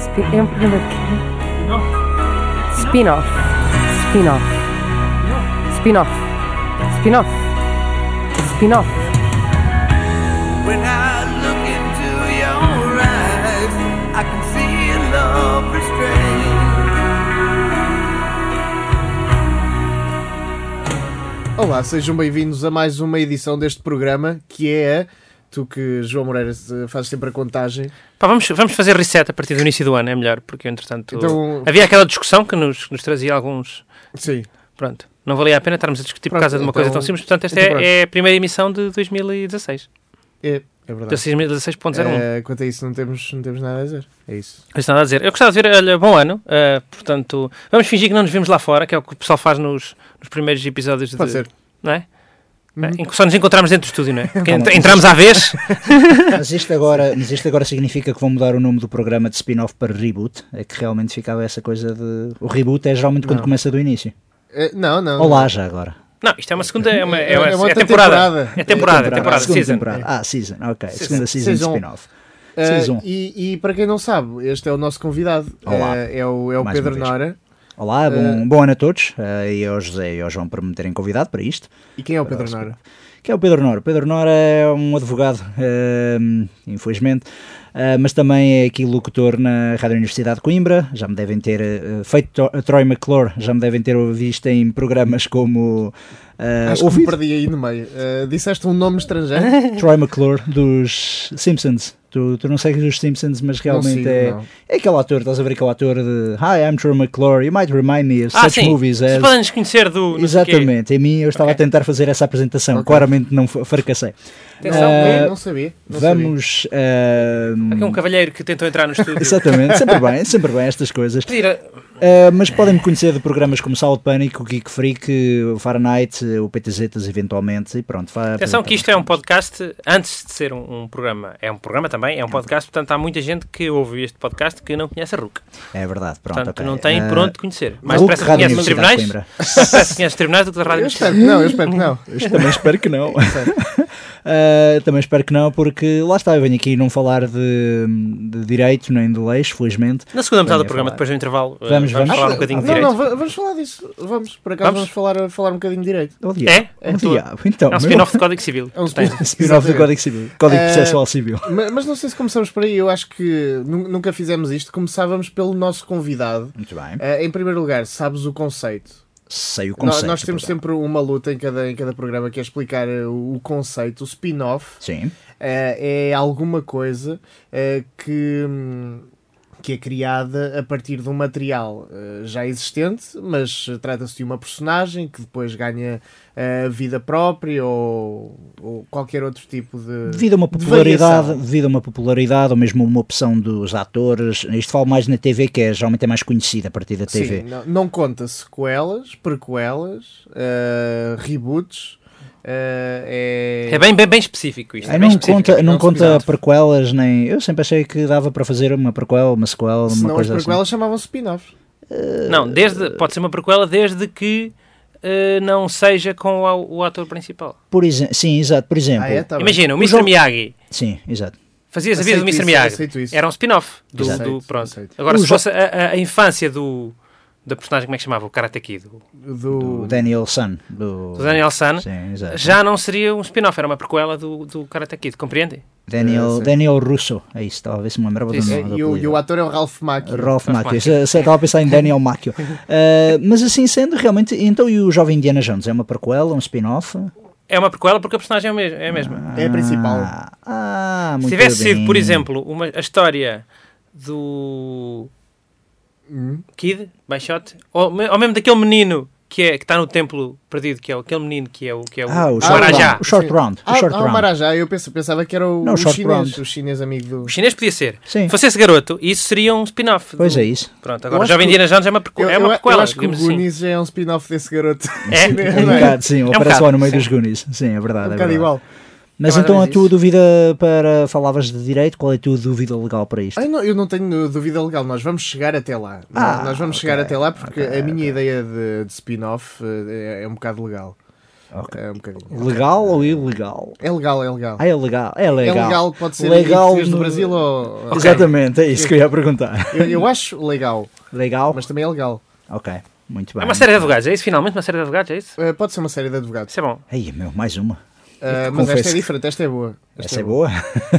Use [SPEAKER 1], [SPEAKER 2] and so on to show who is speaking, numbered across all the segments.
[SPEAKER 1] Spin-off. Spin-off. Spin-off. Spin-off. Spin-off. Spin-off.
[SPEAKER 2] When I look into your eyes, I can see a love restrained.
[SPEAKER 3] Olá, sejam bem-vindos a mais uma edição deste programa que é a. Tu que, João Moreira, se- fazes sempre a contagem.
[SPEAKER 4] Pá, vamos, vamos fazer reset a partir do início do ano, é melhor, porque entretanto
[SPEAKER 3] Então-
[SPEAKER 4] havia aquela discussão que nos, nos trazia alguns.
[SPEAKER 3] Sim.
[SPEAKER 4] Pronto, não valia a pena estarmos a discutir por
[SPEAKER 3] Pronto,
[SPEAKER 4] causa de uma coisa
[SPEAKER 3] então-
[SPEAKER 4] tão simples. Portanto, esta
[SPEAKER 3] então pronto.
[SPEAKER 4] é, é a primeira emissão de 2016.
[SPEAKER 3] É, é verdade.
[SPEAKER 4] 2016.01.
[SPEAKER 3] Eh, quanto a isso, não temos, não temos nada a dizer. É isso.
[SPEAKER 4] Não tem nada a dizer. Eu gostava de ver, olha, bom ano, eh, portanto, vamos fingir que não nos vimos lá fora, que é o que o pessoal faz nos, nos primeiros episódios.
[SPEAKER 3] Pode
[SPEAKER 4] de,
[SPEAKER 3] ser.
[SPEAKER 4] Não é?
[SPEAKER 3] Uhum.
[SPEAKER 4] Em que Só nos encontramos dentro do estúdio, não é? Porque ent- entramos à vez.
[SPEAKER 5] Mas isto, agora, mas isto agora significa que vão mudar o nome do programa de spin-off para reboot. É que realmente ficava essa coisa de. O reboot é geralmente quando
[SPEAKER 3] Não.
[SPEAKER 5] começa do início.
[SPEAKER 3] Eh, não, não.
[SPEAKER 5] Olá, já agora.
[SPEAKER 4] Não, isto é uma segunda, é uma, é uma,
[SPEAKER 3] É uma
[SPEAKER 4] é
[SPEAKER 3] outra
[SPEAKER 4] temporada.
[SPEAKER 3] temporada.
[SPEAKER 4] É temporada, é temporada,
[SPEAKER 5] Ah, segunda
[SPEAKER 4] season.
[SPEAKER 5] temporada. Ah, season, ok. Segunda season,
[SPEAKER 3] Season.
[SPEAKER 5] de spin-off.
[SPEAKER 3] Eh,
[SPEAKER 5] Season.
[SPEAKER 3] e, e para quem não sabe, este é o nosso convidado.
[SPEAKER 5] Olá.
[SPEAKER 3] Eh, é o, é o
[SPEAKER 5] Mais uma
[SPEAKER 3] Pedro
[SPEAKER 5] vez.
[SPEAKER 3] Nora.
[SPEAKER 5] Olá, bom, bom ano a todos. eh, e ao José e ao João por me terem convidado para isto.
[SPEAKER 3] E quem é o Pedro Nora?
[SPEAKER 5] Que é o Pedro Nora. O Pedro Nora é um advogado, ehm, infelizmente, eh, mas também é aqui locutor na Rádio Universidade de Coimbra. Já me devem ter eh, feito to- a Troy McClure, já me devem ter visto em programas como. eh,
[SPEAKER 3] Acho que um me
[SPEAKER 5] ouvido
[SPEAKER 3] perdi aí no meio. Eh, disseste um nome estrangeiro?
[SPEAKER 5] Troy McClure dos Simpsons. Tu, tu não segues os Simpsons, mas realmente
[SPEAKER 3] sigo,
[SPEAKER 5] é,
[SPEAKER 3] não.
[SPEAKER 5] é aquele ator, estás a ver aquele ator de Hi, I'm Troy McClure, you might remind me of
[SPEAKER 4] Ah,
[SPEAKER 5] such
[SPEAKER 4] sim.
[SPEAKER 5] movies
[SPEAKER 4] Vocês
[SPEAKER 5] as.
[SPEAKER 4] podem nos conhecer do. não sei o quê.
[SPEAKER 5] Exatamente, em mim eu estava a tentar fazer essa apresentação, claramente não fa- fracassei.
[SPEAKER 4] Atenção,
[SPEAKER 5] Ah,
[SPEAKER 3] Eh, não sabia. não sabia.
[SPEAKER 5] Vamos. ehm,
[SPEAKER 4] Aqui é um cavalheiro que tentou entrar no estúdio.
[SPEAKER 5] Exatamente, sempre bem, sempre bem estas coisas.
[SPEAKER 4] Pedir a-
[SPEAKER 5] Ah, mas podem-me conhecer de programas como Saúde Pânico, Geek Freak, o Fahrenheit, o PTZs eventualmente, e pronto. vá
[SPEAKER 4] Atenção que
[SPEAKER 5] apresentar.
[SPEAKER 4] isto é um podcast, antes de ser um, um programa, é um programa também, é um podcast, portanto há muita gente que ouve este podcast que não conhece a RUC.
[SPEAKER 5] É verdade, pronto.
[SPEAKER 4] Portanto,
[SPEAKER 5] ok.
[SPEAKER 4] não tem
[SPEAKER 5] Ah,
[SPEAKER 4] por onde conhecer. Mais
[SPEAKER 5] Hulk,
[SPEAKER 4] depressa
[SPEAKER 5] Rádio
[SPEAKER 4] conhece os
[SPEAKER 5] Universidade
[SPEAKER 4] tribunais,
[SPEAKER 5] de
[SPEAKER 4] mais depressa conhece os tribunais do que da Rádio
[SPEAKER 3] Eu
[SPEAKER 4] Universidade.
[SPEAKER 3] espero que não, eu espero que não.
[SPEAKER 5] Isto também espero que não. Ah, também espero que não, porque lá está, eu venho aqui não falar de, de direito nem de leis, felizmente.
[SPEAKER 4] Na segunda metade
[SPEAKER 5] Venha
[SPEAKER 4] do programa,
[SPEAKER 5] falar.
[SPEAKER 4] depois do intervalo, uh, vamos,
[SPEAKER 5] Vamos, vamos.
[SPEAKER 4] falar um
[SPEAKER 5] Ah,
[SPEAKER 4] bocadinho de
[SPEAKER 3] Não,
[SPEAKER 4] direito.
[SPEAKER 3] não, va- vamos falar disso. Vamos, por acaso vamos,
[SPEAKER 4] Vamos?
[SPEAKER 3] falar, falar um bocadinho de direito.
[SPEAKER 5] Oh, diabo.
[SPEAKER 4] É?
[SPEAKER 5] Oh, diabo.
[SPEAKER 4] É
[SPEAKER 5] Então,
[SPEAKER 4] um
[SPEAKER 5] meu-
[SPEAKER 4] spin-off Eh, do Código Civil.
[SPEAKER 3] É um
[SPEAKER 4] que tem.
[SPEAKER 3] spin-off.
[SPEAKER 5] spin-off do
[SPEAKER 3] Exatamente.
[SPEAKER 5] Código Civil, Código
[SPEAKER 3] Ah,
[SPEAKER 5] Processual Civil.
[SPEAKER 3] Ma- Mas não sei se começamos por aí, eu acho que nu- nunca fizemos isto. Começávamos pelo nosso convidado.
[SPEAKER 5] Muito bem.
[SPEAKER 3] Eh, em primeiro lugar, sabes o conceito?
[SPEAKER 5] Sei o
[SPEAKER 3] No-
[SPEAKER 5] conceito. tipo,
[SPEAKER 3] nós temos
[SPEAKER 5] portanto.
[SPEAKER 3] sempre uma luta em cada, em cada programa que é explicar eh, o, o conceito. O spin-off
[SPEAKER 5] Sim.
[SPEAKER 3] eh, é alguma coisa eh, que, hum, que é criada a partir de um material eh, já existente, mas trata-se de uma personagem que depois ganha eh, vida própria ou, ou qualquer outro tipo de.
[SPEAKER 5] Devido a uma
[SPEAKER 3] de
[SPEAKER 5] popularidade,
[SPEAKER 3] variação.
[SPEAKER 5] devido a uma popularidade ou mesmo uma opção dos atores, isto falo mais na TV, que é geralmente é mais conhecida a partir da TV.
[SPEAKER 3] Sim, não, não conta sequelas, prequelas, eh, reboots. eh, é...
[SPEAKER 4] É bem, bem, bem específico isto.
[SPEAKER 5] Ah,
[SPEAKER 4] é bem
[SPEAKER 5] não
[SPEAKER 4] específico.
[SPEAKER 5] conta,
[SPEAKER 3] é um
[SPEAKER 5] não conta
[SPEAKER 3] spin-off.
[SPEAKER 5] prequelas nem. Eu sempre achei que dava para fazer uma prequel, uma sequela,
[SPEAKER 3] Se
[SPEAKER 5] uma
[SPEAKER 3] não as
[SPEAKER 5] coisa assim.
[SPEAKER 3] prequelas chamavam-se spin-offs.
[SPEAKER 4] Não, desde, pode ser uma prequela desde que eh, não seja com o, o ator principal.
[SPEAKER 5] Por exemplo, sim, exato, por exemplo.
[SPEAKER 3] Ah, é, tá bem.
[SPEAKER 4] Imagina, o Mr. Miyagi
[SPEAKER 5] Sim, exato.
[SPEAKER 4] Fazias a vida do
[SPEAKER 3] Aceito
[SPEAKER 4] Mr.
[SPEAKER 3] isso,
[SPEAKER 4] Miyagi.
[SPEAKER 3] aceito isso.
[SPEAKER 4] Era um spin-off do,
[SPEAKER 3] Exato.
[SPEAKER 4] do- pronto.
[SPEAKER 3] Aceito.
[SPEAKER 4] Agora,
[SPEAKER 5] O
[SPEAKER 4] se
[SPEAKER 5] jo-
[SPEAKER 4] fosse a, a- a infância do da personagem, como é que chamava? O Karate Kid, do,
[SPEAKER 5] O
[SPEAKER 3] Do...
[SPEAKER 5] Daniel Sun. Do,
[SPEAKER 4] do Daniel San,
[SPEAKER 5] Sim, exato.
[SPEAKER 4] já não seria um spin-off, era uma prequela do, do Karate Kid, compreende?
[SPEAKER 5] Daniel,
[SPEAKER 3] sim.
[SPEAKER 5] Daniel Russo. É isso, estava a ver se me lembrava do
[SPEAKER 4] Isso.
[SPEAKER 5] nome.
[SPEAKER 3] É,
[SPEAKER 5] do
[SPEAKER 3] e, o, e
[SPEAKER 5] apelido.
[SPEAKER 3] o ator é o Ralph Macchio.
[SPEAKER 5] Ralph
[SPEAKER 4] Ralph
[SPEAKER 5] Macchio. Eu Estava a pensar em Daniel Macchio. Uh, mas assim sendo, realmente. Então, e o Jovem Indiana Jones? É uma prequela, um spin-off?
[SPEAKER 4] É uma prequela porque a personagem é, o mesmo, é a mesma.
[SPEAKER 3] É a principal.
[SPEAKER 5] Ah, ah, muito
[SPEAKER 4] se tivesse
[SPEAKER 5] bem.
[SPEAKER 4] sido, por exemplo, uma, a história do
[SPEAKER 3] Hum?
[SPEAKER 4] Kid, Baixote, ou, me- ou mesmo daquele menino que é- que está no templo perdido, que é o- aquele menino que é o, que é o,
[SPEAKER 5] Ah, o
[SPEAKER 4] o
[SPEAKER 5] short
[SPEAKER 4] Marajá.
[SPEAKER 5] round. O short
[SPEAKER 3] Sim.
[SPEAKER 5] round. O
[SPEAKER 3] Ah,
[SPEAKER 5] short
[SPEAKER 3] ah, o
[SPEAKER 5] round.
[SPEAKER 3] Marajá, eu penso- pensava que era o,
[SPEAKER 5] Não,
[SPEAKER 3] o
[SPEAKER 5] Short
[SPEAKER 3] chinês,
[SPEAKER 5] Round.
[SPEAKER 3] o chinês amigo do...
[SPEAKER 4] O chinês podia ser.
[SPEAKER 5] Sim.
[SPEAKER 4] Se fosse esse garoto, isso seria um spin-off. do-
[SPEAKER 5] Pois é isso.
[SPEAKER 4] Pronto,
[SPEAKER 3] Eu
[SPEAKER 4] agora
[SPEAKER 3] acho
[SPEAKER 4] Jovem
[SPEAKER 3] que-
[SPEAKER 4] Indiana Jones é uma, prequ-
[SPEAKER 3] Eu,
[SPEAKER 4] é uma
[SPEAKER 3] eu- eu
[SPEAKER 4] prequela,
[SPEAKER 3] acho que o
[SPEAKER 4] digamos assim.
[SPEAKER 3] Goonies já é um spin-off desse garoto.
[SPEAKER 4] É?
[SPEAKER 3] Não
[SPEAKER 5] É um bocado, sim,
[SPEAKER 4] um
[SPEAKER 5] aparece lá
[SPEAKER 4] bocado,
[SPEAKER 5] no meio
[SPEAKER 4] sim.
[SPEAKER 5] dos Goonies. Sim, é verdade.
[SPEAKER 3] Um
[SPEAKER 5] é
[SPEAKER 3] bocado
[SPEAKER 5] verdade.
[SPEAKER 3] igual.
[SPEAKER 5] Mas
[SPEAKER 3] É
[SPEAKER 5] então a
[SPEAKER 3] mais ou
[SPEAKER 5] tua
[SPEAKER 3] menos
[SPEAKER 5] dúvida para. Falavas de direito, qual é a tua dúvida legal para isto?
[SPEAKER 3] Ai, não, eu não tenho dúvida legal, nós vamos chegar até lá.
[SPEAKER 5] Ah,
[SPEAKER 3] nós vamos
[SPEAKER 5] ok,
[SPEAKER 3] chegar até lá porque
[SPEAKER 5] ok,
[SPEAKER 3] a minha ideia de, de spin-off eh, é, é um bocado legal.
[SPEAKER 5] Ok.
[SPEAKER 3] É um bocadinho.
[SPEAKER 5] Legal ou ilegal?
[SPEAKER 3] É legal, é legal.
[SPEAKER 5] Ah, é legal. É
[SPEAKER 3] é
[SPEAKER 5] legal.
[SPEAKER 3] legal, pode ser
[SPEAKER 5] Legal
[SPEAKER 3] legal português do
[SPEAKER 5] no-
[SPEAKER 3] Brasil ou.
[SPEAKER 4] Ok.
[SPEAKER 5] Exatamente, é isso que eu ia perguntar.
[SPEAKER 3] Eu, eu acho legal,
[SPEAKER 5] Legal?
[SPEAKER 3] mas também é legal.
[SPEAKER 5] Ok, muito bem.
[SPEAKER 4] É uma série de advogados, é isso? Finalmente uma série de advogados, é isso?
[SPEAKER 3] Eh, pode ser uma série de advogados.
[SPEAKER 4] Isso é bom.
[SPEAKER 5] Ai, meu, mais uma.
[SPEAKER 3] Eh, mas
[SPEAKER 5] Confesso
[SPEAKER 3] esta é
[SPEAKER 5] que-
[SPEAKER 3] diferente, esta é boa. Esta
[SPEAKER 5] Essa é boa.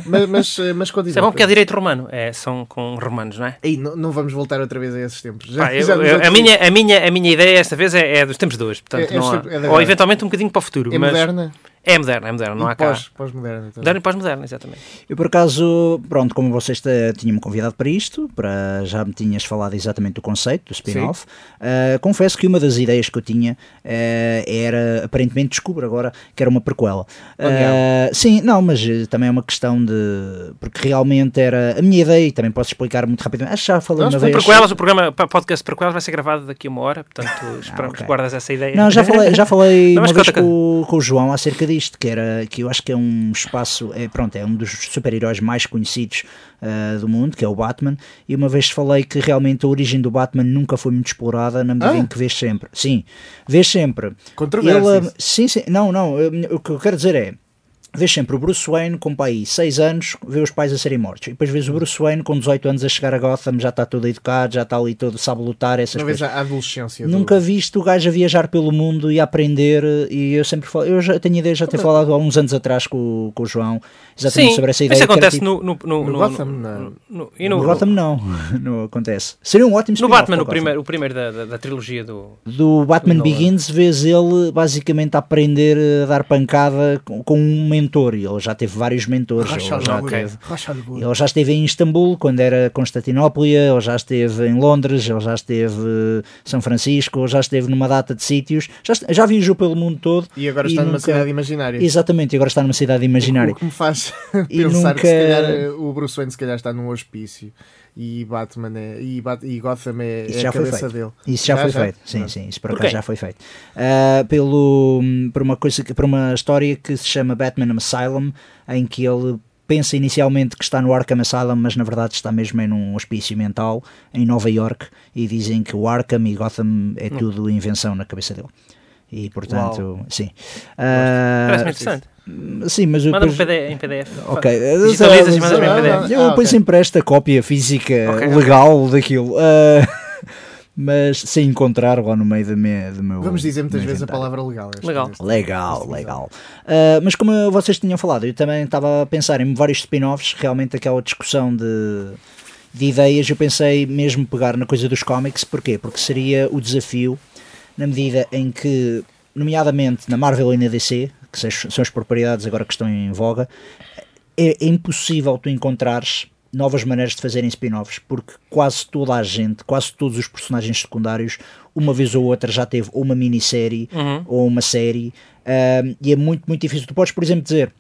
[SPEAKER 3] Mas, mas, eh, mas continua.
[SPEAKER 4] Isso é bom porque é direito romano. É, são com romanos, não é?
[SPEAKER 3] Ei, não, não vamos voltar outra vez a esses tempos. Já-
[SPEAKER 4] Pá, eu-
[SPEAKER 3] já nos
[SPEAKER 4] eu- a,
[SPEAKER 3] outros-
[SPEAKER 4] minha, é a, minha, a minha ideia esta vez é, é dos tempos de hoje, portanto,
[SPEAKER 3] É- é
[SPEAKER 4] não há-
[SPEAKER 3] sempre- é de
[SPEAKER 4] ou
[SPEAKER 3] agora.
[SPEAKER 4] eventualmente um bocadinho para o futuro.
[SPEAKER 3] É
[SPEAKER 4] mas
[SPEAKER 3] moderna
[SPEAKER 4] É moderna, é moderna, não
[SPEAKER 3] e
[SPEAKER 4] há cá.
[SPEAKER 3] pós, pós-moderna. também.
[SPEAKER 4] Moderna e pós-moderna, exatamente.
[SPEAKER 5] Eu por acaso, pronto, como vocês te- tinham-me convidado para isto, para, já me tinhas falado exatamente do conceito, do spin-off, ah, confesso que uma das ideias que eu tinha eh, era, aparentemente descubro agora, que era uma prequela. Ah, sim, não, mas eh, também é uma questão de... porque realmente era a minha ideia, e também posso explicar muito rapidamente, acho que já falei
[SPEAKER 3] Nós
[SPEAKER 5] uma
[SPEAKER 4] O
[SPEAKER 5] vez...
[SPEAKER 4] Prequelas, o programa pa- podcast Prequelas vai ser gravado daqui a uma hora, portanto, esperamos
[SPEAKER 5] Ah, ok.
[SPEAKER 4] que guardas essa ideia.
[SPEAKER 5] Não, já falei, já falei
[SPEAKER 4] Não,
[SPEAKER 5] uma
[SPEAKER 4] mas
[SPEAKER 5] vez
[SPEAKER 4] conta,
[SPEAKER 5] com, o- com o João acerca disto, que, era, que eu acho que é um espaço, é, pronto, é um dos super-heróis mais conhecidos ah, do mundo, que é o Batman, e uma vez falei que realmente a origem do Batman nunca foi muito explorada, na medida
[SPEAKER 3] Ah.
[SPEAKER 5] em que vês sempre. Sim, vês sempre.
[SPEAKER 3] Controvérsia.
[SPEAKER 5] Ele, é eh, sim, sim, não, não, eu- o que eu quero dizer é, vês sempre o Bruce Wayne com pai 6 anos, vê os pais a serem mortos, e depois vês o Bruce Wayne com 18 anos a chegar a Gotham, já está todo educado, já está ali todo, sabe lutar, essas
[SPEAKER 3] Uma
[SPEAKER 5] coisas.
[SPEAKER 3] vez a adolescência. do-
[SPEAKER 5] Nunca viste o gajo a viajar pelo mundo e a aprender, eh, e eu sempre falo, eu já tenho ideia de já ter falado há uns anos atrás com, o- com o João exatamente
[SPEAKER 4] Sim,
[SPEAKER 5] sobre essa
[SPEAKER 4] mas
[SPEAKER 5] ideia.
[SPEAKER 4] isso
[SPEAKER 5] que era
[SPEAKER 4] acontece
[SPEAKER 5] tipo-
[SPEAKER 4] no, no, no,
[SPEAKER 3] No
[SPEAKER 4] no-
[SPEAKER 3] Gotham,
[SPEAKER 4] no-
[SPEAKER 3] não.
[SPEAKER 4] no- e
[SPEAKER 5] no,
[SPEAKER 4] no,
[SPEAKER 5] Gotham não, não acontece. Seria um ótimo
[SPEAKER 4] no
[SPEAKER 5] spin-off
[SPEAKER 4] Batman,
[SPEAKER 5] para
[SPEAKER 4] o
[SPEAKER 5] Gotham.
[SPEAKER 4] primeiro, o primeiro da, da, da trilogia do.
[SPEAKER 5] Do Batman
[SPEAKER 4] Do Nolan.
[SPEAKER 5] Begins vês ele basicamente a aprender eh, a dar pancada com, com um mentor, e ele já teve vários mentores.
[SPEAKER 3] Rocha
[SPEAKER 5] ele já
[SPEAKER 3] Albuquerque.
[SPEAKER 4] ok.
[SPEAKER 3] Rocha Albuquerque.
[SPEAKER 5] Ele já esteve em Istambul quando era Constantinopla, ele já esteve em Londres, ele já esteve em São Francisco, ele já esteve numa data de sítios, já, est- já viajou pelo mundo todo.
[SPEAKER 3] E agora está numa
[SPEAKER 5] nunca-
[SPEAKER 3] cidade imaginária.
[SPEAKER 5] Exatamente, e agora está numa cidade
[SPEAKER 3] O
[SPEAKER 5] imaginária.
[SPEAKER 3] que me faz
[SPEAKER 5] E
[SPEAKER 3] pensar que se
[SPEAKER 5] nunca-
[SPEAKER 3] calhar eh, o Bruce Wayne se calhar está num hospício e Batman é, e, Bat- e Gotham é,
[SPEAKER 5] Isso
[SPEAKER 3] é
[SPEAKER 5] já
[SPEAKER 3] a
[SPEAKER 5] foi
[SPEAKER 3] cabeça
[SPEAKER 5] feito.
[SPEAKER 3] dele.
[SPEAKER 5] Isso já,
[SPEAKER 3] Já,
[SPEAKER 5] foi
[SPEAKER 3] já?
[SPEAKER 5] feito, sim,
[SPEAKER 3] Ah.
[SPEAKER 5] sim, isso por
[SPEAKER 4] Por
[SPEAKER 5] acaso
[SPEAKER 4] quem?
[SPEAKER 5] já foi feito. Ah, pelo, por, uma coisa, que- por uma história que se chama Batman Asylum, em que ele pensa inicialmente que está no Arkham Asylum, mas na verdade está mesmo em um hospício mental em Nova York e dizem que o Arkham e Gotham é
[SPEAKER 4] Hum.
[SPEAKER 5] tudo invenção na cabeça dele. E portanto, sim. Ah,
[SPEAKER 4] Parece-me interessante.
[SPEAKER 5] sim, mas eu
[SPEAKER 4] Manda-me
[SPEAKER 5] depois-
[SPEAKER 4] PDF, em PDF.
[SPEAKER 5] Ok,
[SPEAKER 4] Digitalizas e mandas-me em
[SPEAKER 3] Ah,
[SPEAKER 4] PDF.
[SPEAKER 3] ah,
[SPEAKER 5] eu
[SPEAKER 3] ah,
[SPEAKER 5] depois
[SPEAKER 3] ok.
[SPEAKER 5] empresto a cópia física
[SPEAKER 4] Ok,
[SPEAKER 5] legal daquilo. ah, mas sem encontrar lá no meio do meu. do meu-
[SPEAKER 3] Vamos dizer
[SPEAKER 5] do
[SPEAKER 3] muitas
[SPEAKER 5] meu
[SPEAKER 3] vezes a
[SPEAKER 5] inventário.
[SPEAKER 3] palavra legal. acho que é
[SPEAKER 4] Legal.
[SPEAKER 3] neste-
[SPEAKER 5] Legal, legal. Ah, mas como vocês tinham falado, eu também estava a pensar em vários spin-offs, realmente aquela discussão de, de ideias, eu pensei mesmo pegar na coisa dos cómics, porquê? Porque seria o desafio, na medida em que, nomeadamente na Marvel e na DC, que são as- são as propriedades agora que estão em voga, é, é impossível tu encontrares novas maneiras de fazerem spin-offs, porque quase toda a gente, quase todos os personagens secundários, uma vez ou outra já teve ou uma minissérie ou uma série, ahm, e é muito, muito difícil. Tu podes, por exemplo, dizer.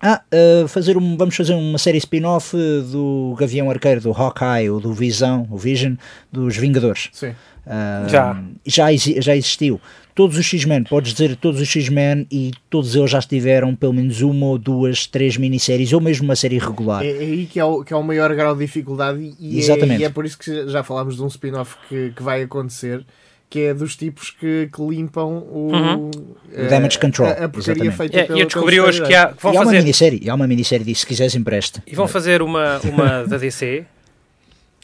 [SPEAKER 5] Ah, ah, fazer um, vamos fazer uma série spin-off eh, do Gavião Arqueiro, do Hawkeye ou do Visão, o Vision, dos Vingadores.
[SPEAKER 3] Sim.
[SPEAKER 5] Ah,
[SPEAKER 4] Já.
[SPEAKER 5] já, exi- já existiu. Todos os X-Men, podes dizer todos os X-Men e todos eles já tiveram pelo menos uma ou duas, três minisséries ou mesmo uma série regular.
[SPEAKER 3] É, é aí que é, o, que é o maior grau de dificuldade e- e,
[SPEAKER 5] Exatamente.
[SPEAKER 3] É, e é por isso que já falámos de um spin-off que, que vai acontecer, que é dos tipos que, que limpam o,
[SPEAKER 4] Uhum.
[SPEAKER 3] eh,
[SPEAKER 5] O damage control,
[SPEAKER 3] A, a porcaria
[SPEAKER 5] exatamente.
[SPEAKER 3] feita
[SPEAKER 4] É,
[SPEAKER 3] pelo-
[SPEAKER 4] e eu descobri
[SPEAKER 3] pelo
[SPEAKER 4] hoje que, há, que vão
[SPEAKER 5] e há uma
[SPEAKER 4] fazer.
[SPEAKER 5] minissérie, e há uma minissérie disso, se quiseres empreste.
[SPEAKER 4] E vão fazer uma, uma da DC,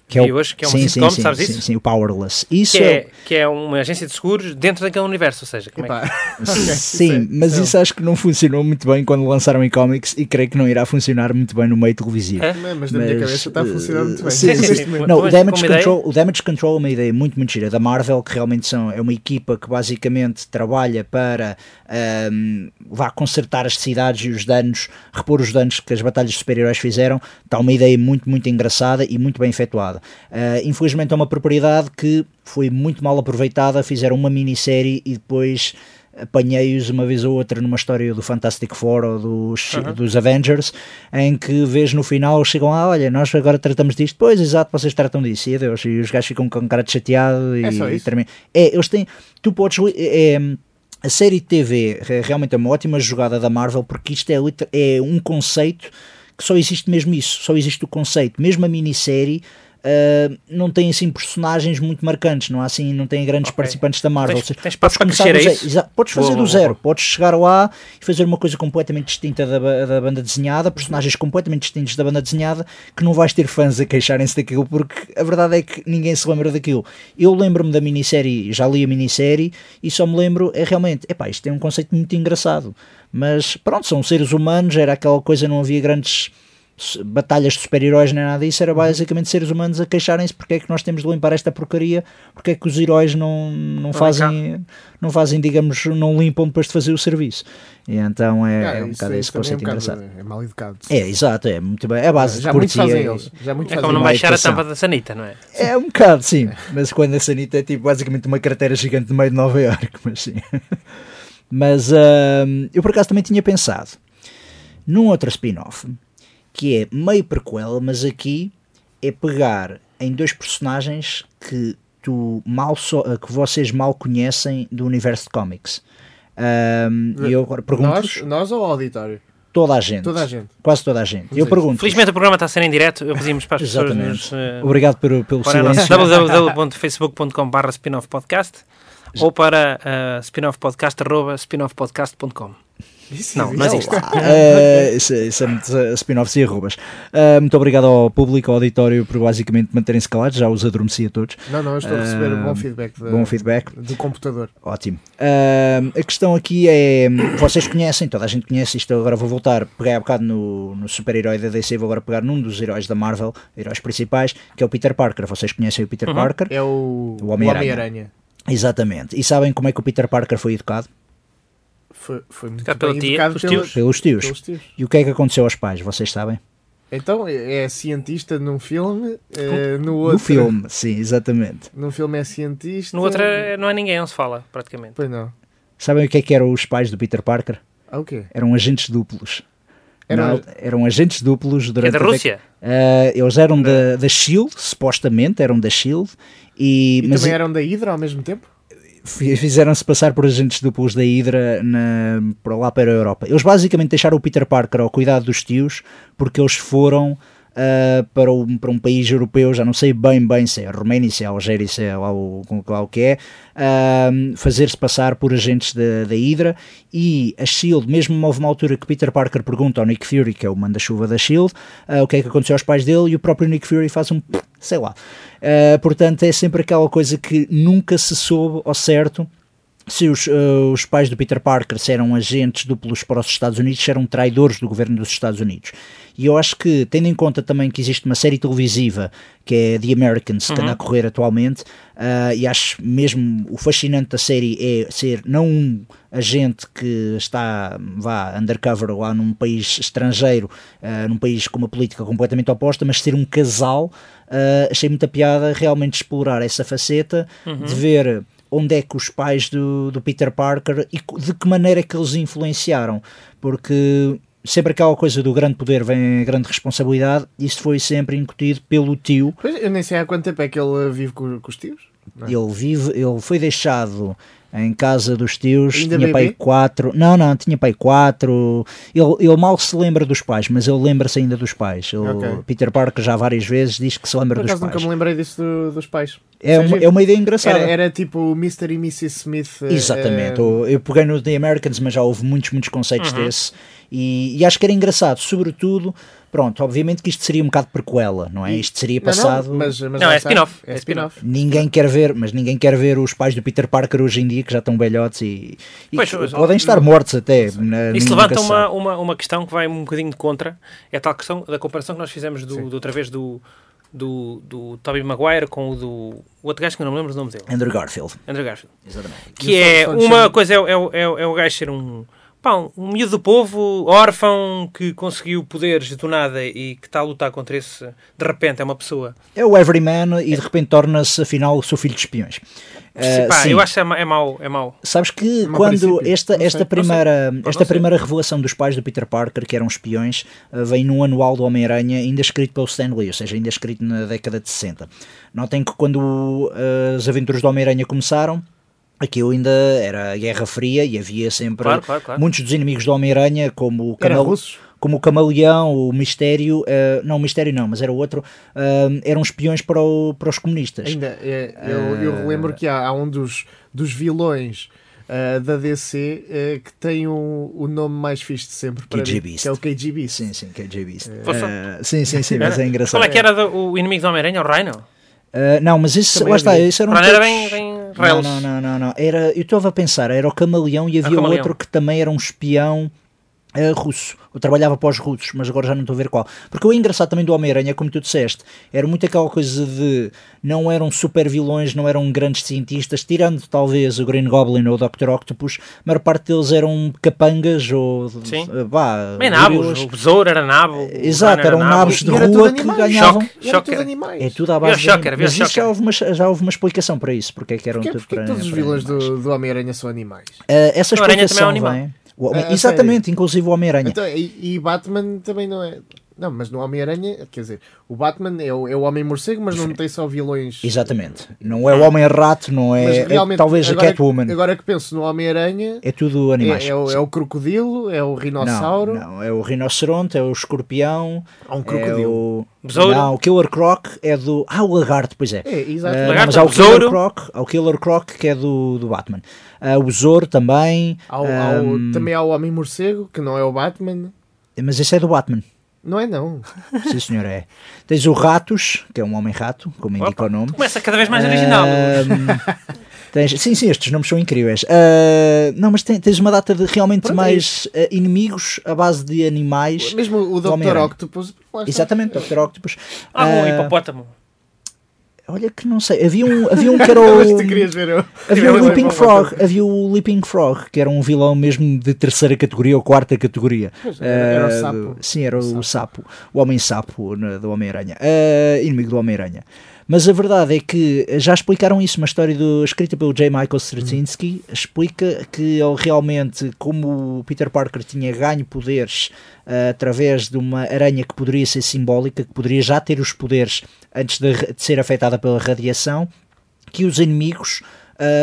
[SPEAKER 5] que é
[SPEAKER 4] e
[SPEAKER 5] o,
[SPEAKER 4] hoje, que é um
[SPEAKER 5] sim,
[SPEAKER 4] sitcom,
[SPEAKER 5] sim, sim,
[SPEAKER 4] sabes
[SPEAKER 5] sim,
[SPEAKER 4] isso?
[SPEAKER 5] sim, o Powerless. Isso
[SPEAKER 4] que
[SPEAKER 5] é,
[SPEAKER 4] é, que é uma agência de seguros dentro daquele universo, ou seja, como é que-
[SPEAKER 3] Epá,
[SPEAKER 5] Sim,
[SPEAKER 4] é,
[SPEAKER 3] sim,
[SPEAKER 5] mas
[SPEAKER 4] então.
[SPEAKER 3] sim.
[SPEAKER 5] isso acho que não funcionou muito bem quando lançaram em comics e creio que não irá funcionar muito bem no meio televisivo.
[SPEAKER 4] É?
[SPEAKER 3] mas na minha
[SPEAKER 5] Mas, eh,
[SPEAKER 3] cabeça está a funcionar muito bem.
[SPEAKER 5] sim,
[SPEAKER 4] sim,
[SPEAKER 3] Neste
[SPEAKER 4] sim.
[SPEAKER 3] momento.
[SPEAKER 5] Não,
[SPEAKER 4] Mas
[SPEAKER 5] o
[SPEAKER 4] como
[SPEAKER 5] Damage,
[SPEAKER 4] ideia-
[SPEAKER 5] Control, o Damage Control é uma ideia muito, muito gira da Marvel, que realmente são, é uma equipa que basicamente trabalha para ahm, vá consertar as cidades e os danos, repor os danos que as batalhas de super-heróis fizeram. Está uma ideia muito, muito engraçada e muito bem efetuada. Ah, infelizmente é uma propriedade que foi muito mal aproveitada, fizeram uma minissérie e depois apanhei-os uma vez ou outra numa história do Fantastic Four ou dos, dos Avengers, em que vês no final chegam lá, olha, nós agora tratamos disto, pois exato, vocês tratam disso, e adeus, e os gajos ficam com um cara de chateado e,
[SPEAKER 3] É só
[SPEAKER 5] e
[SPEAKER 3] isso?
[SPEAKER 5] termina. É, eles têm, tu podes, li- é, a série de TV é realmente é uma ótima jogada da Marvel, porque isto é, liter- é um conceito que só existe mesmo isso, só existe o conceito, mesmo a minissérie uh, não tem assim personagens muito marcantes, não há assim, não tem grandes
[SPEAKER 4] Ok.
[SPEAKER 5] participantes da Marvel.
[SPEAKER 4] Tens-
[SPEAKER 5] Ou seja,
[SPEAKER 4] tens espaço para
[SPEAKER 5] começar
[SPEAKER 4] crescer,
[SPEAKER 5] do
[SPEAKER 4] é
[SPEAKER 5] zero.
[SPEAKER 4] isso?
[SPEAKER 5] Exa- Podes
[SPEAKER 4] Boa,
[SPEAKER 5] fazer
[SPEAKER 4] boa,
[SPEAKER 5] do
[SPEAKER 4] boa,
[SPEAKER 5] zero,
[SPEAKER 4] boa.
[SPEAKER 5] podes chegar lá e fazer uma coisa completamente distinta da, ba- da banda desenhada, personagens completamente distintos da banda desenhada, que não vais ter fãs a queixarem-se daquilo, porque a verdade é que ninguém se lembra daquilo. Eu lembro-me da minissérie, já li a minissérie, e só me lembro, é realmente, epá, isto tem um conceito muito engraçado. Mas pronto, são seres humanos, era aquela coisa, não havia grandes s- batalhas de super-heróis nem nada
[SPEAKER 4] Uhum.
[SPEAKER 5] disso, era basicamente seres humanos a queixarem-se porque é que nós temos de limpar esta porcaria, porque é que os heróis não,
[SPEAKER 4] é
[SPEAKER 5] não fazem, não fazem, digamos, não limpam depois de fazer o serviço. E então é,
[SPEAKER 3] Ah,
[SPEAKER 5] é um
[SPEAKER 3] isso
[SPEAKER 5] bocado
[SPEAKER 3] aí
[SPEAKER 5] esse
[SPEAKER 3] também
[SPEAKER 5] conceito
[SPEAKER 3] é um bocado-
[SPEAKER 5] engraçado.
[SPEAKER 3] É mal educado.
[SPEAKER 5] É, exato, é muito bem. É a base
[SPEAKER 3] já
[SPEAKER 5] de
[SPEAKER 3] muito fazem
[SPEAKER 5] cortesia.
[SPEAKER 3] eles. Já muito
[SPEAKER 4] É
[SPEAKER 3] fazem
[SPEAKER 4] como não
[SPEAKER 5] uma
[SPEAKER 4] baixar a
[SPEAKER 5] educação.
[SPEAKER 4] tampa da sanita, não é?
[SPEAKER 5] É um bocado, sim. Mas quando a Sanita é tipo basicamente uma cratera gigante no meio de Nova Iorque, mas sim. Mas hum, eu por acaso também tinha pensado num outro spin-off que é meio prequel, mas aqui é pegar em dois personagens que tu mal só, eh, que vocês mal conhecem do universo de comics. Hum, e eu agora
[SPEAKER 3] Nós,
[SPEAKER 5] pergunto-vos
[SPEAKER 3] nós ou o auditório?
[SPEAKER 5] toda a gente,
[SPEAKER 3] Toda a gente.
[SPEAKER 5] quase toda a gente. Eu
[SPEAKER 3] Sim.
[SPEAKER 5] pergunto.
[SPEAKER 4] Felizmente o programa está a ser em direto, eu pedimos para as pessoas
[SPEAKER 5] Exatamente.
[SPEAKER 4] nos... eh,
[SPEAKER 5] Obrigado pelo, pelo
[SPEAKER 4] para o
[SPEAKER 5] silêncio.
[SPEAKER 4] nosso www.facebook.com.br spin-off podcast ou para uh, spin-off podcast arroba spin-off podcast.com.
[SPEAKER 3] Isso
[SPEAKER 5] é
[SPEAKER 4] Não, não existe.
[SPEAKER 5] Ah, isso, isso é muito eh, spin-offs e arrobas. Ah, muito obrigado ao público, ao auditório, por basicamente manterem-se calados. Já os adormeci a todos.
[SPEAKER 3] Não, não, eu estou a receber um
[SPEAKER 5] Ah,
[SPEAKER 3] bom feedback de-
[SPEAKER 5] Bom feedback,
[SPEAKER 3] do computador.
[SPEAKER 5] ótimo. Ah, a questão aqui é: vocês conhecem, toda a gente conhece isto. eu Agora vou voltar. Peguei há bocado no, no super-herói da DC, vou agora pegar num dos heróis da Marvel, heróis principais, que é o Peter Parker. Vocês conhecem o Peter
[SPEAKER 4] Uhum.
[SPEAKER 5] Parker?
[SPEAKER 3] É o,
[SPEAKER 5] O Homem-Aranha.
[SPEAKER 3] o Homem-Aranha.
[SPEAKER 5] Exatamente. E sabem como é que o Peter Parker foi educado?
[SPEAKER 3] Foi, foi muito
[SPEAKER 4] Educado
[SPEAKER 3] bem
[SPEAKER 4] pela tia,
[SPEAKER 3] educado
[SPEAKER 4] pelos
[SPEAKER 3] pela-
[SPEAKER 4] tios.
[SPEAKER 5] Pelos tios.
[SPEAKER 3] pelos tios.
[SPEAKER 5] E o que é que aconteceu aos pais? Vocês sabem?
[SPEAKER 3] Então, é é cientista num filme, eh, no outro...
[SPEAKER 5] No filme, sim, exatamente.
[SPEAKER 3] Num filme é cientista...
[SPEAKER 4] No outro eh, não há ninguém, não se fala, praticamente.
[SPEAKER 3] Pois não.
[SPEAKER 5] Sabem o que é que eram os pais do Peter Parker?
[SPEAKER 3] Ah, o quê?
[SPEAKER 5] eram agentes duplos.
[SPEAKER 3] Era-
[SPEAKER 5] Na al- eram agentes duplos
[SPEAKER 4] É
[SPEAKER 5] durante
[SPEAKER 4] da
[SPEAKER 5] a dec-
[SPEAKER 4] Rússia?
[SPEAKER 5] Ah, eles eram da, da Shield, supostamente eram da Shield, e,
[SPEAKER 3] E
[SPEAKER 5] mas
[SPEAKER 3] também eram da Hydra ao mesmo tempo?
[SPEAKER 5] fi- fizeram-se passar por agentes duplos da Hydra na, para lá para a Europa. Eles basicamente deixaram o Peter Parker ao cuidado dos tios porque eles foram ah, para, um, para um país europeu, já não sei bem bem se é a Roménia, se é a Algéria, se é lá o, lá o que é, ah, fazer-se passar por agentes da, da Hydra e a Shield, mesmo houve uma altura que Peter Parker pergunta ao Nick Fury, que é o manda-chuva da Shield, ah, o que é que aconteceu aos pais dele e o próprio Nick Fury faz um sei lá. Ah, portanto, é sempre aquela coisa que nunca se soube ao certo se os, eh, os pais do Peter Parker se eram agentes duplos para os Estados Unidos, se eram traidores do governo dos Estados Unidos. E eu acho que, tendo em conta também que existe uma série televisiva que é The Americans, que anda a correr atualmente, ah, e acho mesmo o fascinante da série é ser não um agente que está, vá, undercover lá num país estrangeiro, ah, num país com uma política completamente oposta, mas ser um casal, ah, achei muita piada realmente explorar essa faceta de ver onde é que os pais do, do Peter Parker e co- de que maneira é que eles influenciaram, porque sempre aquela coisa do grande poder vem a grande responsabilidade, isso foi sempre incutido pelo tio.
[SPEAKER 3] Pois, eu nem sei há quanto tempo é que ele eh, vive com, com os tios. Não é?
[SPEAKER 5] Ele vive, ele foi deixado em casa dos tios,
[SPEAKER 3] Ainda
[SPEAKER 5] tinha pai
[SPEAKER 3] bebê?
[SPEAKER 5] quatro, não, não, tinha pai quatro. Ele, ele mal se lembra dos pais, mas ele lembra-se ainda dos pais. Ele-
[SPEAKER 3] Ok.
[SPEAKER 5] Peter Parker já várias vezes diz que se lembra
[SPEAKER 3] Por
[SPEAKER 5] dos
[SPEAKER 3] acaso nunca
[SPEAKER 5] pais.
[SPEAKER 3] me lembrei disso do- dos pais.
[SPEAKER 5] É,
[SPEAKER 3] Ou
[SPEAKER 5] uma,
[SPEAKER 3] seja,
[SPEAKER 5] é uma ideia engraçada.
[SPEAKER 3] era, era tipo o Mr. e Mrs. Smith. eh,
[SPEAKER 5] Exatamente,
[SPEAKER 3] eh,
[SPEAKER 5] eu, eu peguei no The Americans, mas já houve muitos, muitos conceitos
[SPEAKER 4] Uhum.
[SPEAKER 5] desse e, e acho que era engraçado, sobretudo, pronto, obviamente que isto seria um bocado prequela, não é? Isto seria
[SPEAKER 3] não, não,
[SPEAKER 5] passado.
[SPEAKER 3] mas, mas
[SPEAKER 4] Hum. Não,
[SPEAKER 3] lá
[SPEAKER 4] é
[SPEAKER 3] está,
[SPEAKER 4] spin-off,
[SPEAKER 3] É
[SPEAKER 4] é
[SPEAKER 3] spin-off.
[SPEAKER 5] Ninguém quer ver, mas ninguém quer ver os pais do Peter Parker hoje em dia que já estão belhotes e, e
[SPEAKER 4] Pois,
[SPEAKER 5] que
[SPEAKER 4] pois,
[SPEAKER 5] podem estar mortos até. né,
[SPEAKER 4] Isso
[SPEAKER 5] nunca
[SPEAKER 4] levanta
[SPEAKER 5] se
[SPEAKER 4] uma,
[SPEAKER 5] sabe.
[SPEAKER 4] uma, uma questão que vai um bocadinho de contra. É a tal questão da comparação que nós fizemos do, de outra vez do, do, do Tobey Maguire com o do o outro gajo que eu não me lembro o nome dele.
[SPEAKER 5] Andrew Garfield,
[SPEAKER 4] Andrew Garfield.
[SPEAKER 5] exatamente.
[SPEAKER 4] Que
[SPEAKER 3] E o
[SPEAKER 4] é
[SPEAKER 3] Sr. Sr.
[SPEAKER 4] uma
[SPEAKER 3] Sr.
[SPEAKER 4] coisa, é, o- é, o- é, o- é o gajo ser um, pá, um um miúdo do povo, órfão, que conseguiu poderes do nada e que está a lutar contra esse. De repente, é uma pessoa.
[SPEAKER 5] É o Everyman e de repente torna-se afinal o seu filho de espiões. Ah,
[SPEAKER 4] Pá,
[SPEAKER 5] sim.
[SPEAKER 4] eu acho que é, ma- é mau, é mau.
[SPEAKER 5] Sabes que
[SPEAKER 3] Não
[SPEAKER 5] quando
[SPEAKER 3] princípio.
[SPEAKER 5] esta,
[SPEAKER 3] Não sei,
[SPEAKER 5] esta,
[SPEAKER 3] não
[SPEAKER 5] primeira,
[SPEAKER 4] Não
[SPEAKER 5] esta
[SPEAKER 4] sei.
[SPEAKER 5] primeira revelação dos pais do Peter Parker, que eram espiões, eh, vem no anual do Homem-Aranha, ainda escrito pelo Stan Lee, ou seja, ainda escrito na década de 60. Notem que quando eh, as aventuras do Homem-Aranha começaram, aquilo ainda era a Guerra Fria e havia sempre
[SPEAKER 4] Claro, claro, claro.
[SPEAKER 5] muitos dos inimigos do Homem-Aranha, como o
[SPEAKER 3] Era
[SPEAKER 5] Camelo,
[SPEAKER 3] russos.
[SPEAKER 5] como o Camaleão, o Mistério, eh, não, o Mistério não, mas era outro, eh, eram espiões para, o- para os comunistas.
[SPEAKER 3] Ainda, é, eu,
[SPEAKER 5] Eh,
[SPEAKER 3] eu lembro que há, há um dos, dos vilões ah, da DC ah, que tem o, o nome mais fixe de sempre para
[SPEAKER 5] KG
[SPEAKER 3] mim,
[SPEAKER 5] Beast.
[SPEAKER 3] que é o KG Beast.
[SPEAKER 5] Sim, sim, KJ Beast.
[SPEAKER 4] Posso-
[SPEAKER 5] Eh, sim, sim, sim, mas é engraçado.
[SPEAKER 4] Como é que era do- o inimigo do Homem-Aranha, o Rhino?
[SPEAKER 5] Eh, não, mas isso,
[SPEAKER 3] Também
[SPEAKER 5] lá está,
[SPEAKER 3] havia.
[SPEAKER 4] O
[SPEAKER 5] isso era um
[SPEAKER 4] Rhino era bem, bem
[SPEAKER 5] Não,
[SPEAKER 4] reles.
[SPEAKER 5] não, não, não, não. Era, eu estava a pensar, era o Camaleão e havia
[SPEAKER 4] Camaleão.
[SPEAKER 5] outro que também era um espião eh, russo. Eu trabalhava para os russos, mas agora já não estou a ver qual. Porque o engraçado também do Homem-Aranha, como tu disseste, era muito aquela coisa de não eram super vilões, não eram grandes cientistas, tirando talvez o Green Goblin ou o Dr. Octopus, a maior parte deles eram capangas ou
[SPEAKER 4] Sim.
[SPEAKER 5] eh, vá,
[SPEAKER 4] Bem nabos,
[SPEAKER 5] gorilas.
[SPEAKER 4] o besouro era nabo. o
[SPEAKER 5] Exato,
[SPEAKER 4] Rhino
[SPEAKER 5] eram
[SPEAKER 4] nabo.
[SPEAKER 5] nabos de
[SPEAKER 3] E era tudo
[SPEAKER 5] rua que
[SPEAKER 3] animais.
[SPEAKER 5] ganhavam.
[SPEAKER 4] Choque.
[SPEAKER 3] E Era tudo
[SPEAKER 4] Shocker.
[SPEAKER 3] animais.
[SPEAKER 5] É tudo à base de
[SPEAKER 4] Shocker,
[SPEAKER 5] anim-
[SPEAKER 4] via
[SPEAKER 5] Mas isso
[SPEAKER 4] Shocker.
[SPEAKER 5] já houve, uma, já houve uma explicação para isso, porque é que eram
[SPEAKER 3] Porquê,
[SPEAKER 5] tudo
[SPEAKER 3] porquê
[SPEAKER 5] para
[SPEAKER 3] que todos os
[SPEAKER 5] para
[SPEAKER 3] vilões
[SPEAKER 5] animais.
[SPEAKER 3] do, do Homem-Aranha são animais?
[SPEAKER 5] Uh, essa
[SPEAKER 4] O Aranha também é um
[SPEAKER 5] explicação
[SPEAKER 4] animal.
[SPEAKER 5] vem. O Homem-
[SPEAKER 3] Ah, a
[SPEAKER 5] Exatamente, inclusive o Homem-Aranha.
[SPEAKER 3] Então, e, e Batman também não é. Não, mas no Homem-Aranha, quer dizer, o Batman é o, é o Homem-Morcego, mas não tem só vilões.
[SPEAKER 5] Exatamente. Não é o Homem-Rato, não
[SPEAKER 3] Ah. Mas
[SPEAKER 5] é, é
[SPEAKER 3] realmente,
[SPEAKER 5] talvez
[SPEAKER 3] agora,
[SPEAKER 5] a Catwoman.
[SPEAKER 3] Agora que penso no Homem-Aranha,
[SPEAKER 5] é tudo
[SPEAKER 3] é,
[SPEAKER 5] animais.
[SPEAKER 3] é o,
[SPEAKER 5] Sim.
[SPEAKER 3] é o crocodilo, é o
[SPEAKER 5] não,
[SPEAKER 3] rinossauro.
[SPEAKER 5] não, é o rinoceronte, é o escorpião,
[SPEAKER 3] Há um
[SPEAKER 5] é
[SPEAKER 3] crocodilo.
[SPEAKER 5] o...
[SPEAKER 4] Besouro.
[SPEAKER 5] Não, o Killer Croc é do... Ah, o lagarto, pois é.
[SPEAKER 3] É, exato.
[SPEAKER 5] Ah,
[SPEAKER 4] Lagarto,
[SPEAKER 5] não, mas há o Killer
[SPEAKER 4] besouro.
[SPEAKER 5] Croc, há o Killer Croc que é do, do Batman. Ah, o Besouro também,
[SPEAKER 3] Há o- há o-
[SPEAKER 5] hum,
[SPEAKER 3] também há o Homem-Morcego, que não é o Batman.
[SPEAKER 5] mas esse é do Batman.
[SPEAKER 3] Não é, não.
[SPEAKER 5] Sim, senhor, é. Tens o Ratos, que é um homem-rato, como indica
[SPEAKER 4] Opa,
[SPEAKER 5] o nome.
[SPEAKER 4] Começa cada vez mais original.
[SPEAKER 5] Eh, Ahm, tens- sim, sim, estes nomes são incríveis. Ah, não, mas tem- tens uma data de realmente
[SPEAKER 3] Pronto, é
[SPEAKER 5] mais ah, inimigos à base de animais.
[SPEAKER 3] Mesmo o Dr.
[SPEAKER 5] Homem-Aranha.
[SPEAKER 3] Octopus. lá está.
[SPEAKER 5] Exatamente, Dr. Octopus.
[SPEAKER 4] Há algum
[SPEAKER 5] Ah,
[SPEAKER 4] um hipopótamo.
[SPEAKER 5] Olha que não sei, havia um, havia um que era
[SPEAKER 3] Mas tu
[SPEAKER 5] o...
[SPEAKER 3] querias ver eu.
[SPEAKER 5] Havia
[SPEAKER 3] Eu
[SPEAKER 5] o Leaping
[SPEAKER 3] lembro-me
[SPEAKER 5] Frog, havia o Leaping Frog, que era um vilão mesmo de terceira categoria ou quarta categoria.
[SPEAKER 3] era- era o
[SPEAKER 5] Ah,
[SPEAKER 3] sapo.
[SPEAKER 5] Sim, era o sapo, o Homem-Sapo né, do Homem-Aranha, Ah, inimigo do Homem-Aranha. Mas a verdade é que já explicaram isso, uma história do- escrita pelo J.
[SPEAKER 3] Hum.
[SPEAKER 5] Michael Straczynski explica que ele realmente, como o Peter Parker tinha ganho poderes ah, através de uma aranha que poderia ser simbólica, que poderia já ter os poderes antes de, ra- de ser afetada pela radiação, que os inimigos,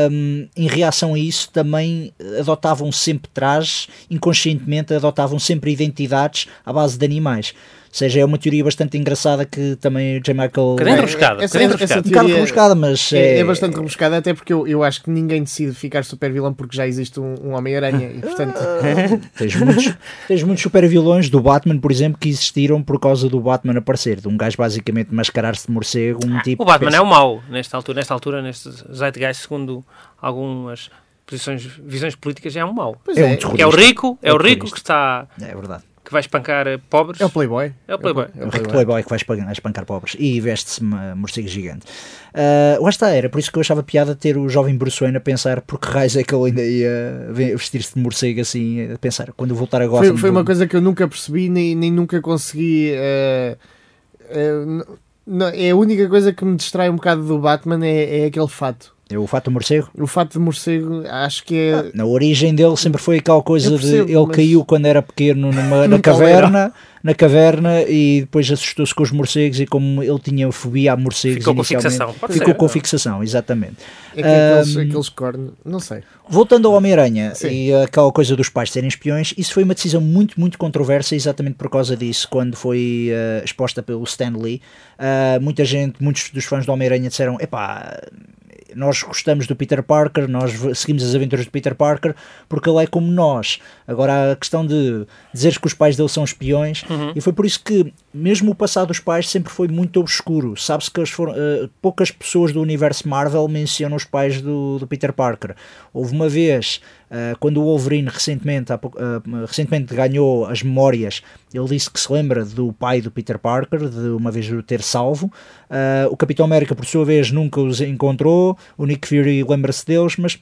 [SPEAKER 5] hum, em reação a isso, também adotavam sempre trajes, inconscientemente adotavam sempre identidades à base de animais. Ou seja, é uma teoria bastante engraçada que também o J. Michael.
[SPEAKER 4] Cadê
[SPEAKER 5] É,
[SPEAKER 4] rebuscada?
[SPEAKER 3] essa-
[SPEAKER 4] Cadê
[SPEAKER 3] essa
[SPEAKER 4] rebuscada?
[SPEAKER 5] um bocado
[SPEAKER 3] teoria-
[SPEAKER 5] rebuscada, mas.
[SPEAKER 3] É, é bastante rebuscada, até porque eu, eu acho que ninguém decide ficar super vilão porque já existe um, um Homem-Aranha e portanto
[SPEAKER 5] Tens muitos, tens muitos super vilões do Batman, por exemplo, que existiram por causa do Batman aparecer. De um gajo basicamente mascarar-se de morcego, um tipo.
[SPEAKER 4] O Batman é o mau, nesta altura, nesta altura, neste Zeitgeist, segundo algumas posições, visões políticas, é um mau.
[SPEAKER 3] pois
[SPEAKER 5] É um
[SPEAKER 3] é,
[SPEAKER 5] terrorista.
[SPEAKER 4] Que é o rico, é
[SPEAKER 5] É
[SPEAKER 4] o
[SPEAKER 5] o
[SPEAKER 4] rico
[SPEAKER 5] terrorista.
[SPEAKER 4] que está
[SPEAKER 5] É verdade.
[SPEAKER 4] que vai espancar eh, pobres.
[SPEAKER 3] é o Playboy.
[SPEAKER 4] É o Playboy.
[SPEAKER 5] É o rico playboy que vai espan- espancar pobres e veste-se uma morcego gigante. Ah, lá está, era por isso que eu achava piada ter o jovem Bruce Wayne a pensar porque raios é que ele ainda ia ve- vestir-se de morcego assim, a pensar, quando eu voltar agora...
[SPEAKER 3] Foi, foi uma coisa que eu nunca percebi nem, nem nunca consegui. eh, eh, n- n- é a única coisa que me distrai um bocado do Batman é, é aquele fato.
[SPEAKER 5] É o fato morcego.
[SPEAKER 3] O fato de morcego acho que é.
[SPEAKER 5] Na origem dele sempre foi aquela coisa
[SPEAKER 3] Eu percebo,
[SPEAKER 5] de ele
[SPEAKER 3] mas-
[SPEAKER 5] caiu quando era pequeno numa, na
[SPEAKER 3] Num
[SPEAKER 5] caverna, na caverna e depois assustou-se com os morcegos e como ele tinha fobia a morcegos
[SPEAKER 4] Ficou com
[SPEAKER 5] inicialmente,
[SPEAKER 4] fixação. Pode
[SPEAKER 5] Ficou
[SPEAKER 4] ser.
[SPEAKER 5] com fixação, exatamente.
[SPEAKER 3] é que é aqueles, aqueles cornos. Não sei.
[SPEAKER 5] Voltando ao Homem-Aranha
[SPEAKER 3] Sim.
[SPEAKER 5] e aquela coisa dos pais serem espiões, isso foi uma decisão muito, muito controversa, exatamente por causa disso, quando foi eh, exposta pelo Stan Lee. Ah, muita gente, muitos dos fãs do Homem-Aranha disseram: epá, nós gostamos do Peter Parker, nós v- seguimos as aventuras do Peter Parker, porque ele é como nós. Agora, a questão de dizeres que os pais dele são espiões,
[SPEAKER 3] Uhum.
[SPEAKER 5] e foi por isso que, mesmo o passado dos pais, sempre foi muito obscuro. Sabe-se que eles foram, eh, poucas pessoas do universo Marvel mencionam os pais do, do Peter Parker. Houve uma vez, eh, quando o Wolverine recentemente, há pouco- eh, recentemente ganhou as memórias, ele disse que se lembra do pai do Peter Parker, de uma vez o ter salvo. Eh, o Capitão América, por sua vez, nunca os encontrou. O Nick Fury lembra-se deles, mas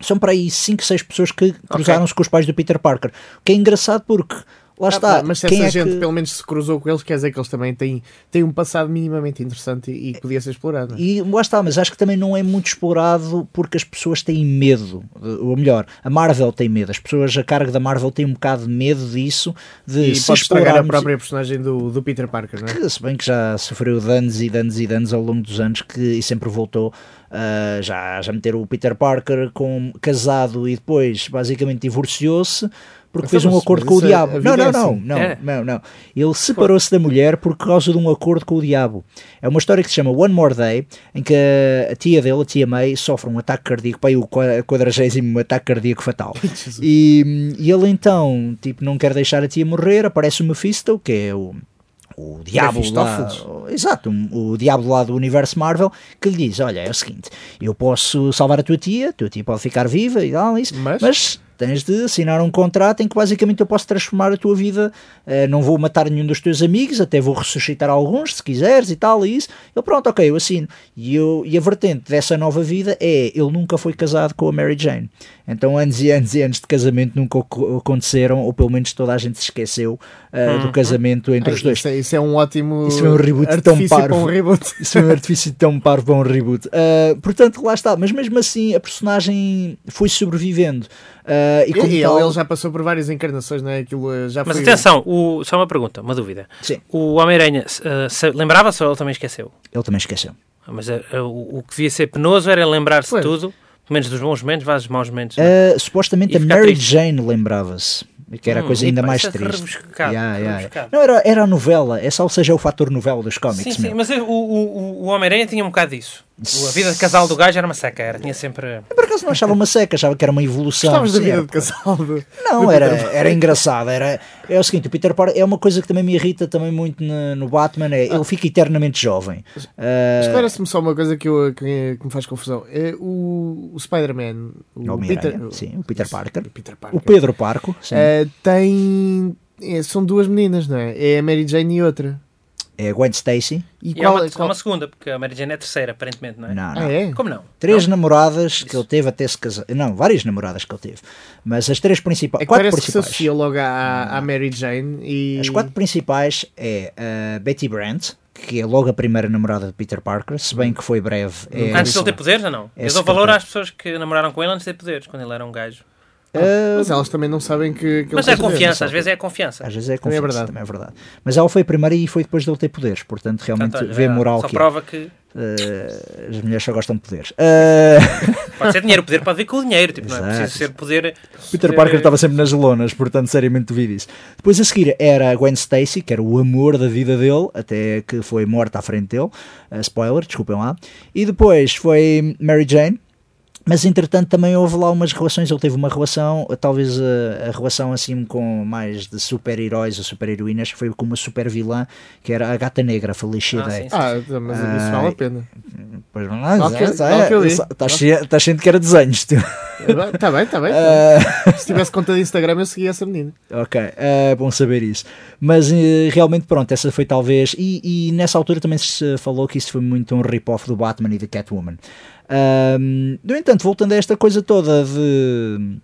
[SPEAKER 5] são para aí 5, 6 pessoas que cruzaram-se com os pais do Peter Parker. O que é engraçado porque. Lá está.
[SPEAKER 3] Ah, mas se
[SPEAKER 5] quem
[SPEAKER 3] essa
[SPEAKER 5] é
[SPEAKER 3] gente
[SPEAKER 5] que...
[SPEAKER 3] pelo menos se cruzou com eles, quer dizer que eles também têm, têm um passado minimamente interessante e, e podia ser explorado. não é?
[SPEAKER 5] E lá está, mas acho que também não é muito explorado porque as pessoas têm medo, Eh, ou melhor, a Marvel tem medo, as pessoas, a carga da Marvel tem um bocado de medo disso, de
[SPEAKER 3] E
[SPEAKER 5] se
[SPEAKER 3] pode estragar a
[SPEAKER 5] explorarmos-
[SPEAKER 3] própria personagem do, do Peter Parker, não é?
[SPEAKER 5] que, se bem que já sofreu danos e danos e danos ao longo dos anos que, e sempre voltou Uh, já, já meter o Peter Parker com, casado e depois basicamente divorciou-se porque fez um
[SPEAKER 3] Mas
[SPEAKER 5] acordo com o
[SPEAKER 3] isso é- a
[SPEAKER 5] diabo.
[SPEAKER 3] vida
[SPEAKER 5] Não, não,
[SPEAKER 3] é
[SPEAKER 5] não,
[SPEAKER 3] assim.
[SPEAKER 5] não,
[SPEAKER 4] É.
[SPEAKER 5] não, não. Ele separou-se da mulher por causa de um acordo com o diabo. É uma história que se chama One More Day, em que a- a tia dele, a tia May, sofre um ataque cardíaco, pai, o qua- quadragésimo ataque cardíaco fatal. e, e ele então, tipo, não quer deixar a tia morrer, aparece o Mephisto, que é o o diabo lá,
[SPEAKER 3] Mephistófeles.
[SPEAKER 5] exato, o diabo lá do universo Marvel, que lhe diz, olha, é o seguinte, eu posso salvar a tua tia, a tua tia pode ficar viva e tal, isso, mas,
[SPEAKER 3] Mas?
[SPEAKER 5] tens de assinar um contrato em que basicamente eu posso transformar a tua vida, eh, não vou matar nenhum dos teus amigos, até vou ressuscitar alguns, se quiseres e tal, e isso, ele pronto, ok, eu assino, e, eu, e a vertente dessa nova vida é, ele nunca foi casado com a Mary Jane, então anos e anos e anos de casamento nunca oco- aconteceram, ou pelo menos toda a gente se esqueceu eh, do casamento entre
[SPEAKER 3] Ai,
[SPEAKER 5] os dois.
[SPEAKER 3] Isso é, isso é um ótimo
[SPEAKER 5] Isso é um reboot tão
[SPEAKER 3] artifício
[SPEAKER 5] parvo.
[SPEAKER 3] para um reboot.
[SPEAKER 5] Isso foi um artifício tão parvo para um reboot. Ah, portanto, lá está. Mas mesmo assim, a personagem foi sobrevivendo. Ah, e
[SPEAKER 3] E,
[SPEAKER 5] como
[SPEAKER 3] e ele,
[SPEAKER 5] tal,
[SPEAKER 3] ele já passou por várias encarnações, não é? Aquilo eh, já
[SPEAKER 4] Mas
[SPEAKER 3] foi.
[SPEAKER 4] atenção, o- só uma pergunta, uma dúvida.
[SPEAKER 5] Sim,
[SPEAKER 4] O Homem-Aranha eh, se- lembrava-se ou ele também esqueceu?
[SPEAKER 5] ele também esqueceu.
[SPEAKER 4] Ah, Mas eh, o, o que devia ser penoso era lembrar-se de
[SPEAKER 3] Pois.
[SPEAKER 4] tudo, pelo menos dos bons momentos, vá dos maus momentos. não é?
[SPEAKER 5] Ah, supostamente
[SPEAKER 4] E
[SPEAKER 5] a
[SPEAKER 4] ficar
[SPEAKER 5] Mary
[SPEAKER 4] triste.
[SPEAKER 5] Jane lembrava-se. Que era a
[SPEAKER 4] Hum,
[SPEAKER 5] coisa
[SPEAKER 4] e
[SPEAKER 5] ainda
[SPEAKER 4] pá,
[SPEAKER 5] mais
[SPEAKER 4] isso é
[SPEAKER 5] triste.
[SPEAKER 4] rebuscado, rebuscado.
[SPEAKER 5] Não, era, era a novela. Essa, ou seja, é o fator novela dos cómics.
[SPEAKER 4] Sim, sim,
[SPEAKER 5] meu.
[SPEAKER 4] mas o, o, o Homem-Aranha tinha um bocado disso. O- A vida de casal do gajo era uma seca, era, tinha sempre.
[SPEAKER 5] Por acaso não achava uma seca, achava que era uma evolução.
[SPEAKER 3] Gostavas da
[SPEAKER 5] Sim,
[SPEAKER 3] vida
[SPEAKER 5] era-
[SPEAKER 3] de casal. de-
[SPEAKER 5] Não,
[SPEAKER 3] do
[SPEAKER 5] era,
[SPEAKER 3] Peter
[SPEAKER 5] era engraçado. Era, é o seguinte, o Peter Parker é uma coisa que também me irrita também muito na- no Batman, é ele fica eternamente jovem. Ah,
[SPEAKER 3] Esclarece-me só uma coisa que, eu, que, que me faz confusão. É o, o Spider-Man, o,
[SPEAKER 5] Homem-Aranha,
[SPEAKER 3] Peter, o-
[SPEAKER 5] sim, É o Peter Parker.
[SPEAKER 3] o Peter Parker.
[SPEAKER 5] o Pedro Parco, sim, é,
[SPEAKER 3] eh, tem. eh, são duas meninas, não é? É a Mary Jane e outra.
[SPEAKER 5] a É Gwen Stacy.
[SPEAKER 3] E
[SPEAKER 4] E há
[SPEAKER 3] qual, é,
[SPEAKER 4] uma, há
[SPEAKER 3] qual...
[SPEAKER 4] uma segunda, porque a Mary Jane é terceira, aparentemente, não é?
[SPEAKER 5] Não, não.
[SPEAKER 3] Ah, é?
[SPEAKER 4] Como não?
[SPEAKER 5] Três namoradas que ele teve até se casar. Não, várias namoradas que ele teve. Mas as três principais.
[SPEAKER 3] É que
[SPEAKER 5] quatro
[SPEAKER 3] parece que se
[SPEAKER 5] principais.
[SPEAKER 3] associa logo à,
[SPEAKER 4] Ah.
[SPEAKER 3] à Mary Jane e.
[SPEAKER 5] As quatro principais é a Betty Brandt, que é logo a primeira namorada de Peter Parker, se bem que foi breve. É,
[SPEAKER 4] antes de ele ter poderes ou não?
[SPEAKER 5] É
[SPEAKER 4] eu
[SPEAKER 5] secretário.
[SPEAKER 4] dou valor às pessoas que namoraram com ele antes de ter poderes, quando ele era um gajo.
[SPEAKER 3] Mas elas também não sabem que. que
[SPEAKER 4] Mas
[SPEAKER 3] ele tem
[SPEAKER 4] é
[SPEAKER 3] poderes,
[SPEAKER 4] confiança,
[SPEAKER 3] não
[SPEAKER 4] às vezes é a confiança.
[SPEAKER 5] É, Às vezes é
[SPEAKER 3] Também é
[SPEAKER 5] confiança,
[SPEAKER 3] verdade.
[SPEAKER 5] também é verdade. Mas ela foi a primeira e foi depois dele ter poderes, portanto realmente
[SPEAKER 4] Portanto, olha,
[SPEAKER 5] vê a
[SPEAKER 4] lá,
[SPEAKER 5] moral
[SPEAKER 4] Só
[SPEAKER 5] que é.
[SPEAKER 4] prova que
[SPEAKER 5] Eh, as mulheres só gostam de poderes. Eh,
[SPEAKER 4] pode ser dinheiro, o poder pode vir com o dinheiro, tipo, não é
[SPEAKER 5] Exato.
[SPEAKER 4] preciso ser poder.
[SPEAKER 5] Peter
[SPEAKER 4] ser-
[SPEAKER 5] Parker estava sempre nas lonas, portanto, seriamente duvido isso. Depois a seguir era a Gwen Stacy, que era o amor da vida dele, até que foi morta à frente dele. Uh, spoiler, desculpem lá. E depois foi Mary Jane. Mas entretanto também houve lá umas relações, ele teve uma relação, talvez a, a relação assim com mais de super-heróis ou super-heroínas, foi com uma super-vilã, que era a Gata Negra, a Felicia
[SPEAKER 4] Ah,
[SPEAKER 5] Day.
[SPEAKER 4] sim, sim.
[SPEAKER 3] Ah, mas isso
[SPEAKER 5] é.
[SPEAKER 3] vale a pena.
[SPEAKER 5] Pois não, não,
[SPEAKER 3] Qual que eu-
[SPEAKER 5] não,
[SPEAKER 3] qual que eu li?
[SPEAKER 5] estás cheio- estás cheio de que era desenhos, tu.
[SPEAKER 3] Está Tá bem, está bem.
[SPEAKER 5] Ah,
[SPEAKER 3] Se tivesse conta de Instagram, eu seguia essa menina.
[SPEAKER 5] Ok, é bom saber isso. Mas eh, realmente, pronto, essa foi talvez. E, e nessa altura também se falou que isso foi muito um rip-off do Batman e da Catwoman. Ahm, no entanto, voltando a esta coisa toda de,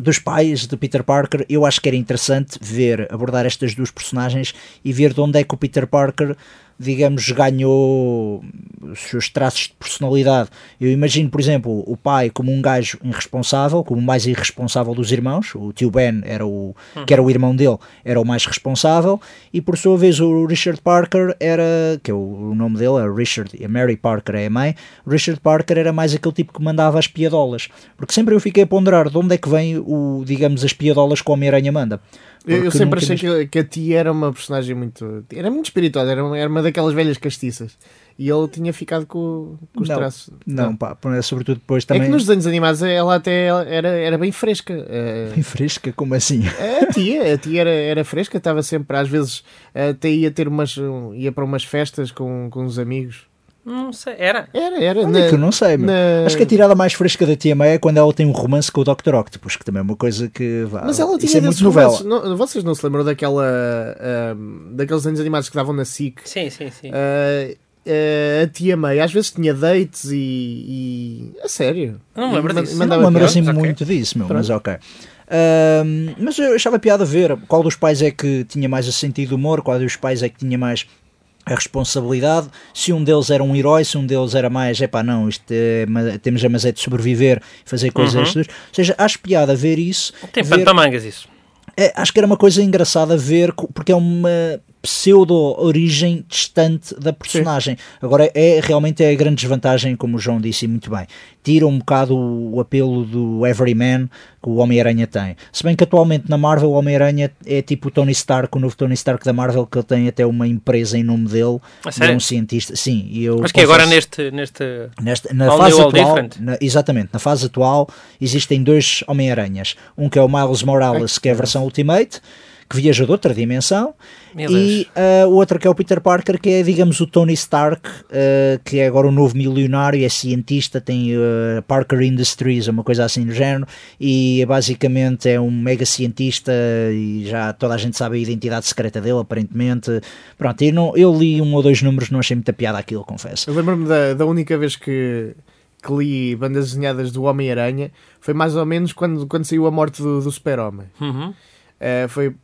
[SPEAKER 5] dos pais de Peter Parker, eu acho que era interessante ver, abordar estas duas personagens e ver de onde é que o Peter Parker, digamos, ganhou os seus traços de personalidade. Eu imagino, por exemplo, o pai como um gajo irresponsável, como o mais irresponsável dos irmãos. O tio Ben, era o, que era o irmão dele, era o mais responsável. E por sua vez o Richard Parker era, que é o, o nome dele, é Richard, e a Mary Parker é a mãe. O Richard Parker era mais aquele tipo que mandava as piadolas. Porque sempre eu fiquei a ponderar de onde é que vem, o, digamos, as piadolas que o Homem-Aranha manda.
[SPEAKER 3] Eu, eu
[SPEAKER 5] Porque
[SPEAKER 3] sempre
[SPEAKER 5] nunca
[SPEAKER 3] achei
[SPEAKER 5] nas-
[SPEAKER 3] que, que a tia era uma personagem muito. Era muito espirituosa, era uma, era uma daquelas velhas castiças. E ele tinha ficado com, com os
[SPEAKER 5] Não,
[SPEAKER 3] traços.
[SPEAKER 5] Não, pá, sobretudo depois também.
[SPEAKER 3] É que nos desenhos animados ela até era, era bem fresca. eh,
[SPEAKER 5] Bem fresca, como assim?
[SPEAKER 3] A tia, a tia era, era fresca, estava sempre, às vezes até ia ter umas. um, ia para umas festas com, com os amigos.
[SPEAKER 4] eh, Não sei, era.
[SPEAKER 3] Era, era.
[SPEAKER 5] Olha é que eu não sei, meu.
[SPEAKER 3] na-
[SPEAKER 5] Acho que a tirada mais fresca da Tia May é quando ela tem um romance com o Dr. Octopus, que também é uma coisa que vá.
[SPEAKER 3] Mas ela
[SPEAKER 5] isso
[SPEAKER 3] tinha
[SPEAKER 5] é muito
[SPEAKER 3] desses
[SPEAKER 5] novela.
[SPEAKER 3] romances. Não- vocês não se lembram daquela. ahm, daqueles desenhos animados que davam na SIC?
[SPEAKER 4] Sim, sim, sim.
[SPEAKER 5] Eh,
[SPEAKER 3] Ah, ah, a tia May às vezes tinha dates e. e- a sério.
[SPEAKER 4] Não me lembro
[SPEAKER 3] E man-
[SPEAKER 4] disso.
[SPEAKER 5] Eu não
[SPEAKER 3] mandava
[SPEAKER 5] me lembro
[SPEAKER 3] piadas.
[SPEAKER 5] assim
[SPEAKER 4] ok.
[SPEAKER 5] muito disso, meu, mas ok. Ahm, mas eu achava piada ver qual dos pais é que tinha mais esse sentido de humor, qual dos pais é que tinha mais a responsabilidade, se um deles era um herói, se um deles era mais, epá, não, isto é, ma- temos a mas é de sobreviver, fazer coisas
[SPEAKER 4] Uhum.
[SPEAKER 5] destas. Ou seja, acho piada ver isso.
[SPEAKER 4] Tem
[SPEAKER 5] ver-
[SPEAKER 4] pantamangas isso.
[SPEAKER 5] É, acho que era uma coisa engraçada ver, co- porque é uma pseudo-origem distante da personagem. Agora, é realmente é a grande desvantagem, como o João disse muito bem. Tira um bocado o, o apelo do Everyman que o Homem-Aranha tem. Se bem que atualmente na Marvel o Homem-Aranha é tipo o Tony Stark, o novo Tony Stark da Marvel, que ele tem até uma empresa em nome dele,
[SPEAKER 4] A
[SPEAKER 5] ele é
[SPEAKER 4] sério?
[SPEAKER 5] um cientista. Sim, e eu
[SPEAKER 4] Mas que agora
[SPEAKER 5] confesso-
[SPEAKER 4] neste, neste.
[SPEAKER 5] Nesta, na
[SPEAKER 4] All
[SPEAKER 5] fase
[SPEAKER 4] new, all
[SPEAKER 5] atual,
[SPEAKER 4] different.
[SPEAKER 5] na- exatamente, na fase atual existem dois Homem-Aranhas. Um que é o Miles Morales, que é a versão Ultimate, que viaja de outra dimensão,
[SPEAKER 4] Meu
[SPEAKER 5] e
[SPEAKER 4] Deus.
[SPEAKER 5] ah, o outro que é o Peter Parker, que é, digamos, o Tony Stark, ah, que é agora um novo milionário, é cientista, tem ah, Parker Industries, uma coisa assim do género, e basicamente é um mega cientista e já toda a gente sabe a identidade secreta dele, aparentemente. Pronto, eu, não, eu li um ou dois números, não achei muita piada aquilo, confesso.
[SPEAKER 3] Eu lembro-me da, da única vez que, que li bandas desenhadas do Homem-Aranha foi mais ou menos quando, quando saiu a morte do, do Super-Homem.
[SPEAKER 4] Uhum.
[SPEAKER 3] Eh, foi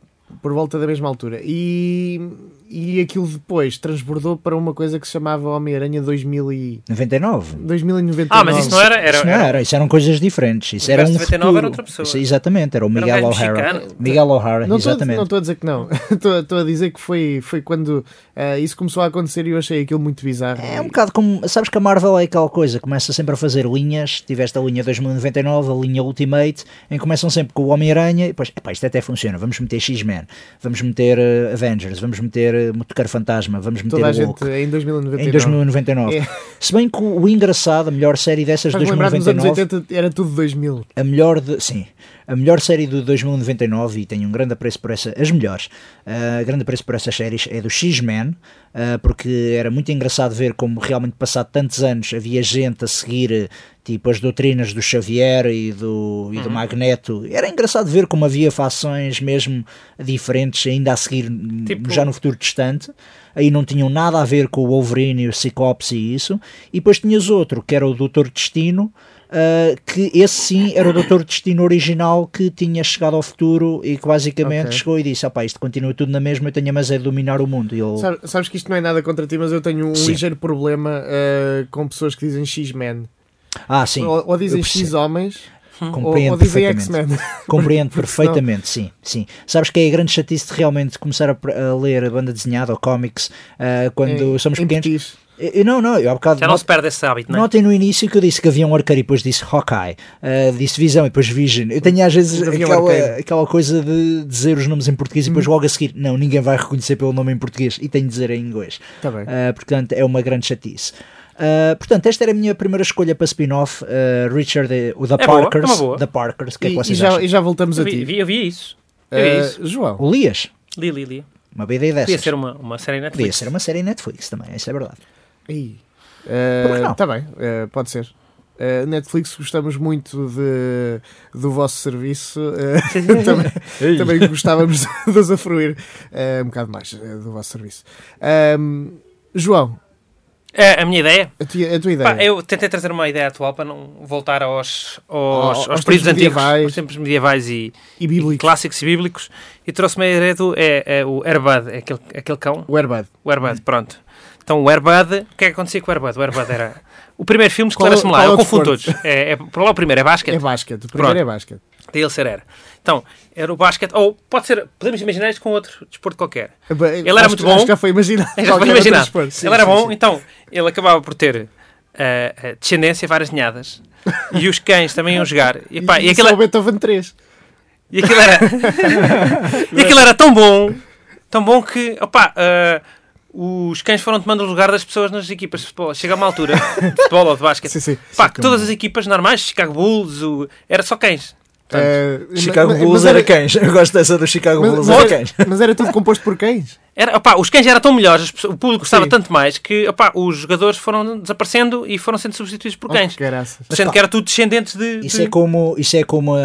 [SPEAKER 3] por volta da mesma altura. E, e aquilo depois transbordou para uma coisa que se chamava Homem-Aranha 2000 e-
[SPEAKER 5] 99.
[SPEAKER 3] 2099.
[SPEAKER 4] Ah, mas isso não era. era,
[SPEAKER 5] isso não
[SPEAKER 4] era-
[SPEAKER 5] era, isso eram coisas diferentes. Isso
[SPEAKER 4] O
[SPEAKER 5] era um
[SPEAKER 4] verso 99
[SPEAKER 5] futuro.
[SPEAKER 4] era outra pessoa.
[SPEAKER 5] Isso, exatamente,
[SPEAKER 4] Era
[SPEAKER 5] era o
[SPEAKER 4] um
[SPEAKER 5] Miguel
[SPEAKER 4] gajo
[SPEAKER 5] O'Hara.
[SPEAKER 4] mexicano.
[SPEAKER 5] Miguel O'Hara,
[SPEAKER 3] Não estou a-
[SPEAKER 5] exatamente.
[SPEAKER 3] não estou a dizer que não. Estou estou a dizer que foi, foi quando eh, isso começou a acontecer e eu achei aquilo muito bizarro.
[SPEAKER 5] É um bocado como. Sabes que a Marvel é aquela coisa, começa sempre a fazer linhas. Tiveste a linha 2099, a linha Ultimate, em que começam sempre com o Homem-Aranha e depois, epá, isto até funciona. Vamos meter X-Men, vamos meter eh, Avengers, vamos meter eh, Motoqueiro Fantasma, vamos meter
[SPEAKER 3] Toda a
[SPEAKER 5] o Hulk.
[SPEAKER 3] gente eh, em 2099.
[SPEAKER 5] Em 2099.
[SPEAKER 3] É.
[SPEAKER 5] Se bem que o engraçado, a melhor série dessas
[SPEAKER 3] Faz-me lembrar que nos anos
[SPEAKER 5] 2099
[SPEAKER 3] 80 era tudo 2000.
[SPEAKER 5] a melhor de, sim, a melhor série de 2099 e tenho um grande apreço por essa, as melhores, ah, grande apreço por essas séries é do X-Men, ah, porque era muito engraçado ver como realmente passado tantos anos havia gente a seguir eh, tipo as doutrinas do Xavier e do, e do Magneto. Era engraçado ver como havia fações mesmo diferentes ainda a seguir hum,
[SPEAKER 4] Tipo-
[SPEAKER 5] já no futuro distante. Aí não tinham nada a ver com o Wolverine e o Ciclopes e isso. E depois tinhas outro, que era o Doutor Destino, Uh, que esse sim era o Doutor Destino original que tinha chegado ao futuro e que basicamente
[SPEAKER 3] Ok.
[SPEAKER 5] chegou e disse: opá, isto continua tudo na mesma, eu tenho mas é de dominar o mundo. E ele,
[SPEAKER 3] Sabe- Sabes que isto não é nada contra ti, mas eu tenho um
[SPEAKER 5] Sim.
[SPEAKER 3] ligeiro problema eh, com pessoas que dizem X-Men.
[SPEAKER 5] ah, sim,
[SPEAKER 3] Ou, ou dizem
[SPEAKER 5] eu percebo.
[SPEAKER 3] X-Homens, ou,
[SPEAKER 5] compreendo
[SPEAKER 3] ou dizem
[SPEAKER 5] perfeitamente.
[SPEAKER 3] X-Men.
[SPEAKER 5] Compreendo perfeitamente, sim, sim. Sabes que é a grande chatice de realmente começar a, pre- a ler a banda desenhada ou cómics uh, quando
[SPEAKER 3] Em-
[SPEAKER 5] somos
[SPEAKER 3] em
[SPEAKER 5] pequenos.
[SPEAKER 3] petis.
[SPEAKER 5] Eu- eu não, não, eu há bocado
[SPEAKER 4] Já não
[SPEAKER 5] not-
[SPEAKER 4] se perde esse hábito, não é?
[SPEAKER 5] Notem no início que eu disse que havia um arqueiro e depois disse Hawkeye, ah, disse Visão e depois Vision. Eu tenho às vezes
[SPEAKER 3] Havia um
[SPEAKER 5] aquela,
[SPEAKER 3] arqueiro.
[SPEAKER 5] aquela coisa de dizer os nomes em português e depois logo a seguir, não, ninguém vai reconhecer pelo nome em português e tenho de dizer em inglês.
[SPEAKER 3] Tá bem.
[SPEAKER 5] Ah, portanto, é uma grande chatice. Ah, portanto, esta era a minha primeira escolha para spin-off, ah, Richard, eh, o da
[SPEAKER 4] É boa,
[SPEAKER 5] Parkers.
[SPEAKER 4] é uma boa.
[SPEAKER 5] Da Parkers, o que é
[SPEAKER 3] E,
[SPEAKER 5] que
[SPEAKER 3] e
[SPEAKER 5] vocês
[SPEAKER 3] já,
[SPEAKER 5] acham?
[SPEAKER 3] e já voltamos
[SPEAKER 4] Eu
[SPEAKER 3] a ti.
[SPEAKER 4] vi, vi- eu vi isso. Eu vi
[SPEAKER 3] Eh,
[SPEAKER 4] isso.
[SPEAKER 3] João,
[SPEAKER 5] O Lias,
[SPEAKER 4] Li, li, li.
[SPEAKER 5] uma boa ideia
[SPEAKER 4] Podia
[SPEAKER 5] dessas.
[SPEAKER 4] ser uma, uma série Netflix.
[SPEAKER 5] Podia ser uma série Netflix também, isso é verdade.
[SPEAKER 3] Ih.
[SPEAKER 5] Por que não?
[SPEAKER 3] Está bem, eh, pode ser. Eh, Netflix, gostamos muito de, do vosso serviço. eh, também, também gostávamos de vos afruir eh, um bocado mais eh, do vosso serviço. Ahm, João,
[SPEAKER 4] É, a minha ideia.
[SPEAKER 3] a tua, a tua ideia.
[SPEAKER 4] Pá, eu tentei trazer uma ideia atual para não voltar aos,
[SPEAKER 3] Aos-
[SPEAKER 4] aos, aos,
[SPEAKER 3] aos tempos
[SPEAKER 4] períodos antigos,
[SPEAKER 3] medievais.
[SPEAKER 4] aos tempos medievais e,
[SPEAKER 3] E
[SPEAKER 4] e
[SPEAKER 3] bíblico.
[SPEAKER 4] clássicos e bíblicos. E trouxe uma ideia do é, é o Airbud, é aquele, aquele cão,
[SPEAKER 3] O Airbud. É
[SPEAKER 4] o Airbud, pronto. Então o Airbud, o que é que acontecia com o Airbud? O Airbud era. O primeiro filme,
[SPEAKER 3] Qual é-
[SPEAKER 4] esclarece-me lá,
[SPEAKER 3] qual é
[SPEAKER 4] eu
[SPEAKER 3] o
[SPEAKER 4] confundo todos.
[SPEAKER 3] desporto?
[SPEAKER 4] É, é, para lá o primeiro é basquete.
[SPEAKER 3] É basquete. O primeiro
[SPEAKER 4] Pronto.
[SPEAKER 3] é basquete.
[SPEAKER 4] Daí ele ser era. Então, era o basquete, ou pode ser, podemos imaginar isto com outro desporto qualquer.
[SPEAKER 3] Bem,
[SPEAKER 4] Ele
[SPEAKER 3] Eh,
[SPEAKER 4] era
[SPEAKER 3] acho
[SPEAKER 4] muito
[SPEAKER 3] que- acho
[SPEAKER 4] bom.
[SPEAKER 3] que Já foi imaginado.
[SPEAKER 4] Já
[SPEAKER 3] Qualquer
[SPEAKER 4] foi
[SPEAKER 3] outro
[SPEAKER 4] imaginar.
[SPEAKER 3] desporto. Sim,
[SPEAKER 4] ele era
[SPEAKER 3] sim,
[SPEAKER 4] bom,
[SPEAKER 3] sim.
[SPEAKER 4] então ele acabava por ter ah, ah, descendência, várias ninhadas. e os cães também iam jogar. E, pá,
[SPEAKER 3] E,
[SPEAKER 4] e, aquilo,
[SPEAKER 3] só o Beethoven 3.
[SPEAKER 4] e aquilo era. e aquilo era tão bom, tão bom que, opá, ah, os cães foram tomando o lugar das pessoas nas equipas de futebol. Chega a uma altura, de futebol ou de basquete,
[SPEAKER 3] Sim, é. sim.
[SPEAKER 4] pá, que todas as equipas normais, Chicago Bulls, o- era só cães. Portanto,
[SPEAKER 3] Eh,
[SPEAKER 5] Chicago
[SPEAKER 3] mas- mas
[SPEAKER 5] Bulls era cães. Eu gosto dessa do Chicago
[SPEAKER 3] Mas,
[SPEAKER 5] Bulls
[SPEAKER 3] mas
[SPEAKER 5] era
[SPEAKER 3] era-
[SPEAKER 5] cães.
[SPEAKER 3] mas era tudo composto por cães?
[SPEAKER 4] Era, opá, os cães eram tão melhores, as pessoas- o público gostava
[SPEAKER 3] Sim.
[SPEAKER 4] tanto mais que opá, os jogadores foram desaparecendo e foram sendo substituídos por cães.
[SPEAKER 3] Oh, que graças.
[SPEAKER 4] Sendo que era tudo descendentes de.
[SPEAKER 5] Isso
[SPEAKER 4] de-
[SPEAKER 5] é como, isso é como ah,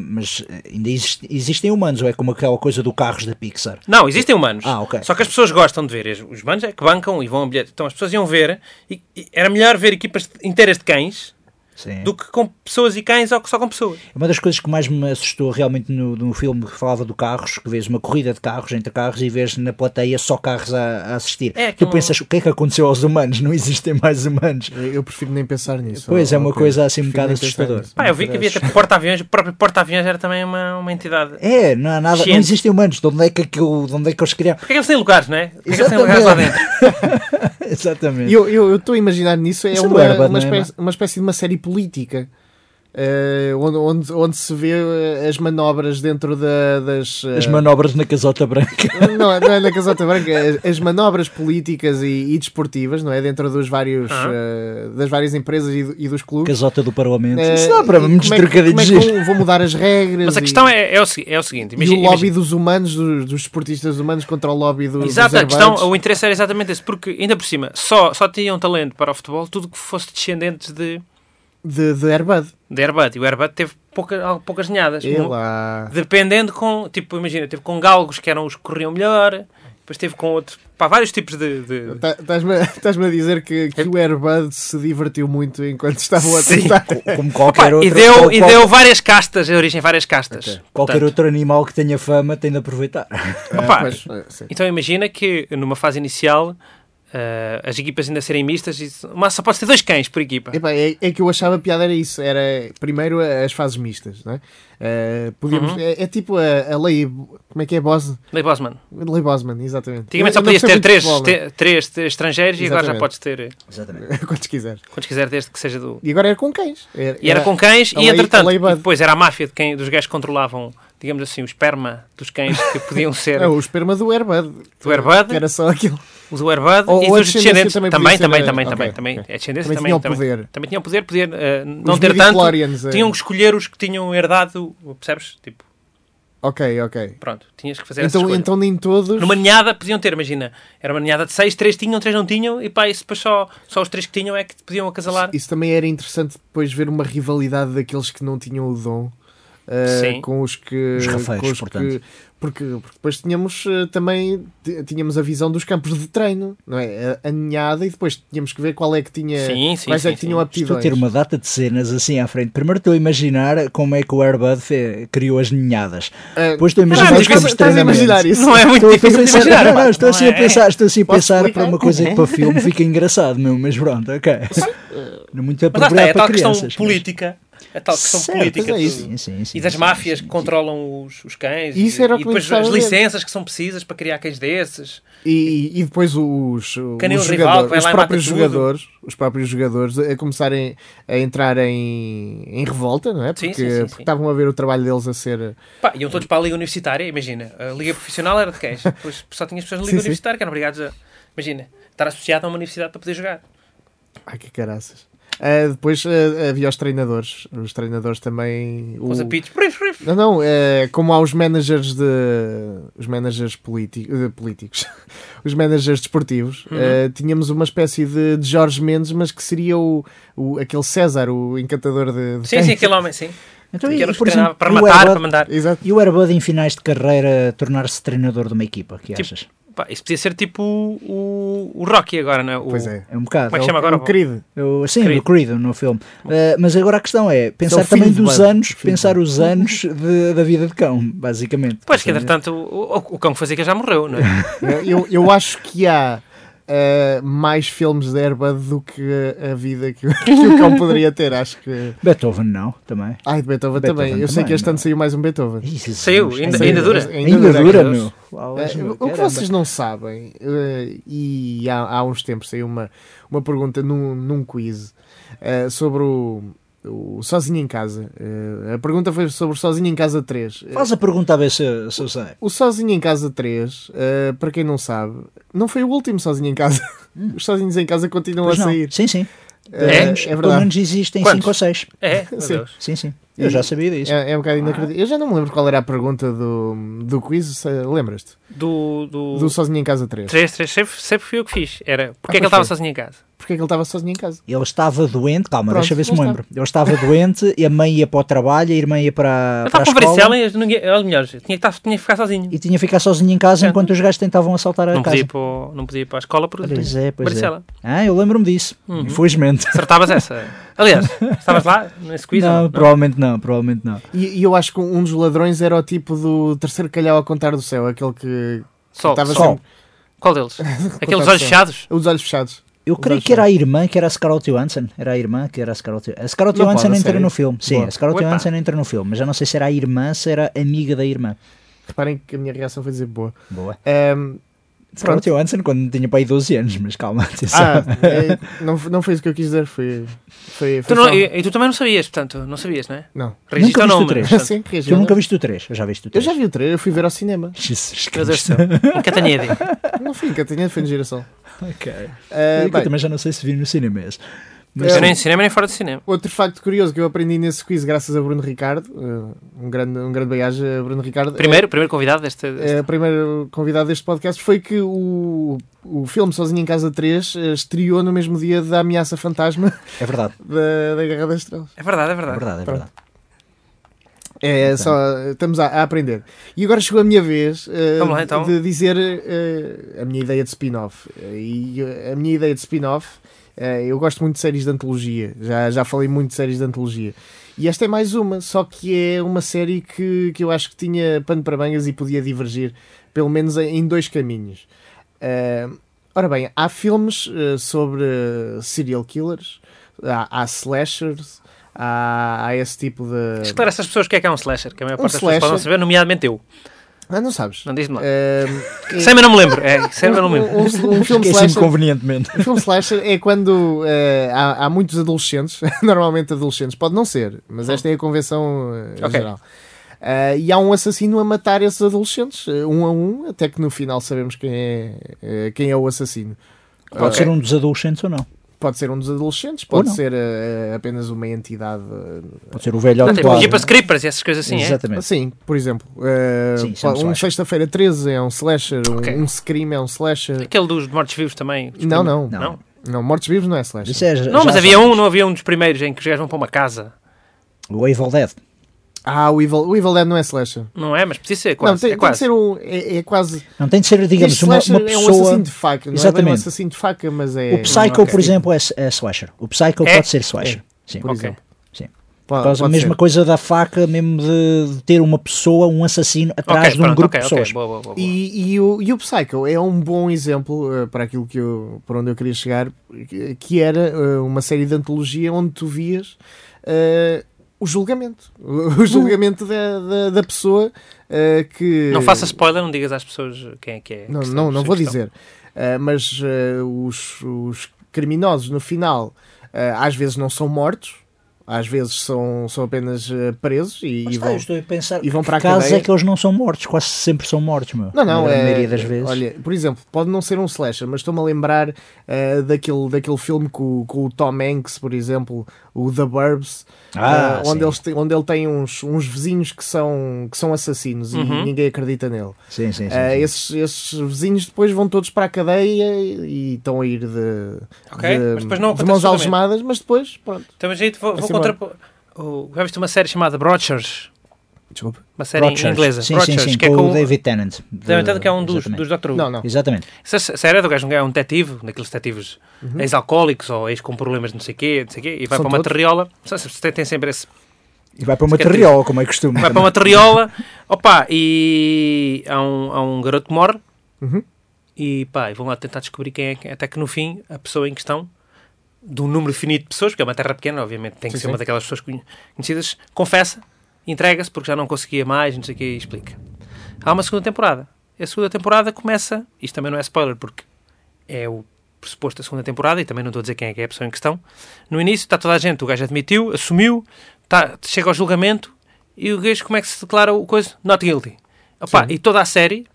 [SPEAKER 5] mas ainda existe- existem humanos, ou é como aquela coisa do carros da Pixar.
[SPEAKER 4] Não, existem humanos.
[SPEAKER 5] Ah, ok.
[SPEAKER 4] Só que as pessoas gostam de ver. Os- Os humanos é que bancam e vão a bilhete. Então as pessoas iam ver e, e era melhor ver equipas inteiras de cães
[SPEAKER 5] Sim. É
[SPEAKER 4] do que com pessoas e cães ou só com pessoas.
[SPEAKER 5] Uma das coisas que mais me assustou realmente no, no filme que falava do carros, que vês uma corrida de carros entre carros e vês na plateia só carros a, a assistir.
[SPEAKER 4] É,
[SPEAKER 5] tu
[SPEAKER 4] aquilo-
[SPEAKER 5] pensas o que é que aconteceu aos humanos? Não existem mais humanos.
[SPEAKER 3] Eu eu prefiro nem pensar nisso.
[SPEAKER 5] Pois, é
[SPEAKER 3] ó,
[SPEAKER 5] uma
[SPEAKER 3] Pedro.
[SPEAKER 5] coisa assim
[SPEAKER 3] Prefiro
[SPEAKER 5] um bocado
[SPEAKER 3] nem pensar
[SPEAKER 5] assustadora.
[SPEAKER 3] nisso.
[SPEAKER 4] Pá, eu vi que havia até porta-aviões, o próprio porta-aviões era também uma, uma entidade.
[SPEAKER 5] É, não há nada, não
[SPEAKER 4] Gente.
[SPEAKER 5] existem humanos. De onde é que, aquilo, de onde é que eles criaram?
[SPEAKER 4] Porquê é que eles têm lugares, não é? Porquê é que eles têm lugares lá dentro?
[SPEAKER 5] Exatamente.
[SPEAKER 3] E Eu eu- eu estou a imaginar nisso, é
[SPEAKER 5] Isso é do
[SPEAKER 3] uma, uma,
[SPEAKER 5] Herbert, não é,
[SPEAKER 3] espécie, uma espécie de uma série política. eh, onde, onde, onde se vê eh, as manobras dentro da- das eh,
[SPEAKER 5] As manobras na casota branca.
[SPEAKER 3] não, não é na Casota Branca, as- as manobras políticas e, e desportivas, não é? Dentro dos vários,
[SPEAKER 4] Ah.
[SPEAKER 3] eh, das várias empresas e, do- e dos clubes.
[SPEAKER 5] Casota do Parlamento.
[SPEAKER 3] Eh,
[SPEAKER 5] Isso dá para
[SPEAKER 3] e
[SPEAKER 5] muitos
[SPEAKER 3] como é que- como é
[SPEAKER 5] trocadilhos.
[SPEAKER 3] que vão- vão mudar as regras.
[SPEAKER 4] Mas a
[SPEAKER 3] e-
[SPEAKER 4] questão é, é, o, segui- é o seguinte:
[SPEAKER 3] E
[SPEAKER 4] imagina,
[SPEAKER 3] o lobby dos humanos, dos, dos esportistas humanos contra o lobby do- dos
[SPEAKER 4] Exato, a
[SPEAKER 3] herbantes.
[SPEAKER 4] questão, o interesse era exatamente esse, porque ainda por cima só, só tinham talento para o futebol tudo que fosse descendente de,
[SPEAKER 3] de, de Airbud.
[SPEAKER 4] de Airbud, e o Airbud teve pouca, al- poucas ninhadas.
[SPEAKER 3] E
[SPEAKER 4] Um-
[SPEAKER 3] lá.
[SPEAKER 4] Dependendo com, tipo, imagina, teve com galgos que eram os que corriam melhor, depois teve com outro, pá, vários tipos de. de-
[SPEAKER 3] Tá- Estás-me estás-me a dizer que, que o Airbud se divertiu muito enquanto estavam a
[SPEAKER 4] Sim.
[SPEAKER 3] tentar.
[SPEAKER 5] Co- Como
[SPEAKER 4] Pá,
[SPEAKER 5] qualquer outro.
[SPEAKER 4] e deu,
[SPEAKER 5] qual-
[SPEAKER 4] e
[SPEAKER 5] qual-
[SPEAKER 4] deu várias castas, a origem a várias castas.
[SPEAKER 5] Qualquer
[SPEAKER 4] É. Portanto,
[SPEAKER 5] outro animal que tenha fama tem de aproveitar.
[SPEAKER 4] opá,
[SPEAKER 3] Pois, eh, sim.
[SPEAKER 4] Então imagina que numa fase inicial eh, as equipas ainda serem mistas, e se- mas só pode ter dois cães por equipa.
[SPEAKER 3] Epá, é, é que eu achava piada era isso. Era primeiro as fases mistas, não é? Eh, podíamos,
[SPEAKER 4] Uhum.
[SPEAKER 3] é, é tipo a, a lei. Como é que é? Bose,
[SPEAKER 4] Lei Bosman.
[SPEAKER 3] lei Bosman, exatamente.
[SPEAKER 4] Antigamente
[SPEAKER 3] Eu-
[SPEAKER 4] só
[SPEAKER 3] eu
[SPEAKER 4] podias
[SPEAKER 3] não sei
[SPEAKER 4] ter
[SPEAKER 3] muito de
[SPEAKER 4] três,
[SPEAKER 3] futebol, né?
[SPEAKER 4] te- três, três estrangeiros e agora já
[SPEAKER 3] Exatamente.
[SPEAKER 4] podes ter eh,
[SPEAKER 5] Exatamente.
[SPEAKER 3] mas- Quantos quiseres.
[SPEAKER 4] quantos quiser, desde que seja do.
[SPEAKER 3] E agora era com cães.
[SPEAKER 4] E era com cães,
[SPEAKER 3] a
[SPEAKER 4] e
[SPEAKER 3] lei- a
[SPEAKER 4] entretanto,
[SPEAKER 3] lei
[SPEAKER 4] e
[SPEAKER 3] Bud.
[SPEAKER 4] depois era a máfia de quem, dos gajos que controlavam, digamos assim, o esperma dos cães que podiam ser
[SPEAKER 3] Não, É o esperma do Airbud.
[SPEAKER 4] do Airbud,
[SPEAKER 3] Que era só aquilo.
[SPEAKER 4] o do Airbud
[SPEAKER 3] Ou-
[SPEAKER 4] e
[SPEAKER 3] ou a
[SPEAKER 4] dos
[SPEAKER 3] descendência
[SPEAKER 4] descendentes.
[SPEAKER 3] também
[SPEAKER 4] Também,
[SPEAKER 3] podia
[SPEAKER 4] também,
[SPEAKER 3] ser,
[SPEAKER 4] também,
[SPEAKER 3] eh,
[SPEAKER 4] também,
[SPEAKER 3] ok,
[SPEAKER 4] também,
[SPEAKER 3] ok.
[SPEAKER 4] também. É descendência
[SPEAKER 3] Também
[SPEAKER 4] também.
[SPEAKER 3] tinha o
[SPEAKER 4] também.
[SPEAKER 3] poder.
[SPEAKER 4] Também tinham poder, poder eh, não
[SPEAKER 3] Os
[SPEAKER 4] ter tanto,
[SPEAKER 3] midichlorians, eh.
[SPEAKER 4] tinham que escolher os que tinham herdado, percebes? Tipo,
[SPEAKER 3] Ok, ok.
[SPEAKER 4] pronto, tinhas que fazer essa
[SPEAKER 3] Então,
[SPEAKER 4] escolha.
[SPEAKER 3] então nem todos.
[SPEAKER 4] Numa ninhada podiam ter, imagina, era uma ninhada de seis, três tinham, três não tinham, e pá, isso depois só, só os três que tinham é que podiam acasalar.
[SPEAKER 3] Isso também era interessante depois ver uma rivalidade daqueles que não tinham o dom. eh,
[SPEAKER 4] Sim.
[SPEAKER 3] com os que
[SPEAKER 5] Os rafeiros,
[SPEAKER 3] com os
[SPEAKER 5] portanto.
[SPEAKER 3] que- porque, porque depois tínhamos eh, também t- tínhamos a visão dos campos de treino não é a, a ninhada e depois tínhamos que ver qual é que tinha
[SPEAKER 4] Sim, sim,
[SPEAKER 3] quais é
[SPEAKER 4] sim,
[SPEAKER 3] que tinham
[SPEAKER 4] sim.
[SPEAKER 5] Estou a
[SPEAKER 3] aptidões
[SPEAKER 5] ter uma data de cenas assim à frente. Primeiro estou a imaginar como é que o Airbud fe- criou as ninhadas.
[SPEAKER 3] Eh,
[SPEAKER 5] Depois estou a
[SPEAKER 3] não,
[SPEAKER 5] imaginar
[SPEAKER 4] mas
[SPEAKER 5] os
[SPEAKER 4] estás-
[SPEAKER 5] campos de
[SPEAKER 3] estás a
[SPEAKER 5] treinamento.
[SPEAKER 3] imaginar isso
[SPEAKER 4] Não é muito
[SPEAKER 5] Estou a
[SPEAKER 4] difícil de
[SPEAKER 5] pensar-
[SPEAKER 4] imaginar.
[SPEAKER 5] não,
[SPEAKER 4] pá,
[SPEAKER 5] não, estou assim
[SPEAKER 4] não
[SPEAKER 5] a
[SPEAKER 4] é?
[SPEAKER 5] pensar, estou assim a
[SPEAKER 3] Posso
[SPEAKER 5] pensar
[SPEAKER 3] explicar?
[SPEAKER 5] para uma coisa que para filme fica engraçado mesmo, mas pronto, ok. Não muito
[SPEAKER 4] Mas lá está, é
[SPEAKER 5] apropriado
[SPEAKER 4] a tal
[SPEAKER 5] para
[SPEAKER 4] questão
[SPEAKER 5] crianças.
[SPEAKER 4] política, a tal questão
[SPEAKER 5] Certo,
[SPEAKER 4] política
[SPEAKER 3] mas é
[SPEAKER 4] do-
[SPEAKER 3] isso.
[SPEAKER 5] Sim, sim, sim,
[SPEAKER 4] e das
[SPEAKER 5] sim,
[SPEAKER 4] máfias
[SPEAKER 5] sim,
[SPEAKER 4] que
[SPEAKER 5] sim.
[SPEAKER 4] controlam os, os cães
[SPEAKER 3] Isso
[SPEAKER 4] e,
[SPEAKER 3] era o
[SPEAKER 4] e
[SPEAKER 3] que me
[SPEAKER 4] depois
[SPEAKER 3] estava
[SPEAKER 4] as
[SPEAKER 3] a ver.
[SPEAKER 4] licenças que são precisas para criar cães desses.
[SPEAKER 3] E, e depois os, os,
[SPEAKER 4] Canil
[SPEAKER 3] jogadores,
[SPEAKER 4] rival que vai
[SPEAKER 3] os
[SPEAKER 4] lá e
[SPEAKER 3] próprios
[SPEAKER 4] mata tudo.
[SPEAKER 3] jogadores, os próprios jogadores a começarem a entrar em, em revolta, não é?
[SPEAKER 4] Sim,
[SPEAKER 3] Porque,
[SPEAKER 4] sim, sim, sim.
[SPEAKER 3] porque estavam a ver o trabalho deles a ser.
[SPEAKER 4] Pá, iam todos para a liga universitária, imagina. A liga profissional era de cães. Depois só tinha as pessoas na
[SPEAKER 3] Sim,
[SPEAKER 4] liga
[SPEAKER 3] sim.
[SPEAKER 4] universitária que eram obrigados a, imagina, estar associado a uma universidade para poder jogar.
[SPEAKER 3] Ai que caraças. Ah, depois ah, havia os treinadores, os treinadores também.
[SPEAKER 4] Com os
[SPEAKER 3] o-
[SPEAKER 4] apitos. Prif, prif.
[SPEAKER 3] Não, não, é, como há os managers de. Os managers politi- eh, políticos. Os managers desportivos.
[SPEAKER 4] Uhum.
[SPEAKER 3] eh, tínhamos uma espécie de, de Jorge Mendes, mas que seria o, o- aquele César, o encantador de. de
[SPEAKER 4] Sim,
[SPEAKER 3] cães.
[SPEAKER 4] sim, aquele homem, sim.
[SPEAKER 5] Então,
[SPEAKER 4] que
[SPEAKER 5] e,
[SPEAKER 4] era os que
[SPEAKER 5] por
[SPEAKER 4] treinava
[SPEAKER 5] exemplo,
[SPEAKER 4] para
[SPEAKER 5] e o
[SPEAKER 4] matar, para
[SPEAKER 5] Airbud-
[SPEAKER 4] mandar.
[SPEAKER 3] Exato.
[SPEAKER 5] E o Airbud em finais de carreira tornar-se treinador de uma equipa,
[SPEAKER 4] Tipo,
[SPEAKER 5] que achas?
[SPEAKER 4] Pá, isso podia ser tipo o, o Rocky agora, não é? O,
[SPEAKER 3] Pois é.
[SPEAKER 5] É um bocado.
[SPEAKER 4] Como é que
[SPEAKER 5] o-
[SPEAKER 4] chama agora?
[SPEAKER 3] O querido.
[SPEAKER 5] O, sim,
[SPEAKER 4] Creed.
[SPEAKER 5] do Creed no filme. Uh, mas agora a questão é pensar
[SPEAKER 3] filho
[SPEAKER 5] também
[SPEAKER 3] de
[SPEAKER 5] dos
[SPEAKER 3] Bud.
[SPEAKER 5] anos,
[SPEAKER 3] Filho de
[SPEAKER 5] pensar
[SPEAKER 3] Bud.
[SPEAKER 5] os anos de- da vida de cão, basicamente.
[SPEAKER 4] Pois que, entretanto, o, o, o cão que fazia que já morreu, não é?
[SPEAKER 3] Eu, eu acho que há eh, mais filmes de Airbud do que a vida que, o- que o cão poderia ter. Acho que.
[SPEAKER 5] Beethoven não, também.
[SPEAKER 3] Ai, de Beethoven,
[SPEAKER 5] Beethoven
[SPEAKER 3] também. Eu sei
[SPEAKER 5] também,
[SPEAKER 3] que este
[SPEAKER 5] não.
[SPEAKER 3] ano saiu mais um Beethoven.
[SPEAKER 5] Ih, Jesus, é-
[SPEAKER 4] Saiu, ainda- ainda dura.
[SPEAKER 5] Ainda dura,
[SPEAKER 4] Deus.
[SPEAKER 5] meu.
[SPEAKER 3] Eh, o que vocês não sabem, eh, e há, há uns tempos saiu uma, uma pergunta num, num quiz eh, sobre o, o Sozinho em Casa. Eh, a pergunta foi sobre o Sozinho em Casa 3. Eh,
[SPEAKER 5] Faz a pergunta a ver se, se eu sei.
[SPEAKER 3] o Sozinho em Casa 3, eh, para quem não sabe, não foi o último Sozinho em Casa. Os Sozinhos em Casa continuam
[SPEAKER 5] Pois
[SPEAKER 3] a
[SPEAKER 5] não.
[SPEAKER 3] sair.
[SPEAKER 5] Sim, sim. Pelo
[SPEAKER 3] Eh,
[SPEAKER 5] menos-
[SPEAKER 3] é
[SPEAKER 5] Pelo
[SPEAKER 3] verdade.
[SPEAKER 5] menos existem
[SPEAKER 4] Quantos?
[SPEAKER 5] 5 ou 6.
[SPEAKER 4] É, meu
[SPEAKER 3] Sim.
[SPEAKER 4] Deus.
[SPEAKER 5] Sim, sim. Eu
[SPEAKER 3] E-
[SPEAKER 5] já sabia disso.
[SPEAKER 3] É, é um bocado
[SPEAKER 5] Ah.
[SPEAKER 3] inacreditável. Eu já não me lembro qual era a pergunta do, do quiz, se- lembras-te?
[SPEAKER 4] Do, do,
[SPEAKER 3] Do Sozinho em Casa 3.
[SPEAKER 4] Três, três, sempre, sempre fui eu que fiz. Era porque
[SPEAKER 3] Ah,
[SPEAKER 4] é que ele
[SPEAKER 3] pois
[SPEAKER 4] estava
[SPEAKER 3] foi.
[SPEAKER 4] sozinho em casa?
[SPEAKER 3] porque é que ele estava sozinho em casa?
[SPEAKER 5] Ele estava doente, calma,
[SPEAKER 3] Pronto,
[SPEAKER 5] deixa eu ver se
[SPEAKER 3] lá
[SPEAKER 5] me
[SPEAKER 3] está.
[SPEAKER 5] lembro. Ele estava doente, e a mãe ia para o trabalho, a irmã ia para,
[SPEAKER 4] Ele
[SPEAKER 5] Ah, para a
[SPEAKER 4] estava com
[SPEAKER 5] escola
[SPEAKER 4] varicela e ninguém, era os melhores. Tinha que, estar, tinha que ficar sozinho.
[SPEAKER 5] e tinha que ficar sozinho em casa
[SPEAKER 4] Certo.
[SPEAKER 5] enquanto os gajos tentavam assaltar a
[SPEAKER 4] É. Não podia,
[SPEAKER 5] casa.
[SPEAKER 4] ir para, o- não podia ir para a escola porque
[SPEAKER 5] Pois é, pois é.
[SPEAKER 4] varicela.
[SPEAKER 5] Ah, eu lembro-me disso,
[SPEAKER 4] Uhum.
[SPEAKER 5] infelizmente.
[SPEAKER 4] Acertavas essa. Aliás, estavas lá nesse
[SPEAKER 3] é
[SPEAKER 4] quiz?
[SPEAKER 5] não,
[SPEAKER 4] ou
[SPEAKER 5] provavelmente não, provavelmente não.
[SPEAKER 3] E, e eu acho que um dos ladrões era o tipo do terceiro calhau a contar do céu, aquele que
[SPEAKER 4] Sol,
[SPEAKER 3] estava
[SPEAKER 5] Sol.
[SPEAKER 3] sempre
[SPEAKER 4] Qual deles? Aqueles
[SPEAKER 3] Contar
[SPEAKER 4] olhos
[SPEAKER 3] só.
[SPEAKER 4] fechados?
[SPEAKER 3] os olhos fechados.
[SPEAKER 5] Eu creio
[SPEAKER 3] Exato.
[SPEAKER 5] que era a irmã que era a Scarlett Johansson. Era a irmã que era a Scarlett Johansson. A Scarlett
[SPEAKER 3] Não
[SPEAKER 5] Johansson
[SPEAKER 3] pode, a
[SPEAKER 5] entra
[SPEAKER 3] sério?
[SPEAKER 5] no filme. Sim,
[SPEAKER 3] Boa.
[SPEAKER 5] a Scarlett
[SPEAKER 4] Uepa.
[SPEAKER 5] Johansson entra no filme, mas já não sei se era a irmã, se era amiga da irmã.
[SPEAKER 3] Reparem que a minha reação foi dizer boa. Ehm,
[SPEAKER 5] Boa.
[SPEAKER 3] Ahm,
[SPEAKER 5] Scarlett Johansson quando tinha pai 12 anos, mas calma, atenção.
[SPEAKER 3] ah, é, não, não foi isso que eu quis dizer, foi. foi, foi
[SPEAKER 4] Tu não-
[SPEAKER 3] só- um-
[SPEAKER 4] e, e tu também não sabias, portanto, não sabias, não é?
[SPEAKER 3] Não.
[SPEAKER 4] Regista
[SPEAKER 5] Nunca
[SPEAKER 4] o
[SPEAKER 5] viste o
[SPEAKER 4] nome.
[SPEAKER 5] três.
[SPEAKER 4] portanto.
[SPEAKER 3] Sim, reagiu,
[SPEAKER 5] tu
[SPEAKER 3] não?
[SPEAKER 5] nunca viste o 3? Eu já viste o
[SPEAKER 3] Eu
[SPEAKER 5] 3.
[SPEAKER 3] já vi o trailer, eu fui ver ao cinema.
[SPEAKER 5] Jesus
[SPEAKER 4] Meu Deus do
[SPEAKER 5] Cristo.
[SPEAKER 4] céu. Nunca tinha ideia.
[SPEAKER 3] Não fui em Catanhedo, foi no Girassol.
[SPEAKER 5] Ok.
[SPEAKER 3] Ah,
[SPEAKER 5] Eu
[SPEAKER 3] bem,
[SPEAKER 5] também já não sei se vi no cinema esse. Mas é
[SPEAKER 4] Eu nem no cinema nem fora do cinema.
[SPEAKER 3] Outro facto curioso que eu aprendi nesse quiz, graças a Bruno Ricardo, eh, um grande, um grande bagagem, eh, Bruno Ricardo. eh,
[SPEAKER 4] Primeiro, primeiro convidado deste. deste-
[SPEAKER 3] eh, primeiro convidado deste podcast foi que o, o filme Sozinho em Casa 3 eh, estreou no mesmo dia da Ameaça Fantasma
[SPEAKER 5] é verdade,
[SPEAKER 3] da, da Guerra das Estrelas.
[SPEAKER 4] É verdade, é
[SPEAKER 5] é
[SPEAKER 4] verdade.
[SPEAKER 5] verdade, é
[SPEAKER 3] Ah, Pronto.
[SPEAKER 5] verdade.
[SPEAKER 3] É, só, eh, estamos a, a aprender. E agora chegou a minha vez eh,
[SPEAKER 4] Vamos lá, então.
[SPEAKER 3] de dizer eh, a minha ideia de spin-off. Eh, E eh, a minha ideia de spin-off, eh, eu gosto muito de séries de antologia, já, já falei muito de séries de antologia. E esta é mais uma, só que é uma série que, que eu acho que tinha pano para mangas e podia divergir, pelo menos em em dois caminhos. Eh, ora bem, há filmes eh, sobre eh, serial killers, há, há slashers, há, há esse tipo de.
[SPEAKER 4] Esclarece as pessoas o que é que é um slasher, que a maior
[SPEAKER 3] Um
[SPEAKER 4] parte das pessoas
[SPEAKER 3] slasher.
[SPEAKER 4] podem não saber, nomeadamente eu.
[SPEAKER 3] Ah, não sabes?
[SPEAKER 4] Não diz-me lá.
[SPEAKER 3] Ahm,
[SPEAKER 4] Sem eu não me lembro. É, sem eu não me lembro. assim
[SPEAKER 3] um, um- um filme
[SPEAKER 5] Esqueci-me
[SPEAKER 3] slasher,
[SPEAKER 5] é assim convenientemente.
[SPEAKER 3] um filme slasher é quando eh, há, há muitos adolescentes, normalmente adolescentes, pode não ser, mas esta é a convenção eh,
[SPEAKER 4] Hum. Ok.
[SPEAKER 3] geral. Ah, e há um assassino a matar esses adolescentes, eh, um a um, até que no final sabemos quem é, eh, quem é o assassino.
[SPEAKER 5] Pode ser um dos adolescentes ou não.
[SPEAKER 3] Pode ser um dos adolescentes,
[SPEAKER 5] Ou
[SPEAKER 3] pode
[SPEAKER 5] não.
[SPEAKER 3] ser eh, apenas uma entidade. eh,
[SPEAKER 5] Pode ser o velho
[SPEAKER 4] Não,
[SPEAKER 5] ao
[SPEAKER 4] tem
[SPEAKER 5] quadro.
[SPEAKER 4] Jeepers Creepers e essas coisas assim, é?
[SPEAKER 5] Exatamente.
[SPEAKER 3] Sim, por exemplo. eh,
[SPEAKER 5] Sim, isso é um
[SPEAKER 3] um
[SPEAKER 5] slasher.
[SPEAKER 3] Sexta-feira 13 é um slasher, um,
[SPEAKER 4] Ok.
[SPEAKER 3] um Scream é um slasher.
[SPEAKER 4] Aquele dos mortos-vivos também. dos
[SPEAKER 3] Não,
[SPEAKER 4] primeiros.
[SPEAKER 3] não.
[SPEAKER 5] Não.
[SPEAKER 4] Não,
[SPEAKER 3] Não, Mortos-Vivos não é slasher.
[SPEAKER 5] Isso é-
[SPEAKER 4] Não, mas
[SPEAKER 5] já sabe.
[SPEAKER 4] havia um, não havia um dos primeiros em que os gajos vão para uma casa. um-
[SPEAKER 5] O Evil Dead.
[SPEAKER 3] Ah, o Evil, o Evil Dead não é slasher.
[SPEAKER 4] Não é? Mas precisa ser quase.
[SPEAKER 3] não, tem,
[SPEAKER 4] é
[SPEAKER 3] tem
[SPEAKER 4] quase.
[SPEAKER 3] que ser um. É, é quase.
[SPEAKER 5] Não tem de ser, digamos,
[SPEAKER 3] Este
[SPEAKER 5] uma,
[SPEAKER 3] slasher
[SPEAKER 5] uma
[SPEAKER 3] é um
[SPEAKER 5] pessoa.
[SPEAKER 3] assassino de faca, não é bem um
[SPEAKER 5] Exatamente.
[SPEAKER 3] assassino de faca, mas é.
[SPEAKER 5] o Psycho,
[SPEAKER 4] Ok.
[SPEAKER 5] por exemplo, é, é slasher. O Psycho
[SPEAKER 4] É?
[SPEAKER 5] pode ser slasher. Sim.
[SPEAKER 3] Por
[SPEAKER 4] Ok.
[SPEAKER 3] exemplo.
[SPEAKER 5] Sim.
[SPEAKER 3] Pode-
[SPEAKER 5] Por causa da
[SPEAKER 3] pode
[SPEAKER 5] mesma
[SPEAKER 3] ser.
[SPEAKER 5] coisa da faca, mesmo de, de ter uma pessoa, um assassino atrás
[SPEAKER 4] Ok,
[SPEAKER 5] de um
[SPEAKER 4] pronto,
[SPEAKER 5] grupo
[SPEAKER 4] ok,
[SPEAKER 5] de
[SPEAKER 4] ok.
[SPEAKER 5] pessoas.
[SPEAKER 4] Boa, boa, boa. boa.
[SPEAKER 3] E, e o, e o Psycho é um bom exemplo eh, para aquilo que eu, para onde eu queria chegar, que- que era eh, uma série de antologia onde tu vias eh, o julgamento. O julgamento da, da, da pessoa eh, que.
[SPEAKER 4] Não faça spoiler, não digas às pessoas quem é que é.
[SPEAKER 3] Não,
[SPEAKER 4] que
[SPEAKER 3] não,
[SPEAKER 4] estão-
[SPEAKER 3] não vou
[SPEAKER 4] que estão.
[SPEAKER 3] dizer. Ah, mas ah, os, os criminosos, no final, ah, às vezes não são mortos, às vezes são, são apenas ah, presos e,
[SPEAKER 5] Lá
[SPEAKER 3] e
[SPEAKER 5] está, tá, eu
[SPEAKER 3] vão.
[SPEAKER 5] estou a pensar
[SPEAKER 3] e vão
[SPEAKER 5] que
[SPEAKER 3] para a
[SPEAKER 5] casos
[SPEAKER 3] cadeia.
[SPEAKER 5] é que eles não são mortos, quase sempre são mortos, meu.
[SPEAKER 3] Não, não,
[SPEAKER 5] Na grande
[SPEAKER 3] é,
[SPEAKER 5] maioria das vezes.
[SPEAKER 3] Olha, por exemplo, pode não ser um slasher, mas estou-me a lembrar ah, daquele, daquele filme com, com o Tom Hanks, por exemplo, o The Burbs,
[SPEAKER 5] Ah,
[SPEAKER 3] ah, onde,
[SPEAKER 5] sim.
[SPEAKER 3] eles te- onde ele tem uns, uns vizinhos que são, que são assassinos
[SPEAKER 4] Uhum.
[SPEAKER 3] e ninguém acredita nele.
[SPEAKER 5] sim, sim, sim.
[SPEAKER 3] Ah,
[SPEAKER 5] sim.
[SPEAKER 3] esses, esses vizinhos depois vão todos para a cadeia e e estão a ir de,
[SPEAKER 4] Ok,
[SPEAKER 3] de-
[SPEAKER 4] mas depois não
[SPEAKER 3] de
[SPEAKER 4] acontece
[SPEAKER 3] mãos
[SPEAKER 4] julgamento.
[SPEAKER 3] algemadas, mas depois, pronto.
[SPEAKER 4] Então, mas aí vou, vou
[SPEAKER 3] Assim,
[SPEAKER 4] contrapor. o- Já viste uma série chamada Brochers?
[SPEAKER 3] Desculpa.
[SPEAKER 4] Uma série
[SPEAKER 5] Broadchurch.
[SPEAKER 4] inglesa.
[SPEAKER 5] Sim,
[SPEAKER 4] Brochers,
[SPEAKER 5] sim, sim.
[SPEAKER 4] que é
[SPEAKER 5] com,
[SPEAKER 4] com.
[SPEAKER 5] o David Tennant.
[SPEAKER 4] Deve entender que é um dos,
[SPEAKER 5] Exatamente.
[SPEAKER 4] dos Doctor Who.
[SPEAKER 3] Não, não.
[SPEAKER 5] Exatamente.
[SPEAKER 4] Essa essa série é do gajo, um gajo é um detetive, um daqueles detetives ex-alcoólicos ou ex com problemas de não sei quê, não sei quê, e vai
[SPEAKER 3] Uhum. São
[SPEAKER 4] para uma
[SPEAKER 3] todos?
[SPEAKER 4] terriola. Só se- Tem tem sempre esse
[SPEAKER 5] E vai para uma
[SPEAKER 4] Quer dizer-
[SPEAKER 5] terriola, como é costume.
[SPEAKER 4] vai para uma terriola, opa, e há um, há um garoto que morre
[SPEAKER 3] Uhum.
[SPEAKER 4] e pá, e vão lá tentar descobrir quem é, que- até que no fim a pessoa em questão, de um número finito de pessoas, porque é uma terra pequena, obviamente tem que
[SPEAKER 3] Sim,
[SPEAKER 4] ser
[SPEAKER 3] sim.
[SPEAKER 4] uma daquelas pessoas conhe- conhecidas, confessa, entrega-se porque já não conseguia mais, não sei o que, e explica. Há uma segunda temporada. E a segunda temporada começa, isto também não é spoiler, porque é o pressuposto da segunda temporada, e também não estou a dizer quem é que é a pessoa em questão. No início está toda a gente, o gajo admitiu, assumiu, tá, chega ao julgamento e o gajo como é que se declara o coisa? Not guilty. Opá, e toda a série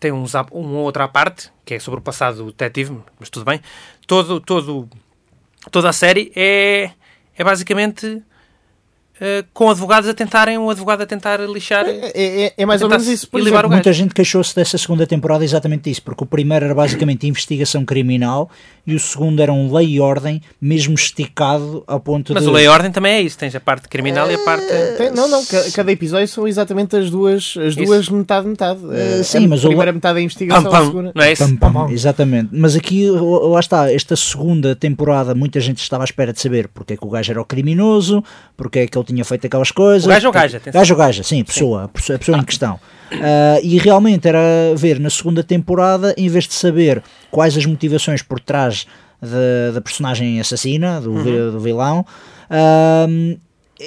[SPEAKER 4] tem uns, à- um ou outro à parte, que é sobre o passado do detetive, mas tudo bem. Todo, todo, toda a série é, é basicamente eh, com advogados a tentarem, um advogado a tentar lixar.
[SPEAKER 3] É, é- é mais ou
[SPEAKER 4] Tentar-se
[SPEAKER 3] menos isso. Por
[SPEAKER 4] elevar
[SPEAKER 3] exemplo,
[SPEAKER 4] o gajo.
[SPEAKER 5] Muita gente queixou-se dessa segunda temporada exatamente disso, porque o primeiro era basicamente investigação criminal e o segundo era um lei e ordem, mesmo esticado ao ponto
[SPEAKER 4] Mas
[SPEAKER 5] de.
[SPEAKER 4] o lei e ordem também é isso. Tens a parte criminal e a parte.
[SPEAKER 3] É, tem- não, não, ca- cada episódio são exatamente as duas, as
[SPEAKER 4] Isso.
[SPEAKER 3] duas metade, metade. Eh,
[SPEAKER 5] sim,
[SPEAKER 3] a
[SPEAKER 5] mas o-
[SPEAKER 3] primeira metade é a
[SPEAKER 4] Pam,
[SPEAKER 3] investigação, a
[SPEAKER 4] pam,
[SPEAKER 3] segunda.
[SPEAKER 4] não é isso?
[SPEAKER 5] Pam, pam, exatamente, mas aqui ó, lá está, esta segunda temporada muita gente estava à espera de saber porque é que o gajo era o criminoso, porque é que ele tinha feito aquelas coisas.
[SPEAKER 4] O gajo é o
[SPEAKER 5] porque-
[SPEAKER 4] gajo, atenção.
[SPEAKER 5] Gajo ou gaja, sim, a pessoa, a pessoa, a pessoa em questão. Ah, e realmente era ver na segunda temporada, em vez de saber quais as motivações por trás da, da personagem assassina, do, vi- do vilão. ah,
[SPEAKER 4] Uhum.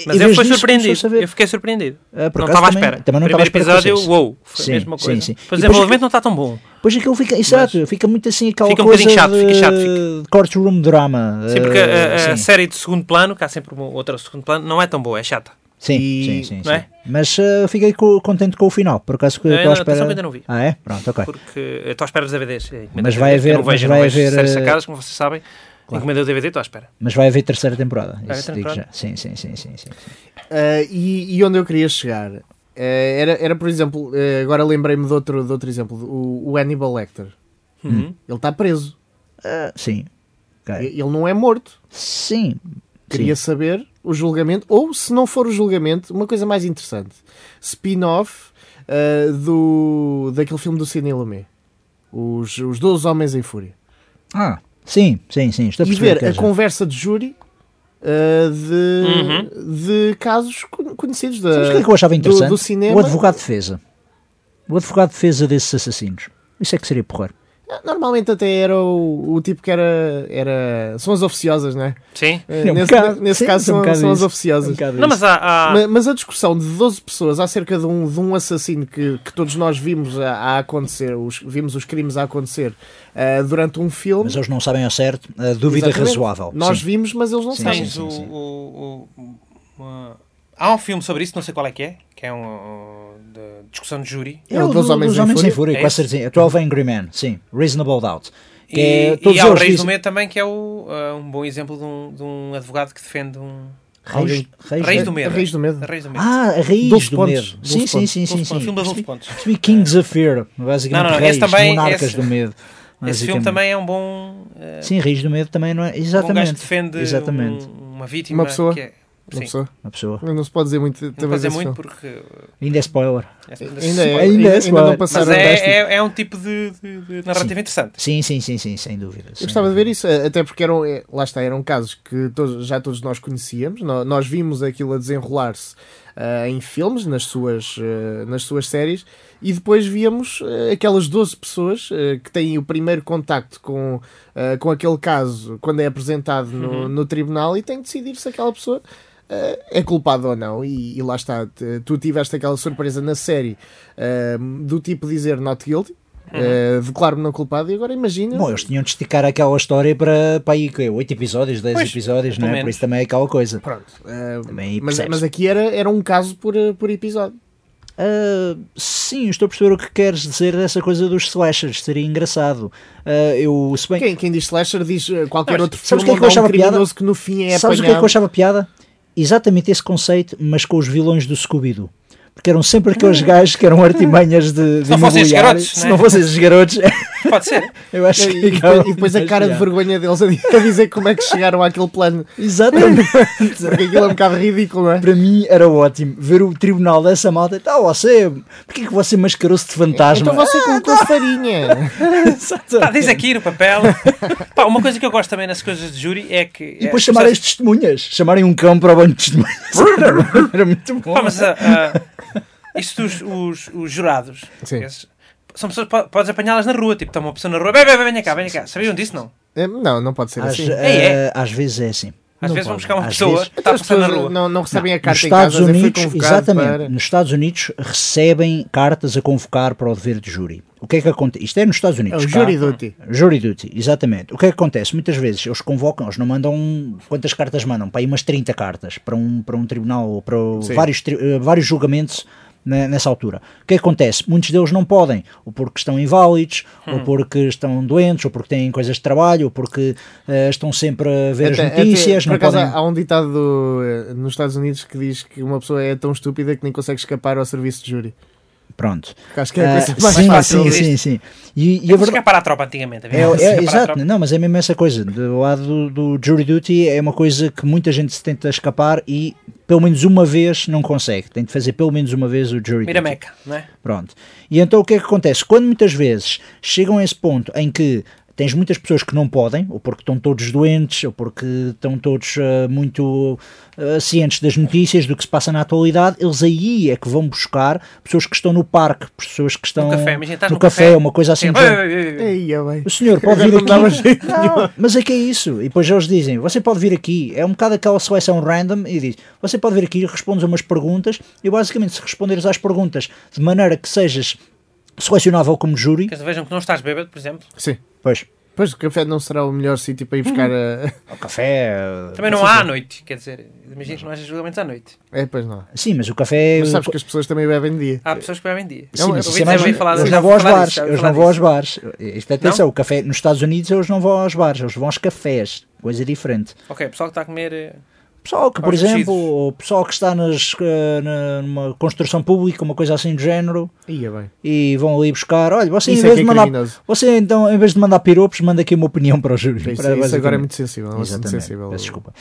[SPEAKER 4] Mas eu
[SPEAKER 5] em vez
[SPEAKER 4] fui
[SPEAKER 5] disso, começou a
[SPEAKER 4] surpreendido.
[SPEAKER 5] saber.
[SPEAKER 4] Eu fiquei surpreendido.
[SPEAKER 5] Ah, por
[SPEAKER 4] não
[SPEAKER 5] acaso
[SPEAKER 4] estava à
[SPEAKER 5] também-
[SPEAKER 4] espera.
[SPEAKER 5] também não
[SPEAKER 4] Primeiro
[SPEAKER 5] estava à espera que
[SPEAKER 4] episódio,
[SPEAKER 5] fosse isso.
[SPEAKER 4] uou, foi
[SPEAKER 5] Sim,
[SPEAKER 4] a mesma
[SPEAKER 5] sim,
[SPEAKER 4] coisa.
[SPEAKER 5] sim.
[SPEAKER 4] Pois o
[SPEAKER 5] E depois-
[SPEAKER 4] desenvolvimento não está tão bom.
[SPEAKER 5] Pois aquilo fica, exato, fica muito assim aquela
[SPEAKER 4] Fica um
[SPEAKER 5] coisa
[SPEAKER 4] bocadinho chato,
[SPEAKER 5] de,
[SPEAKER 4] fica chato, fica.
[SPEAKER 5] de courtroom drama.
[SPEAKER 4] Sim, porque
[SPEAKER 5] eh,
[SPEAKER 4] a, a- a
[SPEAKER 5] sim.
[SPEAKER 4] série de segundo plano, que há sempre uma outra de segundo plano, não é tão boa, é chata.
[SPEAKER 5] Sim,
[SPEAKER 3] E-
[SPEAKER 5] sim, sim.
[SPEAKER 4] não
[SPEAKER 5] sim.
[SPEAKER 4] é?
[SPEAKER 5] Mas eh, fiquei co- contente com o final, por acaso que
[SPEAKER 4] Eu
[SPEAKER 5] eu estou à
[SPEAKER 4] ainda- atenção
[SPEAKER 5] espera.
[SPEAKER 4] que ainda não vi.
[SPEAKER 5] Ah, é? Pronto, ok.
[SPEAKER 4] Porque eu estou à espera dos DVDs. é Eu encomendo
[SPEAKER 5] Mas
[SPEAKER 4] DVDs,
[SPEAKER 5] vai
[SPEAKER 4] eu
[SPEAKER 5] haver-
[SPEAKER 4] não vejo,
[SPEAKER 5] mas vai
[SPEAKER 4] não vejo
[SPEAKER 5] haver,
[SPEAKER 4] séries
[SPEAKER 5] eh,
[SPEAKER 4] sacadas, como vocês sabem. é Encomendei o DVD, estou à espera.
[SPEAKER 5] Mas vai haver terceira temporada.
[SPEAKER 4] Vai
[SPEAKER 5] Isso
[SPEAKER 4] haver
[SPEAKER 5] digo já.
[SPEAKER 4] temporada?
[SPEAKER 5] Sim, sim, sim, sim, sim. sim.
[SPEAKER 3] Eh, e, e onde eu queria chegar eh, era, era, por exemplo, eh, agora lembrei-me de outro, de outro exemplo, o, o Hannibal Lecter.
[SPEAKER 5] Hum.
[SPEAKER 4] Uhum.
[SPEAKER 3] Ele está preso,
[SPEAKER 5] Ah, sim. Ok.
[SPEAKER 3] ele não é morto.
[SPEAKER 5] Sim.
[SPEAKER 3] Queria
[SPEAKER 5] sim.
[SPEAKER 3] saber o julgamento, ou se não for o julgamento, uma coisa mais interessante: spin-off eh, do, daquele filme do Sidney Lumet, os, os 12 Homens em Fúria.
[SPEAKER 5] Ah, sim, sim, sim. Estou Tá a
[SPEAKER 3] e
[SPEAKER 5] perceber.
[SPEAKER 3] ver
[SPEAKER 5] quer
[SPEAKER 3] a
[SPEAKER 5] dizer.
[SPEAKER 3] conversa de júri eh, de, de casos con- conhecidos da,
[SPEAKER 5] Sabes o que é que eu achava
[SPEAKER 3] do-
[SPEAKER 5] interessante?
[SPEAKER 3] do, cinema.
[SPEAKER 5] O advogado de defesa. O advogado de defesa desses assassinos. Isso é que seria porrer.
[SPEAKER 3] Ah, Normalmente até era o, o tipo que era, era. São as oficiosas, não é?
[SPEAKER 4] Sim.
[SPEAKER 5] É um
[SPEAKER 3] nesse
[SPEAKER 5] bocado,
[SPEAKER 3] nesse
[SPEAKER 5] sim,
[SPEAKER 3] caso
[SPEAKER 5] é um
[SPEAKER 3] são,
[SPEAKER 5] bocado
[SPEAKER 3] são as
[SPEAKER 5] isso.
[SPEAKER 3] oficiosas.
[SPEAKER 5] é
[SPEAKER 4] Não, mas há. há-
[SPEAKER 3] Ma- Mas a discussão de 12 pessoas acerca de um, de um assassino que, que todos nós vimos a, a acontecer, os, vimos os crimes a acontecer ah, durante um filme.
[SPEAKER 5] Mas eles não sabem ao certo. A dúvida
[SPEAKER 3] Exatamente.
[SPEAKER 5] razoável.
[SPEAKER 3] Nós
[SPEAKER 5] sim.
[SPEAKER 3] vimos, mas eles não
[SPEAKER 5] Sim,
[SPEAKER 3] sabem.
[SPEAKER 4] Tens o- o- o- uma- Há um filme sobre isso, não sei qual é que é, que é um, um, de discussão de júri.
[SPEAKER 5] É o
[SPEAKER 3] do-
[SPEAKER 5] dos Homens, em Fúria,
[SPEAKER 4] É
[SPEAKER 5] quase
[SPEAKER 4] esse?
[SPEAKER 5] certeza. 12 Angry Men, sim. Reasonable Doubt. Que
[SPEAKER 4] E,
[SPEAKER 5] é,
[SPEAKER 4] e há o Reis
[SPEAKER 5] eles
[SPEAKER 4] do
[SPEAKER 5] dizem-
[SPEAKER 4] Medo também, que é o, ah, um bom exemplo de um, de um advogado que defende um.
[SPEAKER 5] Reis, Reis
[SPEAKER 4] Reis
[SPEAKER 5] do-
[SPEAKER 4] do Medo.
[SPEAKER 3] Reis do Medo.
[SPEAKER 4] Reis do Medo.
[SPEAKER 5] Ah, a Raiz
[SPEAKER 3] Doze
[SPEAKER 5] do
[SPEAKER 3] pontos,
[SPEAKER 5] Medo.
[SPEAKER 3] doze
[SPEAKER 5] Sim, sim,
[SPEAKER 3] pontos.
[SPEAKER 5] sim, sim,
[SPEAKER 4] Um
[SPEAKER 5] sim.
[SPEAKER 4] filme de 12
[SPEAKER 5] Percebi-
[SPEAKER 4] pontos.
[SPEAKER 5] percebi Kings of Fear,
[SPEAKER 4] Não,
[SPEAKER 5] basicamente.
[SPEAKER 4] não, não,
[SPEAKER 5] Reis,
[SPEAKER 4] esse também-
[SPEAKER 5] Monarcas
[SPEAKER 4] esse-
[SPEAKER 5] do Medo.
[SPEAKER 4] Esse filme
[SPEAKER 5] basicamente.
[SPEAKER 4] também é um bom. ah,
[SPEAKER 5] Sim, Reis do Medo também não
[SPEAKER 4] um
[SPEAKER 5] é.
[SPEAKER 4] gajo
[SPEAKER 5] Exatamente.
[SPEAKER 4] que defende
[SPEAKER 5] Exatamente.
[SPEAKER 4] um- uma vítima.
[SPEAKER 3] Uma pessoa.
[SPEAKER 4] Que é...
[SPEAKER 3] Uma
[SPEAKER 4] Sim.
[SPEAKER 3] pessoa.
[SPEAKER 5] Uma pessoa.
[SPEAKER 3] Não se pode dizer muito.
[SPEAKER 4] Não
[SPEAKER 3] também
[SPEAKER 4] vou dizer
[SPEAKER 3] desse
[SPEAKER 4] muito
[SPEAKER 3] filme.
[SPEAKER 4] porque. uh,
[SPEAKER 5] Ainda é spoiler.
[SPEAKER 3] Ainda, é,
[SPEAKER 5] Ainda
[SPEAKER 3] ainda,
[SPEAKER 5] é
[SPEAKER 3] ainda não
[SPEAKER 4] Mas
[SPEAKER 5] spoiler.
[SPEAKER 3] passaram.
[SPEAKER 4] é,
[SPEAKER 3] desta-
[SPEAKER 4] é, é um tipo de, de- de narrativa interessante.
[SPEAKER 5] Sim, sim, sim, sim, sem dúvida.
[SPEAKER 3] Eu gostava de ver isso, eh, até porque eram, eh, lá está, eram casos que todos- já todos nós conhecíamos, nó- nós vimos aquilo a desenrolar-se ah, em filmes, nas suas, eh, nas suas séries, e depois víamos eh, aquelas 12 pessoas eh, que têm o primeiro contacto com, ah, com aquele caso quando é apresentado no,
[SPEAKER 5] Uhum.
[SPEAKER 3] no tribunal e têm de decidir se aquela pessoa ah, é culpada ou não. E, e lá está, t- tu tiveste aquela surpresa na série ah, do tipo dizer not guilty. ah, Declaro-me não culpado e agora imagina
[SPEAKER 5] Uhum. Bom, eles tinham de esticar aquela história para, para aí, 8 episódios, 10
[SPEAKER 4] Pois,
[SPEAKER 5] episódios, não
[SPEAKER 4] pelo
[SPEAKER 5] é? Por
[SPEAKER 4] menos.
[SPEAKER 5] isso também é aquela coisa.
[SPEAKER 3] Pronto.
[SPEAKER 5] Também aí
[SPEAKER 3] mas, é
[SPEAKER 5] percebes.
[SPEAKER 3] mas aqui era, era um caso por, eh, por episódio.
[SPEAKER 5] Ah, sim, estou a perceber o que queres dizer dessa coisa dos slashers, seria engraçado. Ah, eu, se bem,
[SPEAKER 3] Quem, quem diz slasher diz eh, qualquer
[SPEAKER 4] Não,
[SPEAKER 3] outro
[SPEAKER 5] sabes
[SPEAKER 3] filme
[SPEAKER 5] o que é que
[SPEAKER 3] onde
[SPEAKER 5] eu
[SPEAKER 3] há um
[SPEAKER 5] achava piada?
[SPEAKER 3] criminoso que no fim é apanhado.
[SPEAKER 5] sabes o que é que eu achava piada? Exatamente esse conceito, mas com os vilões do Scooby-Doo. Porque eram sempre
[SPEAKER 3] Ah.
[SPEAKER 5] aqueles gajos que eram artimanhas de, de
[SPEAKER 4] não fossem esses
[SPEAKER 5] imobiliário.
[SPEAKER 4] garotos,
[SPEAKER 5] Se
[SPEAKER 4] né?
[SPEAKER 5] não fossem esses garotos,
[SPEAKER 4] Pode ser.
[SPEAKER 5] eu acho que.
[SPEAKER 3] E,
[SPEAKER 5] ficava
[SPEAKER 3] depois, e depois a
[SPEAKER 5] mais
[SPEAKER 3] cara de
[SPEAKER 5] piada.
[SPEAKER 3] vergonha deles a di- a dizer como é que chegaram àquele plano.
[SPEAKER 5] Exatamente.
[SPEAKER 3] Porque aquilo é um bocado ridículo, não é?
[SPEAKER 5] Para mim era ótimo ver o tribunal dessa malta. Então, você, porquê que você mascarou-se de fantasma?
[SPEAKER 3] Então você colocou farinha.
[SPEAKER 4] Pá, diz aqui no papel. Pá, uma coisa que eu gosto também nas coisas de júri é que.
[SPEAKER 5] E depois chamarem as testemunhas. Chamarem um cão para o banho de testemunhas. Era muito bom.
[SPEAKER 4] Pá, mas ah, ah, isto dos os, os jurados.
[SPEAKER 3] Sim.
[SPEAKER 4] esses, são pessoas que po- podes apanhá-las na rua. Tipo, está uma pessoa na rua. Bem, bem, bem, venha cá, venha cá. Sabiam disso? Não.
[SPEAKER 3] Eh, Não, não pode ser
[SPEAKER 5] Às,
[SPEAKER 3] assim. Então
[SPEAKER 5] eh,
[SPEAKER 4] É,
[SPEAKER 5] às vezes é assim.
[SPEAKER 4] Às
[SPEAKER 5] Não
[SPEAKER 4] vezes vão
[SPEAKER 5] pode.
[SPEAKER 4] buscar uma
[SPEAKER 5] Às
[SPEAKER 4] pessoa
[SPEAKER 5] vezes-
[SPEAKER 4] que está a
[SPEAKER 3] As
[SPEAKER 4] passar Tá na
[SPEAKER 3] pessoas
[SPEAKER 4] rua.
[SPEAKER 3] Não, não recebem a
[SPEAKER 5] Nos
[SPEAKER 3] carta em
[SPEAKER 5] Estados
[SPEAKER 3] casa. eu fui
[SPEAKER 5] Unidos,
[SPEAKER 3] convocado
[SPEAKER 5] exatamente,
[SPEAKER 3] para-
[SPEAKER 5] nos Estados Unidos recebem cartas a convocar para o dever de júri. O que é que acontece? Isto é nos Estados Unidos.
[SPEAKER 3] É o
[SPEAKER 5] cá.
[SPEAKER 3] jury duty.
[SPEAKER 5] Jury duty, exatamente. O que é que acontece? Muitas vezes eles convocam, eles não mandam quantas cartas mandam, para aí umas 30 cartas para um, para um tribunal, ou para o-
[SPEAKER 3] Sim.
[SPEAKER 5] vários, tri- eh, vários julgamentos ne- nessa altura. O que é que acontece? Muitos deles não podem, ou porque estão inválidos,
[SPEAKER 3] Hum.
[SPEAKER 5] ou porque estão doentes, ou porque têm coisas de trabalho, ou porque eh, estão sempre a ver
[SPEAKER 3] Até-
[SPEAKER 5] as notícias,
[SPEAKER 3] até-
[SPEAKER 5] não
[SPEAKER 3] por acaso,
[SPEAKER 5] podem...
[SPEAKER 3] há um ditado eh, nos Estados Unidos que diz que uma pessoa é tão estúpida que nem consegue escapar ao serviço de júri.
[SPEAKER 5] Pronto.
[SPEAKER 3] Que acho que é a coisa
[SPEAKER 5] Ah,
[SPEAKER 3] mais
[SPEAKER 5] sim,
[SPEAKER 3] fácil.
[SPEAKER 5] sim,
[SPEAKER 4] disto.
[SPEAKER 5] sim, sim. E, e
[SPEAKER 4] É
[SPEAKER 5] a verdade...
[SPEAKER 4] escapar à tropa antigamente. havia
[SPEAKER 5] É,
[SPEAKER 4] muito
[SPEAKER 5] é-
[SPEAKER 4] escapar à
[SPEAKER 5] exato,
[SPEAKER 4] tropa.
[SPEAKER 5] não, mas é mesmo essa coisa. Do lado do, do jury duty é uma coisa que muita gente se tenta escapar e pelo menos uma vez não consegue. Tem de fazer pelo menos uma vez o jury duty.
[SPEAKER 4] Mirameca, não é?
[SPEAKER 5] Pronto. E então o que é que acontece? Quando muitas vezes chegam a esse ponto em que tens muitas pessoas que não podem, ou porque estão todos doentes, ou porque estão todos ah, muito ah, cientes das notícias, do que se passa na atualidade, eles aí é que vão buscar pessoas que estão no parque, pessoas que estão
[SPEAKER 4] No café, imagina, estás
[SPEAKER 5] no
[SPEAKER 4] num
[SPEAKER 5] café,
[SPEAKER 4] café,
[SPEAKER 5] uma coisa assim.
[SPEAKER 4] Sim.
[SPEAKER 5] do género.
[SPEAKER 4] Ei, ei, ei, ei.
[SPEAKER 3] Ei, é bem.
[SPEAKER 5] O senhor pode
[SPEAKER 3] Agora
[SPEAKER 5] vir
[SPEAKER 3] não dava
[SPEAKER 5] aqui.
[SPEAKER 3] jeito
[SPEAKER 5] Não, mas é que é isso. E depois eles dizem: Você pode vir aqui. É um bocado aquela seleção random. E diz: Você pode vir aqui, respondes a umas perguntas. E basicamente, se responderes às perguntas de maneira que sejas selecionável como júri,
[SPEAKER 4] Que eles vejam que não estás bêbado, por exemplo.
[SPEAKER 3] Sim.
[SPEAKER 5] pois,
[SPEAKER 3] Pois o café não será o melhor sítio para ir buscar a.
[SPEAKER 5] ao café.
[SPEAKER 4] Também não há à noite, quer dizer, imagina que não haja julgamentos à noite.
[SPEAKER 3] É, pois não.
[SPEAKER 5] Sim, mas o café.
[SPEAKER 3] Mas sabes que as pessoas também bebem de dia.
[SPEAKER 4] Há pessoas que bebem dia.
[SPEAKER 5] É. Sim,
[SPEAKER 3] Não,
[SPEAKER 5] mas
[SPEAKER 3] eu
[SPEAKER 5] isso é
[SPEAKER 3] ouvi
[SPEAKER 5] mais.
[SPEAKER 3] dizer-
[SPEAKER 4] falar-
[SPEAKER 5] Eles
[SPEAKER 4] já ouvi
[SPEAKER 5] não vão aos
[SPEAKER 4] falar
[SPEAKER 5] bares.
[SPEAKER 4] disso, já ouvi
[SPEAKER 5] Eles
[SPEAKER 4] falar
[SPEAKER 5] não vão aos
[SPEAKER 4] disso.
[SPEAKER 5] bares. Isto, é atenção, o café. Nos Estados Unidos, eles não vão aos bares. Eles vão aos cafés. Coisa diferente.
[SPEAKER 4] Ok, o pessoal que está a comer. eh,
[SPEAKER 5] Pessoal que, por
[SPEAKER 4] Aos
[SPEAKER 5] exemplo,
[SPEAKER 4] tecidos.
[SPEAKER 5] o pessoal que está nas, eh, na- numa construção pública, uma coisa assim do género,
[SPEAKER 3] Ia bem.
[SPEAKER 5] e vão ali buscar. Olha, você, em
[SPEAKER 3] Isso é
[SPEAKER 5] vez,
[SPEAKER 3] que
[SPEAKER 5] de
[SPEAKER 3] é
[SPEAKER 5] mandar,
[SPEAKER 3] criminoso.
[SPEAKER 5] você então, em vez de mandar piropos, manda aqui uma opinião para o júri.
[SPEAKER 3] Isso,
[SPEAKER 5] Para-
[SPEAKER 3] isso agora é
[SPEAKER 5] basicamente.
[SPEAKER 3] muito sensível. É um assunto
[SPEAKER 5] Exatamente.
[SPEAKER 3] sensível.
[SPEAKER 5] Peço desculpa.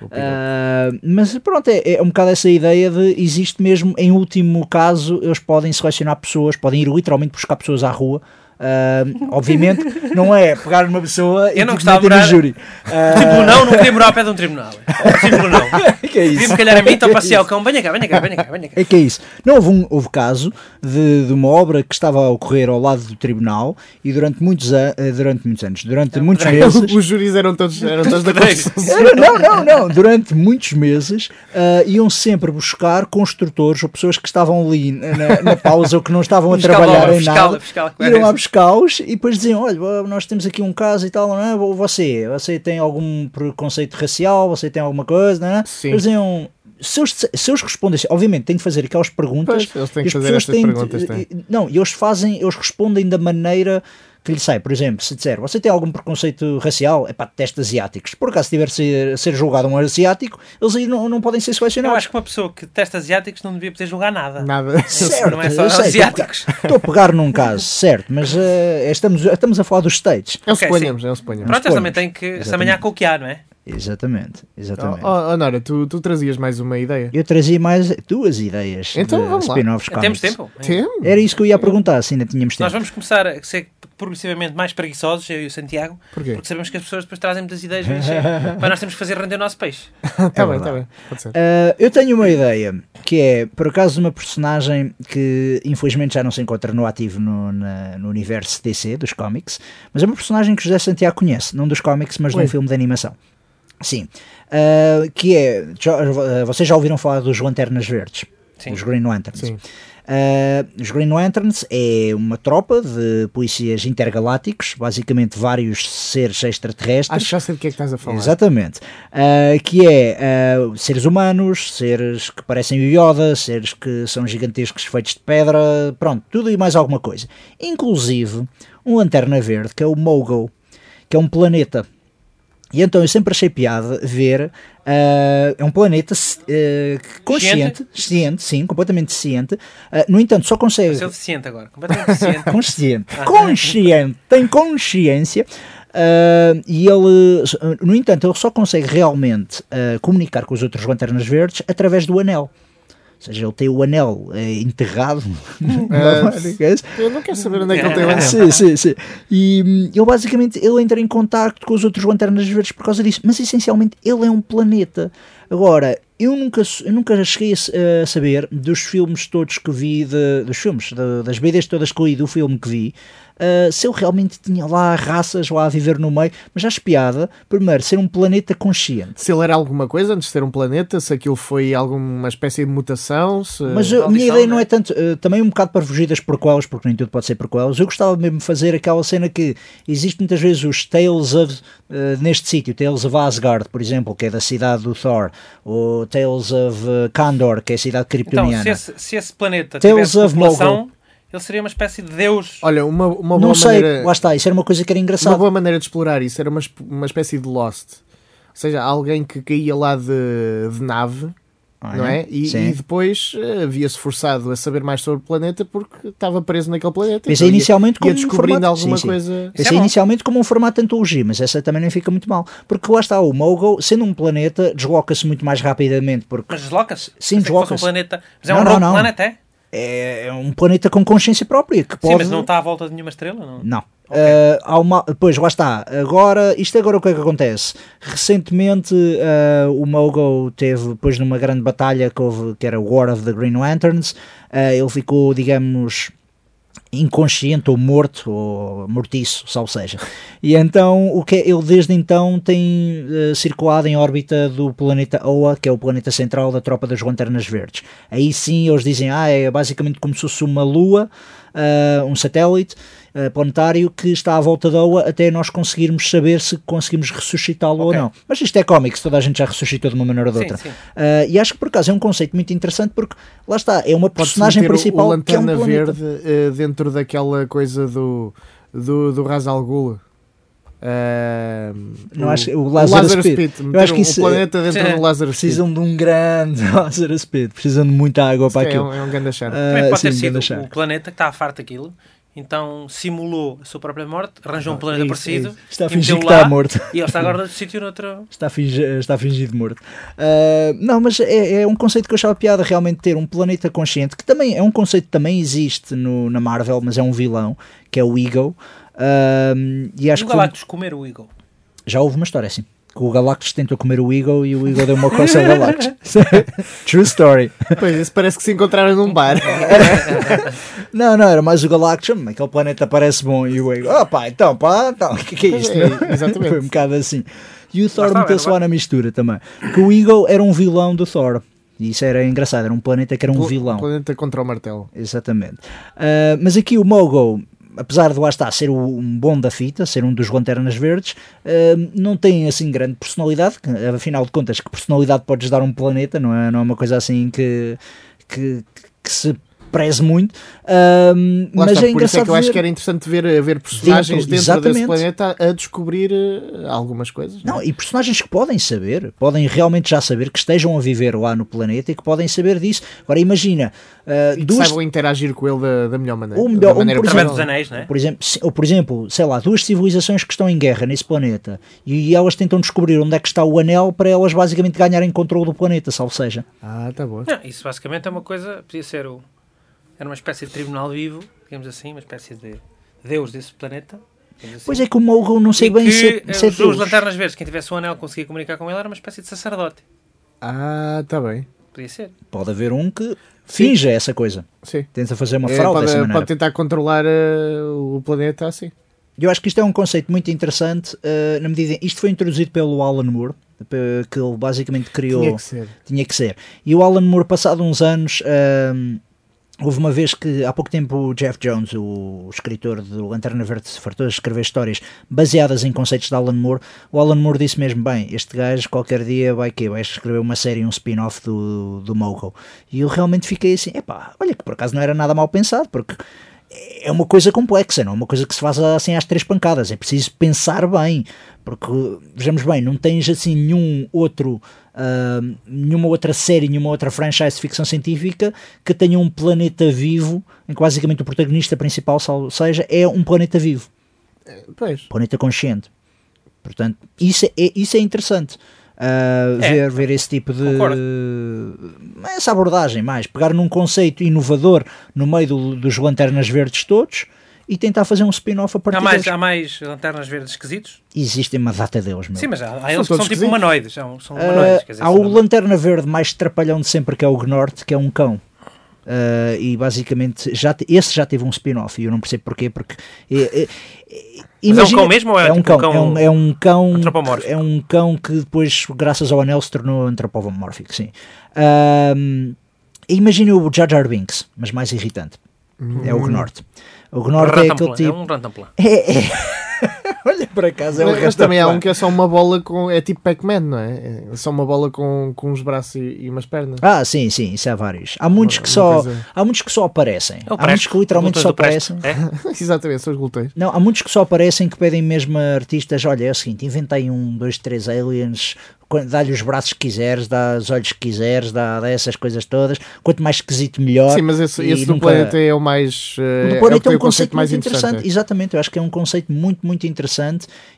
[SPEAKER 3] O- o piropo.
[SPEAKER 5] Ah, mas pronto, é, é um bocado essa ideia de existe mesmo, em último caso, eles podem selecionar pessoas, podem ir literalmente buscar pessoas à rua. Ah, obviamente, não é pegar uma pessoa e
[SPEAKER 4] Eu não
[SPEAKER 5] tipo,
[SPEAKER 4] gostava de
[SPEAKER 5] meter no
[SPEAKER 4] morar-
[SPEAKER 5] júri. Ah.
[SPEAKER 4] Tipo, não, não queria morar ao pé de um tribunal. Tipo, não.
[SPEAKER 5] que é
[SPEAKER 4] Disse calhar a mim, então passei ao cão. Venha cá, venha cá, venha cá, venha cá.
[SPEAKER 5] É que é isso. Não houve, um, houve caso de, de uma obra que estava a ocorrer ao lado do tribunal e durante muitos, an- eh, durante muitos anos, durante muitos meses.
[SPEAKER 3] Os júris eram todos, eram todos
[SPEAKER 5] É
[SPEAKER 3] da
[SPEAKER 4] Pedreiros.
[SPEAKER 3] construção.
[SPEAKER 5] Era- Não, não, não. Durante muitos meses ah, iam sempre buscar construtores ou pessoas que estavam ali na, na- na pausa ou que não estavam a
[SPEAKER 4] Fiscal da
[SPEAKER 5] trabalhar
[SPEAKER 4] obra,
[SPEAKER 5] em
[SPEAKER 4] fiscal,
[SPEAKER 5] nada.
[SPEAKER 4] fiscal, claro.
[SPEAKER 5] Iam lá buscá-los e depois diziam: Olha, nós temos aqui um caso e tal, não é? Ou Você, você tem algum preconceito racial? Você tem alguma coisa, não é?
[SPEAKER 3] Sim.
[SPEAKER 5] Eles diziam. Se eles, disse- se eles respondessem, obviamente têm de fazer aquelas perguntas.
[SPEAKER 3] Pois, eles têm
[SPEAKER 5] e
[SPEAKER 3] que
[SPEAKER 5] as
[SPEAKER 3] fazer
[SPEAKER 5] pessoas
[SPEAKER 3] estas
[SPEAKER 5] têm de-
[SPEAKER 3] perguntas, têm.
[SPEAKER 5] não, e eles fazem, eles respondem da maneira que lhe sai. Por exemplo, se disser você tem algum preconceito racial, é pá, detesto asiáticos. Se por acaso tiver de ser, ser julgado um asiático, eles aí não, não podem ser
[SPEAKER 4] Eu
[SPEAKER 5] selecionados.
[SPEAKER 4] acho que uma pessoa que testa asiáticos não devia poder julgar nada.
[SPEAKER 3] Nada.
[SPEAKER 4] Certo, não é só
[SPEAKER 5] eu sei,
[SPEAKER 4] asiáticos.
[SPEAKER 5] Estou a- Estou a pegar num caso, certo, mas eh, estamos, estamos a falar dos States.
[SPEAKER 3] É um
[SPEAKER 4] Ok,
[SPEAKER 3] suponhamos, é um suponhamos.
[SPEAKER 4] Pronto, eles também têm que
[SPEAKER 5] Exatamente.
[SPEAKER 4] se amanhã a coquear, não é?
[SPEAKER 5] Exatamente, exatamente.
[SPEAKER 3] Oh, oh, Nora, tu, tu trazias mais uma ideia.
[SPEAKER 5] Eu trazia mais duas ideias
[SPEAKER 3] Então,
[SPEAKER 5] de
[SPEAKER 3] vamos lá.
[SPEAKER 5] spin-offs
[SPEAKER 4] Temos
[SPEAKER 5] cómics.
[SPEAKER 4] tempo.
[SPEAKER 3] Temos.
[SPEAKER 5] Era isso que eu ia perguntar, se ainda tínhamos tempo.
[SPEAKER 4] Nós vamos começar a ser progressivamente mais preguiçosos, eu e o Santiago,
[SPEAKER 3] Porquê?
[SPEAKER 4] porque sabemos que as pessoas depois trazem muitas ideias, mas, eh, mas nós temos que fazer render o nosso peixe.
[SPEAKER 3] Está
[SPEAKER 5] É
[SPEAKER 3] Tá bem, está
[SPEAKER 5] verdade.
[SPEAKER 3] bem. Pode ser.
[SPEAKER 5] Ah, eu tenho uma ideia que é, por acaso, de uma personagem que infelizmente já não se encontra no ativo no, na- no universo DC dos cómics, mas é uma personagem que José Santiago conhece, não dos cómics, mas de um
[SPEAKER 3] Oi.
[SPEAKER 5] filme de animação. Sim, Ah, que é. já- ah, vocês já ouviram falar dos Lanternas Verdes?
[SPEAKER 4] Sim.
[SPEAKER 5] Os Green Lanterns.
[SPEAKER 3] Sim.
[SPEAKER 5] Ah, os Green Lanterns é uma tropa de polícias intergalácticos, basicamente vários seres extraterrestres.
[SPEAKER 3] Acho que já sei do que é que estás a falar.
[SPEAKER 5] Exatamente. Ah, que é ah, seres humanos, seres que parecem o Yoda, seres que são gigantescos feitos de pedra, pronto, tudo e mais alguma coisa. Inclusive um lanterna verde que é o Mogo, que é um planeta. E então eu sempre achei piada ver. ah, é um planeta eh, consciente, ciente? sim, completamente ciente. Ah, no entanto, só consegue
[SPEAKER 4] Sou deficiente agora, completamente deficiente.
[SPEAKER 5] consciente. Consciente, tem consciência. ah, e ele, ah, no entanto, ele só consegue realmente ah, comunicar com os outros lanternas verdes através do anel. Ou seja, ele tem o anel eh, enterrado. é?
[SPEAKER 3] Eu não quero saber onde é que ele tem o anel.
[SPEAKER 5] Sim, sim, sim. E hum, ele basicamente ele entra em contacto com os outros lanternas verdes por causa disso, mas essencialmente ele é um planeta. Agora, eu nunca, s- eu nunca cheguei a s- a saber dos filmes todos que vi, de- dos filmes, de- das BDs todas que eu li, do filme que vi, ah, se eu realmente tinha lá raças lá a viver no meio, mas acho piada, primeiro, ser um planeta consciente.
[SPEAKER 3] Se ele era alguma coisa antes de ser um planeta, se aquilo foi alguma espécie de mutação, se.
[SPEAKER 5] Mas eu- a minha
[SPEAKER 4] maldição,
[SPEAKER 5] ideia não
[SPEAKER 4] né?
[SPEAKER 5] é tanto, eh, também um bocado para fugir das prequelas, porque nem tudo pode ser prequelas. Eu gostava mesmo de fazer aquela cena que existe muitas vezes os Tales of, eh, neste sítio, Tales of Asgard, por exemplo, que é da cidade do Thor, ou Tales of eh, Kandor, que é a cidade
[SPEAKER 4] Então,
[SPEAKER 5] kryptoniana.
[SPEAKER 4] se esse, se esse planeta
[SPEAKER 5] Tales
[SPEAKER 4] tivesse
[SPEAKER 5] of
[SPEAKER 4] população, ele seria uma espécie de deus.
[SPEAKER 3] Olha, uma,
[SPEAKER 4] é
[SPEAKER 3] uma boa
[SPEAKER 5] não sei,
[SPEAKER 3] maneira...
[SPEAKER 5] lá está, isso era uma coisa que era
[SPEAKER 3] Uma
[SPEAKER 5] engraçada.
[SPEAKER 3] boa maneira de explorar isso era uma, esp- uma espécie de Lost. Ou seja, alguém que caía lá de, de nave, não é? E,
[SPEAKER 5] Ah, Sim.
[SPEAKER 3] e depois eh, havia-se forçado a saber mais sobre o planeta porque estava preso naquele planeta. Então
[SPEAKER 5] Pensei
[SPEAKER 3] ia-
[SPEAKER 5] inicialmente como
[SPEAKER 3] ia
[SPEAKER 5] um
[SPEAKER 3] descobrindo
[SPEAKER 5] formato-
[SPEAKER 3] alguma
[SPEAKER 5] sim, sim.
[SPEAKER 3] coisa.
[SPEAKER 4] Isso é
[SPEAKER 5] Pensei
[SPEAKER 4] bom.
[SPEAKER 5] inicialmente como um formato de antologia, mas essa também nem fica muito mal. Porque lá está, o Mogo, sendo um planeta, desloca-se muito mais rapidamente, porque
[SPEAKER 4] Mas desloca-se. Pensei que
[SPEAKER 5] Sim,
[SPEAKER 4] fosse
[SPEAKER 5] desloca-se.
[SPEAKER 4] um planeta. Mas é
[SPEAKER 5] Não,
[SPEAKER 4] um
[SPEAKER 5] não,
[SPEAKER 4] rogue
[SPEAKER 5] não.
[SPEAKER 4] planet, é?
[SPEAKER 5] é um planeta com consciência própria, que pode...
[SPEAKER 4] Sim, mas não está à volta de nenhuma estrela. Não.
[SPEAKER 5] Não. Eh, há uma- pois, lá está. Agora, isto agora o que é que acontece? Recentemente eh, o Mogo teve, depois de uma grande batalha que houve, que era War of the Green Lanterns, eh, ele ficou, digamos, inconsciente ou morto, ou mortiço, salvo seja. E então, o que é- ele desde então tem eh, circulado em órbita do planeta Oa, que é o planeta central da tropa das Lanternas Verdes. Aí sim eles dizem, ah, é basicamente como se fosse uma lua, ah, um satélite ah, planetário que está à volta da Oa até nós conseguirmos saber se conseguimos ressuscitá-lo
[SPEAKER 4] Ok.
[SPEAKER 5] ou não. Mas isto é cómico, se toda a gente já ressuscitou de uma maneira ou de
[SPEAKER 4] Sim,
[SPEAKER 5] outra.
[SPEAKER 4] sim.
[SPEAKER 5] Ah, e acho que por acaso é um conceito muito interessante porque, lá está, é uma
[SPEAKER 3] Pode-se
[SPEAKER 5] personagem
[SPEAKER 3] meter o-
[SPEAKER 5] principal
[SPEAKER 3] o
[SPEAKER 5] que é um
[SPEAKER 3] Lanterna
[SPEAKER 5] planeta.
[SPEAKER 3] Verde eh, dentro daquela coisa do, do, do Ra's al Ghul. Ah,
[SPEAKER 5] Não acho- o Lazarus Pit.
[SPEAKER 3] Meter
[SPEAKER 5] acho que
[SPEAKER 3] um-
[SPEAKER 5] isso-
[SPEAKER 3] o planeta dentro
[SPEAKER 4] Sim.
[SPEAKER 3] do Lazarus Pit.
[SPEAKER 5] Precisam de um grande Lazarus Pit, precisam de muita água para
[SPEAKER 3] É
[SPEAKER 5] aquilo.
[SPEAKER 3] um, é um grande charme.
[SPEAKER 5] Ah,
[SPEAKER 4] Também pode ter
[SPEAKER 5] sim,
[SPEAKER 4] sido um
[SPEAKER 5] grande
[SPEAKER 4] o
[SPEAKER 5] charme.
[SPEAKER 4] planeta que está a farto daquilo. Então simulou a sua própria morte, arranjou um planeta
[SPEAKER 5] Ah, Isso,
[SPEAKER 4] parecido
[SPEAKER 5] isso. Está a
[SPEAKER 4] e
[SPEAKER 5] fingir
[SPEAKER 4] meteu
[SPEAKER 5] que
[SPEAKER 4] lá,
[SPEAKER 5] está morto.
[SPEAKER 4] e ele está agora noutro sítio, noutro.
[SPEAKER 5] Está a fingir, está a fingir de morto. Ah, não, mas é, é um conceito que eu achava piada realmente ter um planeta consciente, que também é um conceito que também existe no, na Marvel, mas é um vilão, que é o Eagle. Ah, e acho
[SPEAKER 4] o
[SPEAKER 5] que foi-
[SPEAKER 4] Galactus comer o Eagle.
[SPEAKER 5] já houve uma história assim. Que o Galactus tentou comer o Eagle e o Eagle deu uma coça ao Galactus. True story.
[SPEAKER 3] Pois, isso parece que se encontraram num bar.
[SPEAKER 5] Não, não, era mais o Galactus. "Hum, Aquele planeta parece bom. E o Eagle, oh pá, então, pá, então, o que, que é isto?
[SPEAKER 3] É,
[SPEAKER 5] meu?"
[SPEAKER 3] exatamente.
[SPEAKER 5] Foi um bocado assim. E o
[SPEAKER 4] Lá
[SPEAKER 5] Thor
[SPEAKER 4] está,
[SPEAKER 5] meteu-se
[SPEAKER 4] era
[SPEAKER 5] lá na mistura também. Porque o Eagle era um vilão do Thor. E isso era engraçado, era um planeta que era um
[SPEAKER 3] Pla-
[SPEAKER 5] vilão.
[SPEAKER 3] Planeta contra o martelo.
[SPEAKER 5] Exatamente. Ah, mas aqui o Mogo, apesar de lá estar ser o- um bom da fita, ser um dos Lanternas Verdes, ah, não tem assim grande personalidade. que, Afinal de contas, que personalidade podes dar a um planeta? Não é, não é uma coisa assim que, que, que se preze muito. Ah,
[SPEAKER 3] Lá está, por
[SPEAKER 5] mas é
[SPEAKER 3] isso é
[SPEAKER 5] engraçado
[SPEAKER 3] que eu acho
[SPEAKER 5] ver-
[SPEAKER 3] que era interessante ver, eh, ver personagens dentro
[SPEAKER 5] exatamente.
[SPEAKER 3] desse planeta a, a descobrir eh, algumas coisas.
[SPEAKER 5] Não, e personagens que podem saber, podem realmente já saber que estejam a viver lá no planeta e que podem saber disso. Agora imagina, ah,
[SPEAKER 3] E que
[SPEAKER 5] duas,
[SPEAKER 3] saibam interagir com ele da, da melhor maneira.
[SPEAKER 5] Ou
[SPEAKER 3] da
[SPEAKER 5] melhor,
[SPEAKER 3] maneira
[SPEAKER 5] ou, por
[SPEAKER 4] Através
[SPEAKER 5] exemplo,
[SPEAKER 4] dos anéis, não é?
[SPEAKER 5] Por exemplo, se- ou por exemplo, sei lá, duas civilizações que estão em guerra nesse planeta e elas tentam descobrir onde é que está o anel para elas basicamente ganharem controle do planeta, salvo seja.
[SPEAKER 3] Ah, tá bom.
[SPEAKER 4] Não, isso basicamente é uma coisa, podia ser o, era uma espécie de tribunal vivo, digamos assim, uma espécie de deus desse planeta. digamos
[SPEAKER 5] Pois
[SPEAKER 4] assim.
[SPEAKER 5] é que o Mogul não sei
[SPEAKER 4] E
[SPEAKER 5] bem
[SPEAKER 4] que,
[SPEAKER 5] se,
[SPEAKER 4] eh,
[SPEAKER 5] se é
[SPEAKER 4] os, os
[SPEAKER 5] Deus.
[SPEAKER 4] lanternas verdes, quem tivesse um anel conseguia comunicar com ele, era uma espécie de sacerdote.
[SPEAKER 3] Ah, tá bem.
[SPEAKER 4] Podia ser.
[SPEAKER 5] Pode haver um que finja essa coisa.
[SPEAKER 3] Sim.
[SPEAKER 5] Tenta fazer uma
[SPEAKER 3] Eh,
[SPEAKER 5] fraude dessa
[SPEAKER 3] pode,
[SPEAKER 5] maneira.
[SPEAKER 3] pode tentar controlar eh, o planeta assim.
[SPEAKER 5] Eu acho que isto é um conceito muito interessante eh, na medida em isto foi introduzido pelo Alan Moore, pe- que ele basicamente criou.
[SPEAKER 3] Tinha que ser.
[SPEAKER 5] tinha que ser. E o Alan Moore, passado uns anos, hum, houve uma vez que há pouco tempo o Jeff Jones, o escritor do Lanterna Verde, se fartou de escrever histórias baseadas em conceitos de Alan Moore. O Alan Moore disse mesmo: Bem, este gajo qualquer dia vai, quê? vai escrever uma série, um spin-off do, do Mogul. E eu realmente fiquei assim: Epá, olha que por acaso não era nada mal pensado, porque. É uma coisa complexa, não é uma coisa que se faz assim às três pancadas. É preciso pensar bem, porque, vejamos bem, não tens assim nenhum outro Ahm, nenhuma outra série, nenhuma outra franchise de ficção científica que tenha um planeta vivo, em que basicamente o protagonista principal, salvo seja, é um planeta vivo,
[SPEAKER 3] Pois.
[SPEAKER 5] planeta consciente. Portanto, isso é, isso é interessante. ah,
[SPEAKER 4] É.
[SPEAKER 5] ver, ver esse tipo de
[SPEAKER 4] Concordo.
[SPEAKER 5] essa abordagem mais pegar num conceito inovador no meio do- dos lanternas verdes todos e tentar fazer um spin-off a partir
[SPEAKER 4] Há mais,
[SPEAKER 5] deles.
[SPEAKER 4] há mais lanternas verdes esquisitos?
[SPEAKER 5] existem uma data deles meu.
[SPEAKER 4] Sim, mas há, há eles
[SPEAKER 3] todos
[SPEAKER 4] que são tipo
[SPEAKER 3] esquisitos.
[SPEAKER 4] humanoides. São, são
[SPEAKER 5] Ah,
[SPEAKER 4] humanoides. quer dizer,
[SPEAKER 5] há
[SPEAKER 4] são-
[SPEAKER 5] o Lanterna Verde mais trapalhão de sempre que é o Gnorte, que é um cão. Ah, e basicamente já te- esse já teve um spin-off e eu não percebo porquê porque é, é- é- imagina-
[SPEAKER 4] cão mesmo ou é
[SPEAKER 5] é um
[SPEAKER 4] tipo
[SPEAKER 5] cão,
[SPEAKER 4] um cão
[SPEAKER 5] é um, é um cão
[SPEAKER 4] antropomórfico?
[SPEAKER 5] é um cão que depois graças ao anel se tornou antropomórfico sim Ahm, imagina o Jar Jar Binks mas mais
[SPEAKER 3] Hum.
[SPEAKER 5] irritante é o Gnorte o Gnorte é
[SPEAKER 4] Rantanplan, É,
[SPEAKER 5] aquele tipo
[SPEAKER 4] um Rantanplan.
[SPEAKER 5] Olha, por acaso é um
[SPEAKER 3] mas, mas
[SPEAKER 5] rato,
[SPEAKER 3] também há
[SPEAKER 5] pá.
[SPEAKER 3] um que é só uma bola com. É tipo Pac-Man, não é? É só uma bola com, com uns braços e, e umas pernas.
[SPEAKER 5] Ah, sim, sim, isso há vários. Há muitos que
[SPEAKER 3] Uma
[SPEAKER 5] só,
[SPEAKER 3] coisa-
[SPEAKER 5] há muitos que só aparecem.
[SPEAKER 4] É o
[SPEAKER 5] há muitos
[SPEAKER 4] Presto,
[SPEAKER 5] que literalmente
[SPEAKER 4] o
[SPEAKER 5] só
[SPEAKER 4] doutor do Presto.
[SPEAKER 5] aparecem.
[SPEAKER 4] É?
[SPEAKER 3] Exatamente, são os glúteos.
[SPEAKER 5] Não, há muitos que só aparecem que pedem mesmo a artistas, olha, é o seguinte, inventa aí um, dois, três aliens, quan- dá-lhe os braços que quiseres, dá os olhos que quiseres, dá, dá essas coisas todas, quanto mais esquisito melhor.
[SPEAKER 3] Sim, mas esse,
[SPEAKER 5] E
[SPEAKER 3] esse do
[SPEAKER 5] nunca-
[SPEAKER 3] planeta é o mais.
[SPEAKER 5] O
[SPEAKER 3] eh,
[SPEAKER 5] do
[SPEAKER 3] é o que
[SPEAKER 5] planeta
[SPEAKER 3] tem
[SPEAKER 5] é um
[SPEAKER 3] o
[SPEAKER 5] conceito muito interessante.
[SPEAKER 3] é.
[SPEAKER 5] Exatamente, eu acho que é um conceito muito, muito interessante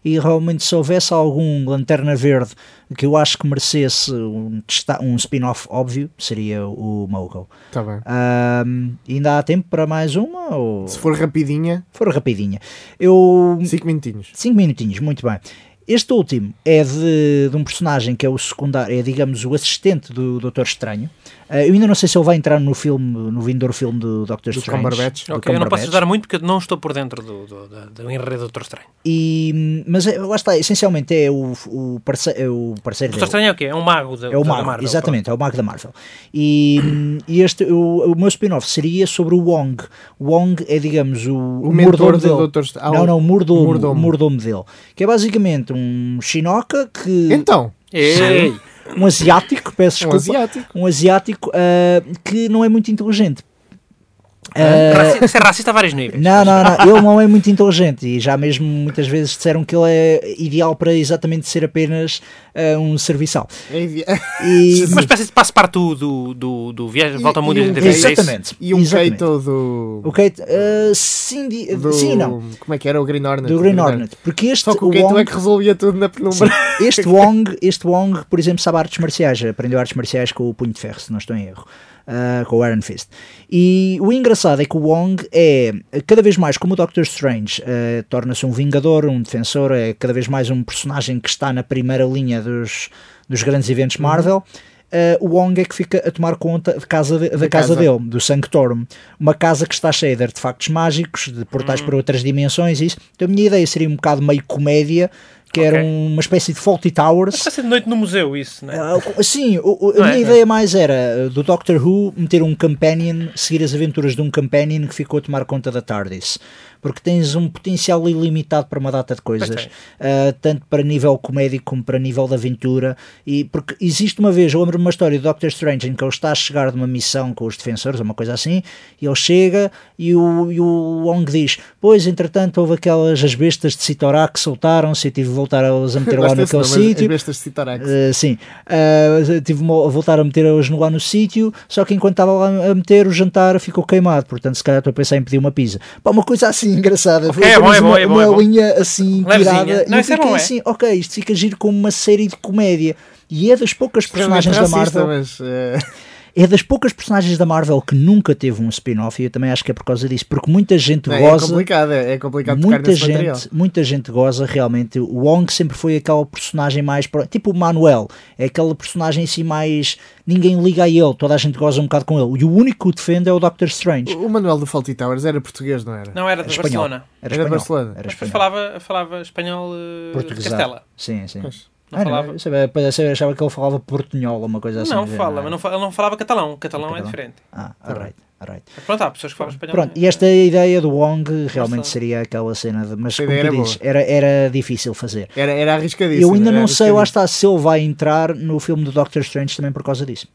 [SPEAKER 5] e realmente se houvesse algum Lanterna Verde que eu acho que merecesse um, testa- um spin-off óbvio, seria o Mogul.
[SPEAKER 3] Tá bem.
[SPEAKER 5] Ahm, ainda há tempo para mais uma ou...
[SPEAKER 3] Se for rapidinha,
[SPEAKER 5] For rapidinha. Eu...
[SPEAKER 3] 5 minutinhos.
[SPEAKER 5] 5 minutinhos, muito bem. Este último é de, de um personagem que é o secundário, é digamos o assistente do Doutor Estranho. Ah, eu ainda não sei se ele vai entrar no filme, no vindouro filme do Doctor
[SPEAKER 3] Do
[SPEAKER 5] Strange.
[SPEAKER 3] Cumberbatch.
[SPEAKER 4] Ok, eu
[SPEAKER 5] do
[SPEAKER 4] não posso
[SPEAKER 5] Cumberbatch.
[SPEAKER 4] ajudar muito porque eu não estou por dentro do, do, do, do enredo do Doutor Estranho.
[SPEAKER 5] E, mas é- lá está, essencialmente é o, o, parce, é o parceiro
[SPEAKER 4] Doutor
[SPEAKER 5] dele.
[SPEAKER 4] Estranho é o quê? É um mago da,
[SPEAKER 5] É o
[SPEAKER 4] da
[SPEAKER 5] Mago,
[SPEAKER 4] Marvel.
[SPEAKER 5] exatamente, é o Mago da Marvel. E, e este, o, o meu spin-off seria sobre o Wong. O Wong é, digamos, o,
[SPEAKER 3] O,
[SPEAKER 5] mordomo
[SPEAKER 3] mentor do
[SPEAKER 5] dele.
[SPEAKER 3] Doutor St- ah,
[SPEAKER 5] Não, não, o mordomo,
[SPEAKER 3] mordomo.
[SPEAKER 5] o mordomo dele. Que é basicamente um chinoca que.
[SPEAKER 3] Então,
[SPEAKER 4] Ei,
[SPEAKER 5] um asiático, peço
[SPEAKER 3] um
[SPEAKER 5] desculpa. Um asiático,
[SPEAKER 3] asiático.
[SPEAKER 5] ah, que não é muito inteligente.
[SPEAKER 4] raci- ser racista a vários níveis.
[SPEAKER 5] Eh, Não, não, não, ele não é muito inteligente e já mesmo muitas vezes disseram que ele é ideal para exatamente ser apenas ah, um serviçal.
[SPEAKER 3] É idi-
[SPEAKER 5] E,
[SPEAKER 4] Uma espécie de passo-partu do, do, do Viagem de Volta ao Mundo
[SPEAKER 3] E-
[SPEAKER 4] em
[SPEAKER 3] e um-
[SPEAKER 4] 80 vezes, é isso?
[SPEAKER 5] exatamente.
[SPEAKER 3] E um
[SPEAKER 5] exatamente.
[SPEAKER 3] Keito do.
[SPEAKER 5] O Kate, ah, sim, di-
[SPEAKER 3] do-
[SPEAKER 5] sim, não.
[SPEAKER 3] Como é que era? O Green Hornet. é?
[SPEAKER 5] Do Green Hornet. Porque este
[SPEAKER 3] Só que o Keito
[SPEAKER 5] Wong-
[SPEAKER 3] é que resolvia tudo na
[SPEAKER 5] Sim,
[SPEAKER 3] penumbra.
[SPEAKER 5] este Wong, este Wong, por exemplo, sabe artes marciais, aprendeu artes marciais com o punho de ferro, se não estou em erro, ah, com o Iron Fist. E o engraçado é que o Wong é cada vez mais, como o Doctor Strange, ah, torna-se um vingador, um defensor, é cada vez mais um personagem que está na primeira linha dos, dos grandes eventos Marvel. ah, o Wong é que fica a tomar conta de casa de- da, casa,
[SPEAKER 3] casa.
[SPEAKER 5] dele, do Sanctorum, uma casa que está cheia de artefactos mágicos, de portais para outras dimensões. e Isso. Então, a minha ideia seria um bocado meio comédia, que era um
[SPEAKER 4] Ok.
[SPEAKER 5] uma espécie de Faulty
[SPEAKER 4] Uma
[SPEAKER 5] Towers.
[SPEAKER 4] espécie de noite no museu, isso, né?
[SPEAKER 5] Ah, o- Sim, o- o- a
[SPEAKER 4] Não é?
[SPEAKER 5] minha ideia mais era uh, do Doctor Who meter um companion, seguir as aventuras de um companion que ficou a tomar conta da TARDIS. Porque tens um potencial ilimitado para uma data de coisas,
[SPEAKER 4] tens.
[SPEAKER 5] ah, tanto para nível comédico como para nível de aventura. E porque existe uma vez, eu lembro-me de uma história do Doctor Strange em que ele está a chegar de uma missão com os defensores, ou uma coisa assim, e ele chega e o, e o Wong diz: Pois, entretanto, houve aquelas as bestas de Citorá que soltaram-se e tive de voltar a las a meter lá
[SPEAKER 3] Gosto desse
[SPEAKER 5] naquele
[SPEAKER 3] nome, é as-
[SPEAKER 5] sítio.
[SPEAKER 3] As bestas de Citarax.
[SPEAKER 5] Uh, sim, uh, tive-me a voltar a meter hoje lá no sítio, só que enquanto estava lá a meter o jantar ficou queimado, portanto se calhar estou a pensar em pedir uma pizza. Pá, uma coisa assim engraçada,
[SPEAKER 4] Ok, é bom,
[SPEAKER 5] apenas
[SPEAKER 4] é bom,
[SPEAKER 5] uma,
[SPEAKER 4] é bom,
[SPEAKER 5] uma
[SPEAKER 4] é bom.
[SPEAKER 5] linha assim
[SPEAKER 4] Levezinha.
[SPEAKER 5] tirada,
[SPEAKER 4] Não,
[SPEAKER 5] e eu
[SPEAKER 4] isso é
[SPEAKER 5] fiquei
[SPEAKER 4] bom, é?
[SPEAKER 5] assim, ok, isto fica giro como uma série de comédia. E é das poucas
[SPEAKER 4] um
[SPEAKER 3] Realmente
[SPEAKER 5] personagens da
[SPEAKER 3] racista,
[SPEAKER 5] Marvel
[SPEAKER 3] Mas, eh,
[SPEAKER 5] é das poucas personagens da Marvel que nunca teve um spin-off e eu também acho que é por causa disso, porque muita gente
[SPEAKER 3] não, é
[SPEAKER 5] goza
[SPEAKER 3] complicado, é, é complicado tocar
[SPEAKER 5] muita
[SPEAKER 3] nesse
[SPEAKER 5] gente,
[SPEAKER 3] material.
[SPEAKER 5] muita gente goza realmente. O Wong sempre foi aquele personagem mais pro- tipo o Manuel, é aquele personagem assim mais ninguém liga a ele, toda a gente goza um bocado com ele. E o único que o defende é o Doctor Strange.
[SPEAKER 3] O Manuel do Faulty Towers era português, não era?
[SPEAKER 4] Não, era de
[SPEAKER 5] espanhol.
[SPEAKER 4] Barcelona.
[SPEAKER 5] Era,
[SPEAKER 3] Era
[SPEAKER 5] espanhol.
[SPEAKER 3] de Barcelona.
[SPEAKER 5] Era
[SPEAKER 4] Mas depois
[SPEAKER 5] espanhol.
[SPEAKER 4] falava, falava espanhol eh,
[SPEAKER 5] Portuguesado.
[SPEAKER 4] Castela.
[SPEAKER 5] Sim, sim.
[SPEAKER 3] Pois.
[SPEAKER 4] Não
[SPEAKER 5] Ah,
[SPEAKER 4] falava.
[SPEAKER 5] eu sabia- depois eu achava que ele falava portunhol, uma coisa assim.
[SPEAKER 4] não,
[SPEAKER 5] do
[SPEAKER 4] fala,
[SPEAKER 5] género.
[SPEAKER 4] mas não, fa- ele não falava catalão. Catalão, é
[SPEAKER 5] Catalão.
[SPEAKER 4] diferente.
[SPEAKER 5] Ah, alright, alright.
[SPEAKER 4] Mas pronto, há pessoas que falam espanhol. é?
[SPEAKER 5] Pronto, e esta ideia do Wong realmente
[SPEAKER 4] Bastante.
[SPEAKER 5] seria aquela cena, de, mas
[SPEAKER 3] Essa
[SPEAKER 5] como
[SPEAKER 3] ideia
[SPEAKER 5] tu
[SPEAKER 3] era
[SPEAKER 5] dizes, era, era difícil fazer.
[SPEAKER 3] Era, era arriscadíssimo.
[SPEAKER 5] Eu ainda
[SPEAKER 3] era
[SPEAKER 5] não sei, lá
[SPEAKER 3] arriscadíssimo.
[SPEAKER 5] está, se ele vai entrar no filme do Doctor Strange também por causa disso.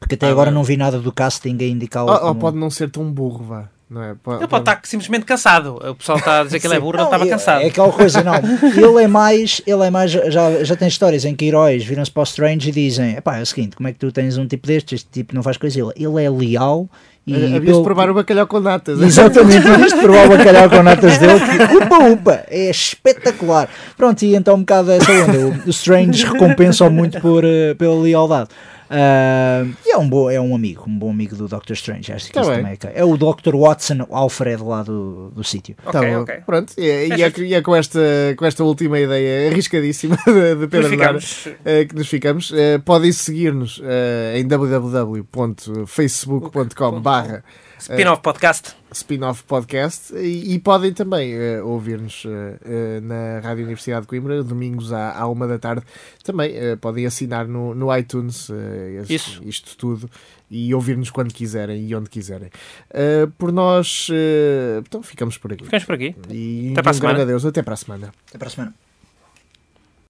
[SPEAKER 5] Porque até
[SPEAKER 3] Ah,
[SPEAKER 5] agora
[SPEAKER 3] bem.
[SPEAKER 5] não vi nada do casting a indicá-lo.
[SPEAKER 3] Ou, ou
[SPEAKER 5] como-
[SPEAKER 3] pode não ser tão burro, vá. Não é? Pode-
[SPEAKER 4] Ele pode tá-
[SPEAKER 3] pode-
[SPEAKER 4] estar simplesmente cansado. O pessoal está a dizer que ele é burro, ele
[SPEAKER 5] Não,
[SPEAKER 4] estava
[SPEAKER 5] é-
[SPEAKER 4] cansado.
[SPEAKER 5] É aquela coisa, não. Ele é mais, ele é mais, já, já tem histórias em que heróis viram-se para o Strange e dizem, epá, é o seguinte, como é que tu tens um tipo deste, este tipo não faz coisa. Ele, ele é leal e...
[SPEAKER 3] Havias de
[SPEAKER 5] pelo-
[SPEAKER 3] Eh, provar o bacalhau com natas.
[SPEAKER 5] Exatamente, isto provar o bacalhau com natas dele, que upa upa, é espetacular. Pronto, e então um bocado essa onda, o- o Strange recompensa-o muito por, eh, pela lealdade. Ah, e é um, bom, é um amigo, um bom amigo do Doctor Strange, acho que
[SPEAKER 3] Tá
[SPEAKER 5] isso
[SPEAKER 3] bem.
[SPEAKER 5] também é, ca- é o Dr. Watson Alfred lá do, do sítio.
[SPEAKER 4] Ok,
[SPEAKER 3] Tá bom.
[SPEAKER 4] ok.
[SPEAKER 3] Pronto, e, e
[SPEAKER 4] É
[SPEAKER 3] é, e é com, esta, com esta última ideia arriscadíssima de, de Pedro Lara
[SPEAKER 4] Verificamos.
[SPEAKER 3] eh, que nos ficamos. Eh, podem seguir-nos eh, em www.facebook.com barra
[SPEAKER 4] Spin-off podcast.
[SPEAKER 3] spin-off podcast e, e podem também eh, ouvir-nos eh, eh, na Rádio Universidade de Coimbra, domingos à, à uma da tarde. Também eh, podem assinar no, no iTunes eh, esse-
[SPEAKER 4] Isso.
[SPEAKER 3] isto tudo e ouvir-nos quando quiserem e onde quiserem. Eh, por nós, eh, então ficamos por aqui.
[SPEAKER 4] Ficamos por aqui.
[SPEAKER 3] E
[SPEAKER 4] Até para a
[SPEAKER 3] um grande
[SPEAKER 4] semana.
[SPEAKER 3] adeus, até para a semana.
[SPEAKER 5] Até para a semana.